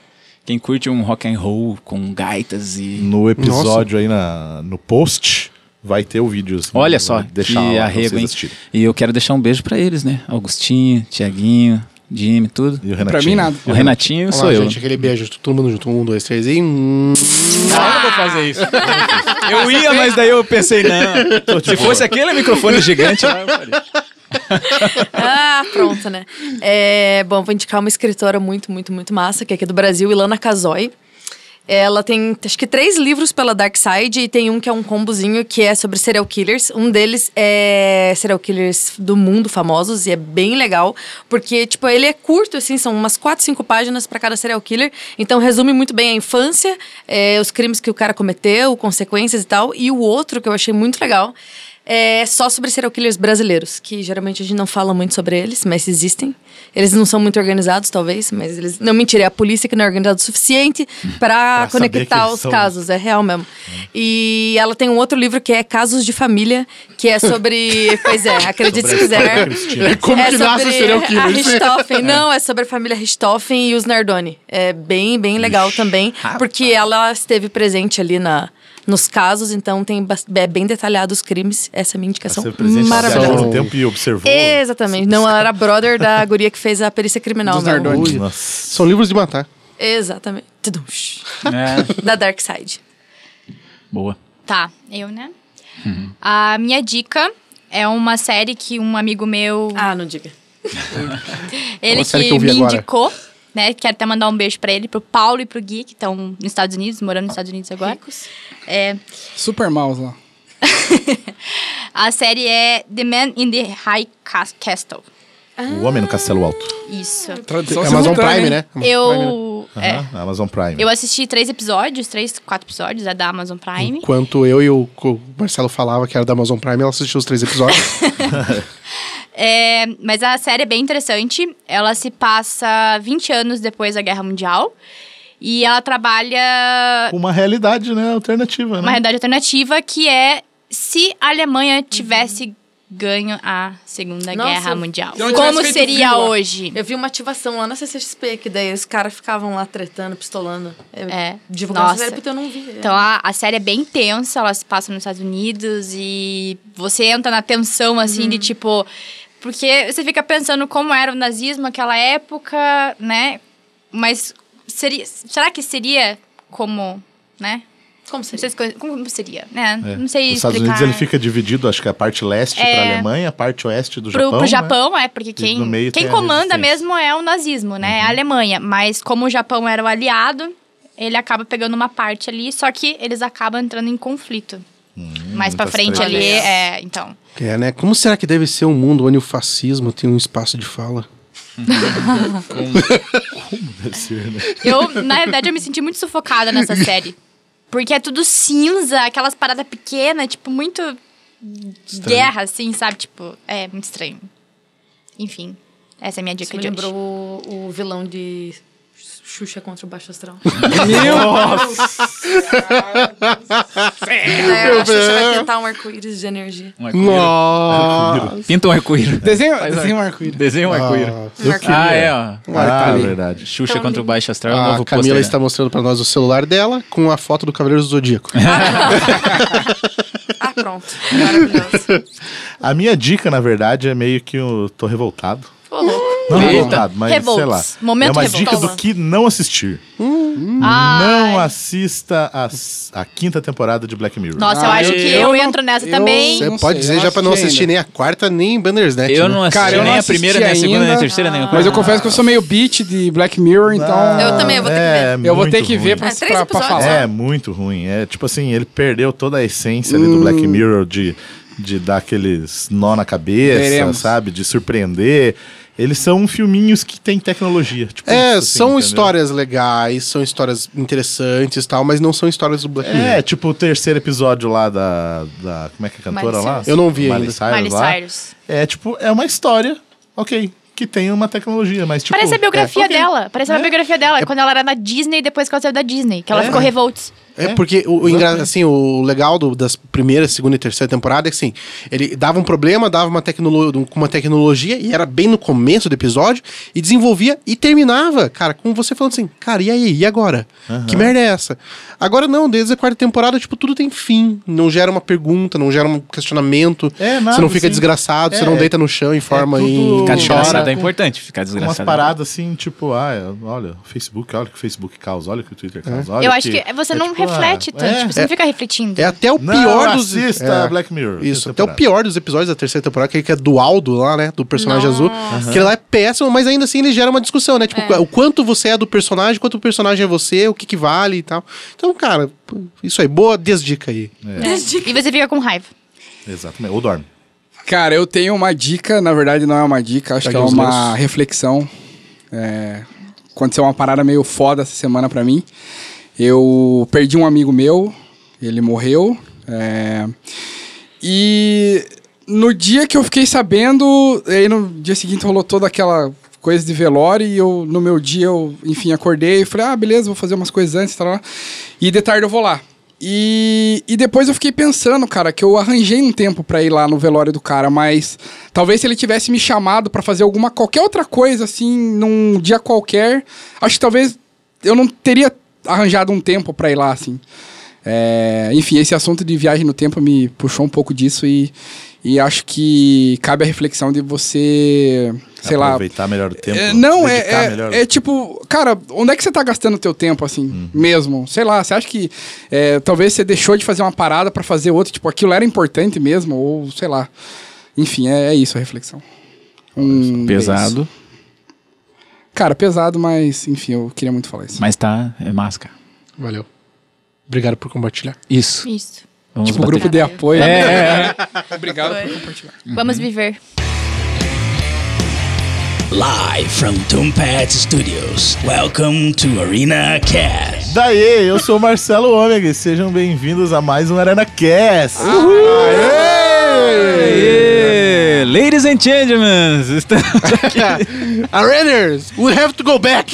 Speaker 3: Quem curte um rock and roll com gaitas e.
Speaker 2: No episódio aí na, no post, vai ter o vídeo. assim,
Speaker 3: Olha
Speaker 2: vou
Speaker 3: só,
Speaker 2: deixar lá
Speaker 3: que
Speaker 2: pra
Speaker 3: arrego,
Speaker 2: vocês
Speaker 3: hein?
Speaker 2: assistirem.
Speaker 3: E eu quero deixar um beijo pra eles, né? Augustinho, Tiaguinho, Jimmy, tudo.
Speaker 2: E o
Speaker 9: Pra mim
Speaker 2: Renatinho.
Speaker 9: nada.
Speaker 3: O Renatinho sou
Speaker 7: Olha lá,
Speaker 3: eu.
Speaker 7: gente, aquele beijo. Todo mundo junto. Um, dois, três e... hum.
Speaker 9: Ah, eu vou fazer isso.
Speaker 3: Eu ia, mas daí eu pensei, não. Se fosse aquele microfone [LAUGHS] gigante, lá, eu faria.
Speaker 5: Ah, pronto, né? É, bom, vou indicar uma escritora muito, muito, muito massa, que é aqui do Brasil, Ilana Casoy. Ela tem, acho que, três livros pela Dark Side e tem um que é um combozinho que é sobre serial killers. Um deles é serial killers do mundo famosos e é bem legal, porque, tipo, ele é curto, assim, são umas quatro, cinco páginas para cada serial killer. Então, resume muito bem a infância, é, os crimes que o cara cometeu, consequências e tal. E o outro que eu achei muito legal é só sobre serial killers brasileiros, que geralmente a gente não fala muito sobre eles, mas existem. Eles não são muito organizados, talvez, mas eles. Não, mentira, é a polícia que não é organizada o suficiente
Speaker 2: saber
Speaker 5: para
Speaker 2: que
Speaker 5: conectar
Speaker 2: eles
Speaker 5: os
Speaker 2: são.
Speaker 5: casos, é real mesmo. E ela tem um outro livro que é Casos de Família, que é
Speaker 2: [LAUGHS]
Speaker 5: sobre. pois é, acredite se quiser.
Speaker 7: É como que nasce o serial
Speaker 5: a
Speaker 7: killer. isso é- [LAUGHS]
Speaker 5: Richthofen. Não, é sobre a família Richthofen e os Nardoni. É bem, bem legal também, porque ela esteve presente ali na, nos casos, então tem bas- é bem detalhado os crimes. Essa é a minha indicação.
Speaker 2: Você presente
Speaker 5: Maravilhosa.
Speaker 2: no tempo e observou.
Speaker 5: Exatamente. Não, ela era brother da guria que fez a perícia criminal.
Speaker 9: Dos
Speaker 5: mesmo.
Speaker 9: Nardoni.
Speaker 7: Ui,
Speaker 2: Nossa.
Speaker 7: São livros de matar.
Speaker 5: Exatamente. Tudumsh.
Speaker 3: É,
Speaker 5: Da Dark Side.
Speaker 3: boa.
Speaker 6: Tá, eu, né? A minha dica é uma série que um amigo meu,
Speaker 5: Ah, não diga.
Speaker 6: ele
Speaker 7: uma série
Speaker 6: que,
Speaker 7: que eu vi
Speaker 6: me
Speaker 7: agora.
Speaker 6: indicou, né? Quero até mandar um beijo pra ele, pro Paulo e pro Gui, que estão nos Estados Unidos, morando nos Estados Unidos agora. É, [LAUGHS]
Speaker 9: Super mouse lá.
Speaker 6: a série é The Man in the High Cas- Castle.
Speaker 2: O Homem no Castelo Alto.
Speaker 6: Isso.
Speaker 9: Tradução
Speaker 7: Amazon
Speaker 9: simultânea,
Speaker 7: Prime,
Speaker 9: hein?
Speaker 7: né?
Speaker 6: Eu.
Speaker 2: Aham,
Speaker 6: é,
Speaker 2: Amazon Prime.
Speaker 6: eu assisti três episódios, três, quatro episódios, é da Amazon
Speaker 7: Hum,
Speaker 6: Prime.
Speaker 7: Enquanto eu e o co- Marcelo falava que era da Amazon Prime, ela assistiu os três episódios.
Speaker 6: É, mas a série é bem interessante. Ela se passa 20 anos depois da Guerra Mundial. E ela trabalha
Speaker 2: Uma realidade, né? Alternativa,
Speaker 6: uma
Speaker 2: né?
Speaker 6: realidade alternativa que é se a Alemanha tivesse ganho a Segunda
Speaker 5: Nossa,
Speaker 6: Guerra
Speaker 5: eu-
Speaker 6: Mundial.
Speaker 9: Se eu não tivesse
Speaker 6: Como
Speaker 9: feito
Speaker 6: seria
Speaker 9: vírgula.
Speaker 6: hoje?
Speaker 5: Eu vi uma ativação lá na CCXP, que daí os caras ficavam lá tretando, pistolando. Eu
Speaker 6: É.
Speaker 5: Divulgando essa
Speaker 6: Nossa.
Speaker 5: série porque eu não vi.
Speaker 6: Então a, a série é bem tensa, ela se passa nos Estados Unidos e você entra na tensão assim de tipo. Porque você fica pensando como era o nazismo naquela época, né? Mas seria, será que seria como, né?
Speaker 5: Como
Speaker 6: Não
Speaker 5: seria?
Speaker 6: sei se coi- como seria, né?
Speaker 2: É.
Speaker 6: Não sei
Speaker 2: Os
Speaker 6: explicar.
Speaker 2: Estados Unidos ele fica dividido, acho que é a parte leste para pra
Speaker 6: É.
Speaker 2: Alemanha, a parte oeste do
Speaker 6: pro
Speaker 2: Japão. né?
Speaker 6: Japão, pro Japão é porque quem,
Speaker 2: no meio
Speaker 6: quem
Speaker 2: tem a
Speaker 6: comanda
Speaker 2: resistência. Uhum.
Speaker 6: mesmo é o nazismo, né? É a Alemanha. Mas como o Japão era o aliado, ele acaba pegando uma parte ali, só que eles acabam entrando em conflito. Mais pra
Speaker 2: Hum, muitas
Speaker 6: frente
Speaker 2: trevas.
Speaker 6: ali, é, então.
Speaker 7: [LAUGHS] É, né? Como será que deve ser um mundo onde o fascismo tem um espaço de fala?
Speaker 2: Deve ser, né?
Speaker 6: Eu, na verdade, eu me senti muito
Speaker 2: [LAUGHS]
Speaker 6: sufocada nessa série. Porque é tudo cinza, aquelas paradas pequenas, tipo, muito guerra, assim, sabe? Tipo, é muito estranho. Enfim, essa é a minha
Speaker 5: Isso
Speaker 6: dica
Speaker 5: me
Speaker 6: de hoje.
Speaker 5: lembrou o, o vilão de Xuxa contra o Baixo Astral. é, a Xuxa vai tentar um arco-íris de energia.
Speaker 3: Um arco-íris.
Speaker 7: Nossa!
Speaker 3: Pinta um arco-íris.
Speaker 9: Desenho, desenho um arco-íris.
Speaker 3: Desenha um arco-íris.
Speaker 5: Um arco-íris.
Speaker 3: Ah, é, ó.
Speaker 2: Ah, verdade.
Speaker 3: Xuxa contra o Baixo Astral é
Speaker 9: Ah,
Speaker 3: um
Speaker 7: A
Speaker 3: novo
Speaker 7: Camila
Speaker 3: pôster,
Speaker 7: está mostrando pra nós o celular dela com a foto do Cavaleiro do [LAUGHS] Zodíaco.
Speaker 5: Ah, pronto. Maravilhoso.
Speaker 2: A minha dica, na verdade, é meio que eu tô revoltado.
Speaker 5: Ô, louco.
Speaker 2: Não é
Speaker 3: Eita.
Speaker 2: revoltado, mas sei lá.
Speaker 6: Revolts. Momento
Speaker 2: é uma
Speaker 6: revolta.
Speaker 2: dica do que não assistir. Não assista a, s- a quinta temporada de Black Mirror.
Speaker 6: Nossa, eu
Speaker 9: Ah,
Speaker 6: acho que
Speaker 9: eu
Speaker 6: eu,
Speaker 9: não-
Speaker 6: entro nessa
Speaker 9: eu
Speaker 6: também.
Speaker 9: não
Speaker 7: Você pode
Speaker 9: sei,
Speaker 7: dizer
Speaker 9: eu
Speaker 7: já pra não
Speaker 9: assisti
Speaker 7: assistir
Speaker 9: ainda.
Speaker 7: nem a quarta, nem Bandersnet.
Speaker 3: Eu
Speaker 7: né?
Speaker 3: não assisti
Speaker 9: Cara, eu não
Speaker 3: nem a
Speaker 9: assisti
Speaker 3: primeira, nem a segunda, nem a
Speaker 9: ainda.
Speaker 3: terceira, nem a quarta.
Speaker 9: Mas eu confesso que eu sou meio beat de Black Mirror, então.
Speaker 5: Ah. Eu também vou ter que
Speaker 2: É
Speaker 9: Eu vou ter
Speaker 2: muito
Speaker 9: que ver
Speaker 2: ruim.
Speaker 9: pra,
Speaker 5: É, três
Speaker 9: pra, pra
Speaker 5: episódios,
Speaker 9: falar.
Speaker 2: É muito ruim. É tipo assim, ele perdeu toda a essência ali do
Speaker 7: Hum.
Speaker 2: Black Mirror de, de dar aqueles nó na cabeça,
Speaker 9: Veremos.
Speaker 2: sabe? De surpreender. Eles são filminhos que têm tecnologia. Tipo
Speaker 7: É,
Speaker 2: isso, assim,
Speaker 7: são
Speaker 2: entendeu?
Speaker 7: histórias legais, são histórias interessantes e tal, mas não são histórias do Black Mirror.
Speaker 2: É, tipo o terceiro episódio lá da. da como é que é a cantora
Speaker 5: Miley
Speaker 2: lá?
Speaker 5: Cyrus.
Speaker 7: Eu não vi
Speaker 2: Miley
Speaker 7: ainda.
Speaker 2: Cyrus
Speaker 6: Miley
Speaker 2: lá.
Speaker 6: Cyrus.
Speaker 2: É tipo, é uma história, ok, que tem uma tecnologia, mas tipo.
Speaker 6: Parece a biografia
Speaker 2: é, ok.
Speaker 6: dela. Parece a biografia dela. Quando ela era na Disney e depois que ela saiu da Disney. Que ela ficou revolts.
Speaker 7: É, porque o, o engra- assim, o legal do- das primeiras, segunda e terceira temporada é que assim, ele dava um problema, dava uma, tecnolo um- com uma tecnologia, e era bem no começo do episódio, e desenvolvia e terminava, cara, com você falando assim, cara, e aí, e agora? Que merda é essa? Agora não, desde a quarta temporada, tipo, tudo tem fim. Não gera uma pergunta, não gera um questionamento.
Speaker 2: É, nada,
Speaker 7: você não fica
Speaker 2: assim.
Speaker 7: desgraçado,
Speaker 2: É,
Speaker 7: você não
Speaker 2: é-
Speaker 7: deita no chão e forma
Speaker 2: tudo-
Speaker 7: em.
Speaker 3: Ficar
Speaker 2: Chora.
Speaker 3: desgraçado é importante, ficar
Speaker 2: Umas
Speaker 3: desgraçado. né?
Speaker 2: paradas assim, tipo, ah, olha, o Facebook, olha o que o Facebook causa, olha o que o Twitter causa. Olha
Speaker 6: eu
Speaker 2: o
Speaker 6: acho que você
Speaker 2: é
Speaker 6: não
Speaker 2: tipo, ah,
Speaker 6: reflete tanto.
Speaker 2: é.
Speaker 6: tipo, você não fica refletindo.
Speaker 7: É até o
Speaker 2: Não
Speaker 7: pior dos.
Speaker 2: assista
Speaker 7: é.
Speaker 2: Black Mirror.
Speaker 7: Isso,
Speaker 2: essa
Speaker 7: até o
Speaker 2: temporada.
Speaker 7: pior dos episódios da terceira temporada, que é- que é do Aldo lá, né? Do personagem azul. Que lá é péssimo, mas ainda assim ele gera uma discussão, né? Tipo, o quanto você é do personagem, quanto o personagem é você, o que, que vale e tal. Então, cara, pô, isso aí, boa desdica aí.
Speaker 2: É.
Speaker 6: E você fica com raiva.
Speaker 2: Exatamente, ou dorme.
Speaker 9: Cara, eu tenho uma dica, na verdade não é uma dica, acho
Speaker 7: Pegue
Speaker 9: que é
Speaker 7: os
Speaker 9: uma
Speaker 7: meus.
Speaker 9: reflexão. É, aconteceu uma parada meio foda essa semana pra mim. Eu perdi um amigo meu, ele morreu. é, e no dia que eu fiquei sabendo, aí no dia seguinte rolou toda aquela coisa de velório e eu, no meu dia, eu, enfim, acordei e falei, ah, beleza, vou fazer umas coisas antes, tá lá. E de tarde eu vou lá. E, e depois eu fiquei pensando, cara, que eu arranjei um tempo pra ir lá no velório do cara, mas talvez se ele tivesse me chamado pra fazer alguma qualquer outra coisa assim num dia qualquer, acho que talvez eu não teria arranjado um tempo pra ir lá assim. É, enfim, esse assunto de viagem no tempo me puxou um pouco disso e, e acho que cabe a reflexão de você, sei lá,
Speaker 2: Aproveitar melhor o tempo.
Speaker 9: é, não, é,
Speaker 2: dedicar
Speaker 9: é-
Speaker 2: melhor o
Speaker 9: é tipo, cara, onde é que você tá gastando o teu tempo, assim, mesmo? Sei lá, você acha que é, talvez você deixou de fazer uma parada pra fazer outra, tipo, aquilo era importante mesmo, ou sei lá. Enfim, é, é isso a reflexão. Um beijo.
Speaker 3: Pesado,
Speaker 9: Cara, pesado, mas enfim, eu queria muito falar isso.
Speaker 3: mas tá, é máscara.
Speaker 7: Valeu. Obrigado por compartilhar.
Speaker 3: Isso.
Speaker 6: Isso.
Speaker 3: Vamos
Speaker 9: tipo,
Speaker 3: bater.
Speaker 9: grupo de apoio.
Speaker 3: É, é,
Speaker 9: [LAUGHS]
Speaker 3: é.
Speaker 9: Obrigado por
Speaker 5: Foi.
Speaker 9: compartilhar.
Speaker 6: Vamos
Speaker 2: Uhum.
Speaker 6: viver.
Speaker 1: Live from Tombat Studios. Welcome to Arena Cast.
Speaker 2: Daí, eu sou o Marcelo Ômega e sejam bem-vindos a mais um Arena Cast. Uhul!
Speaker 3: Aê! Ladies and gentlemen, estamos aqui.
Speaker 7: Areners, we have to go back!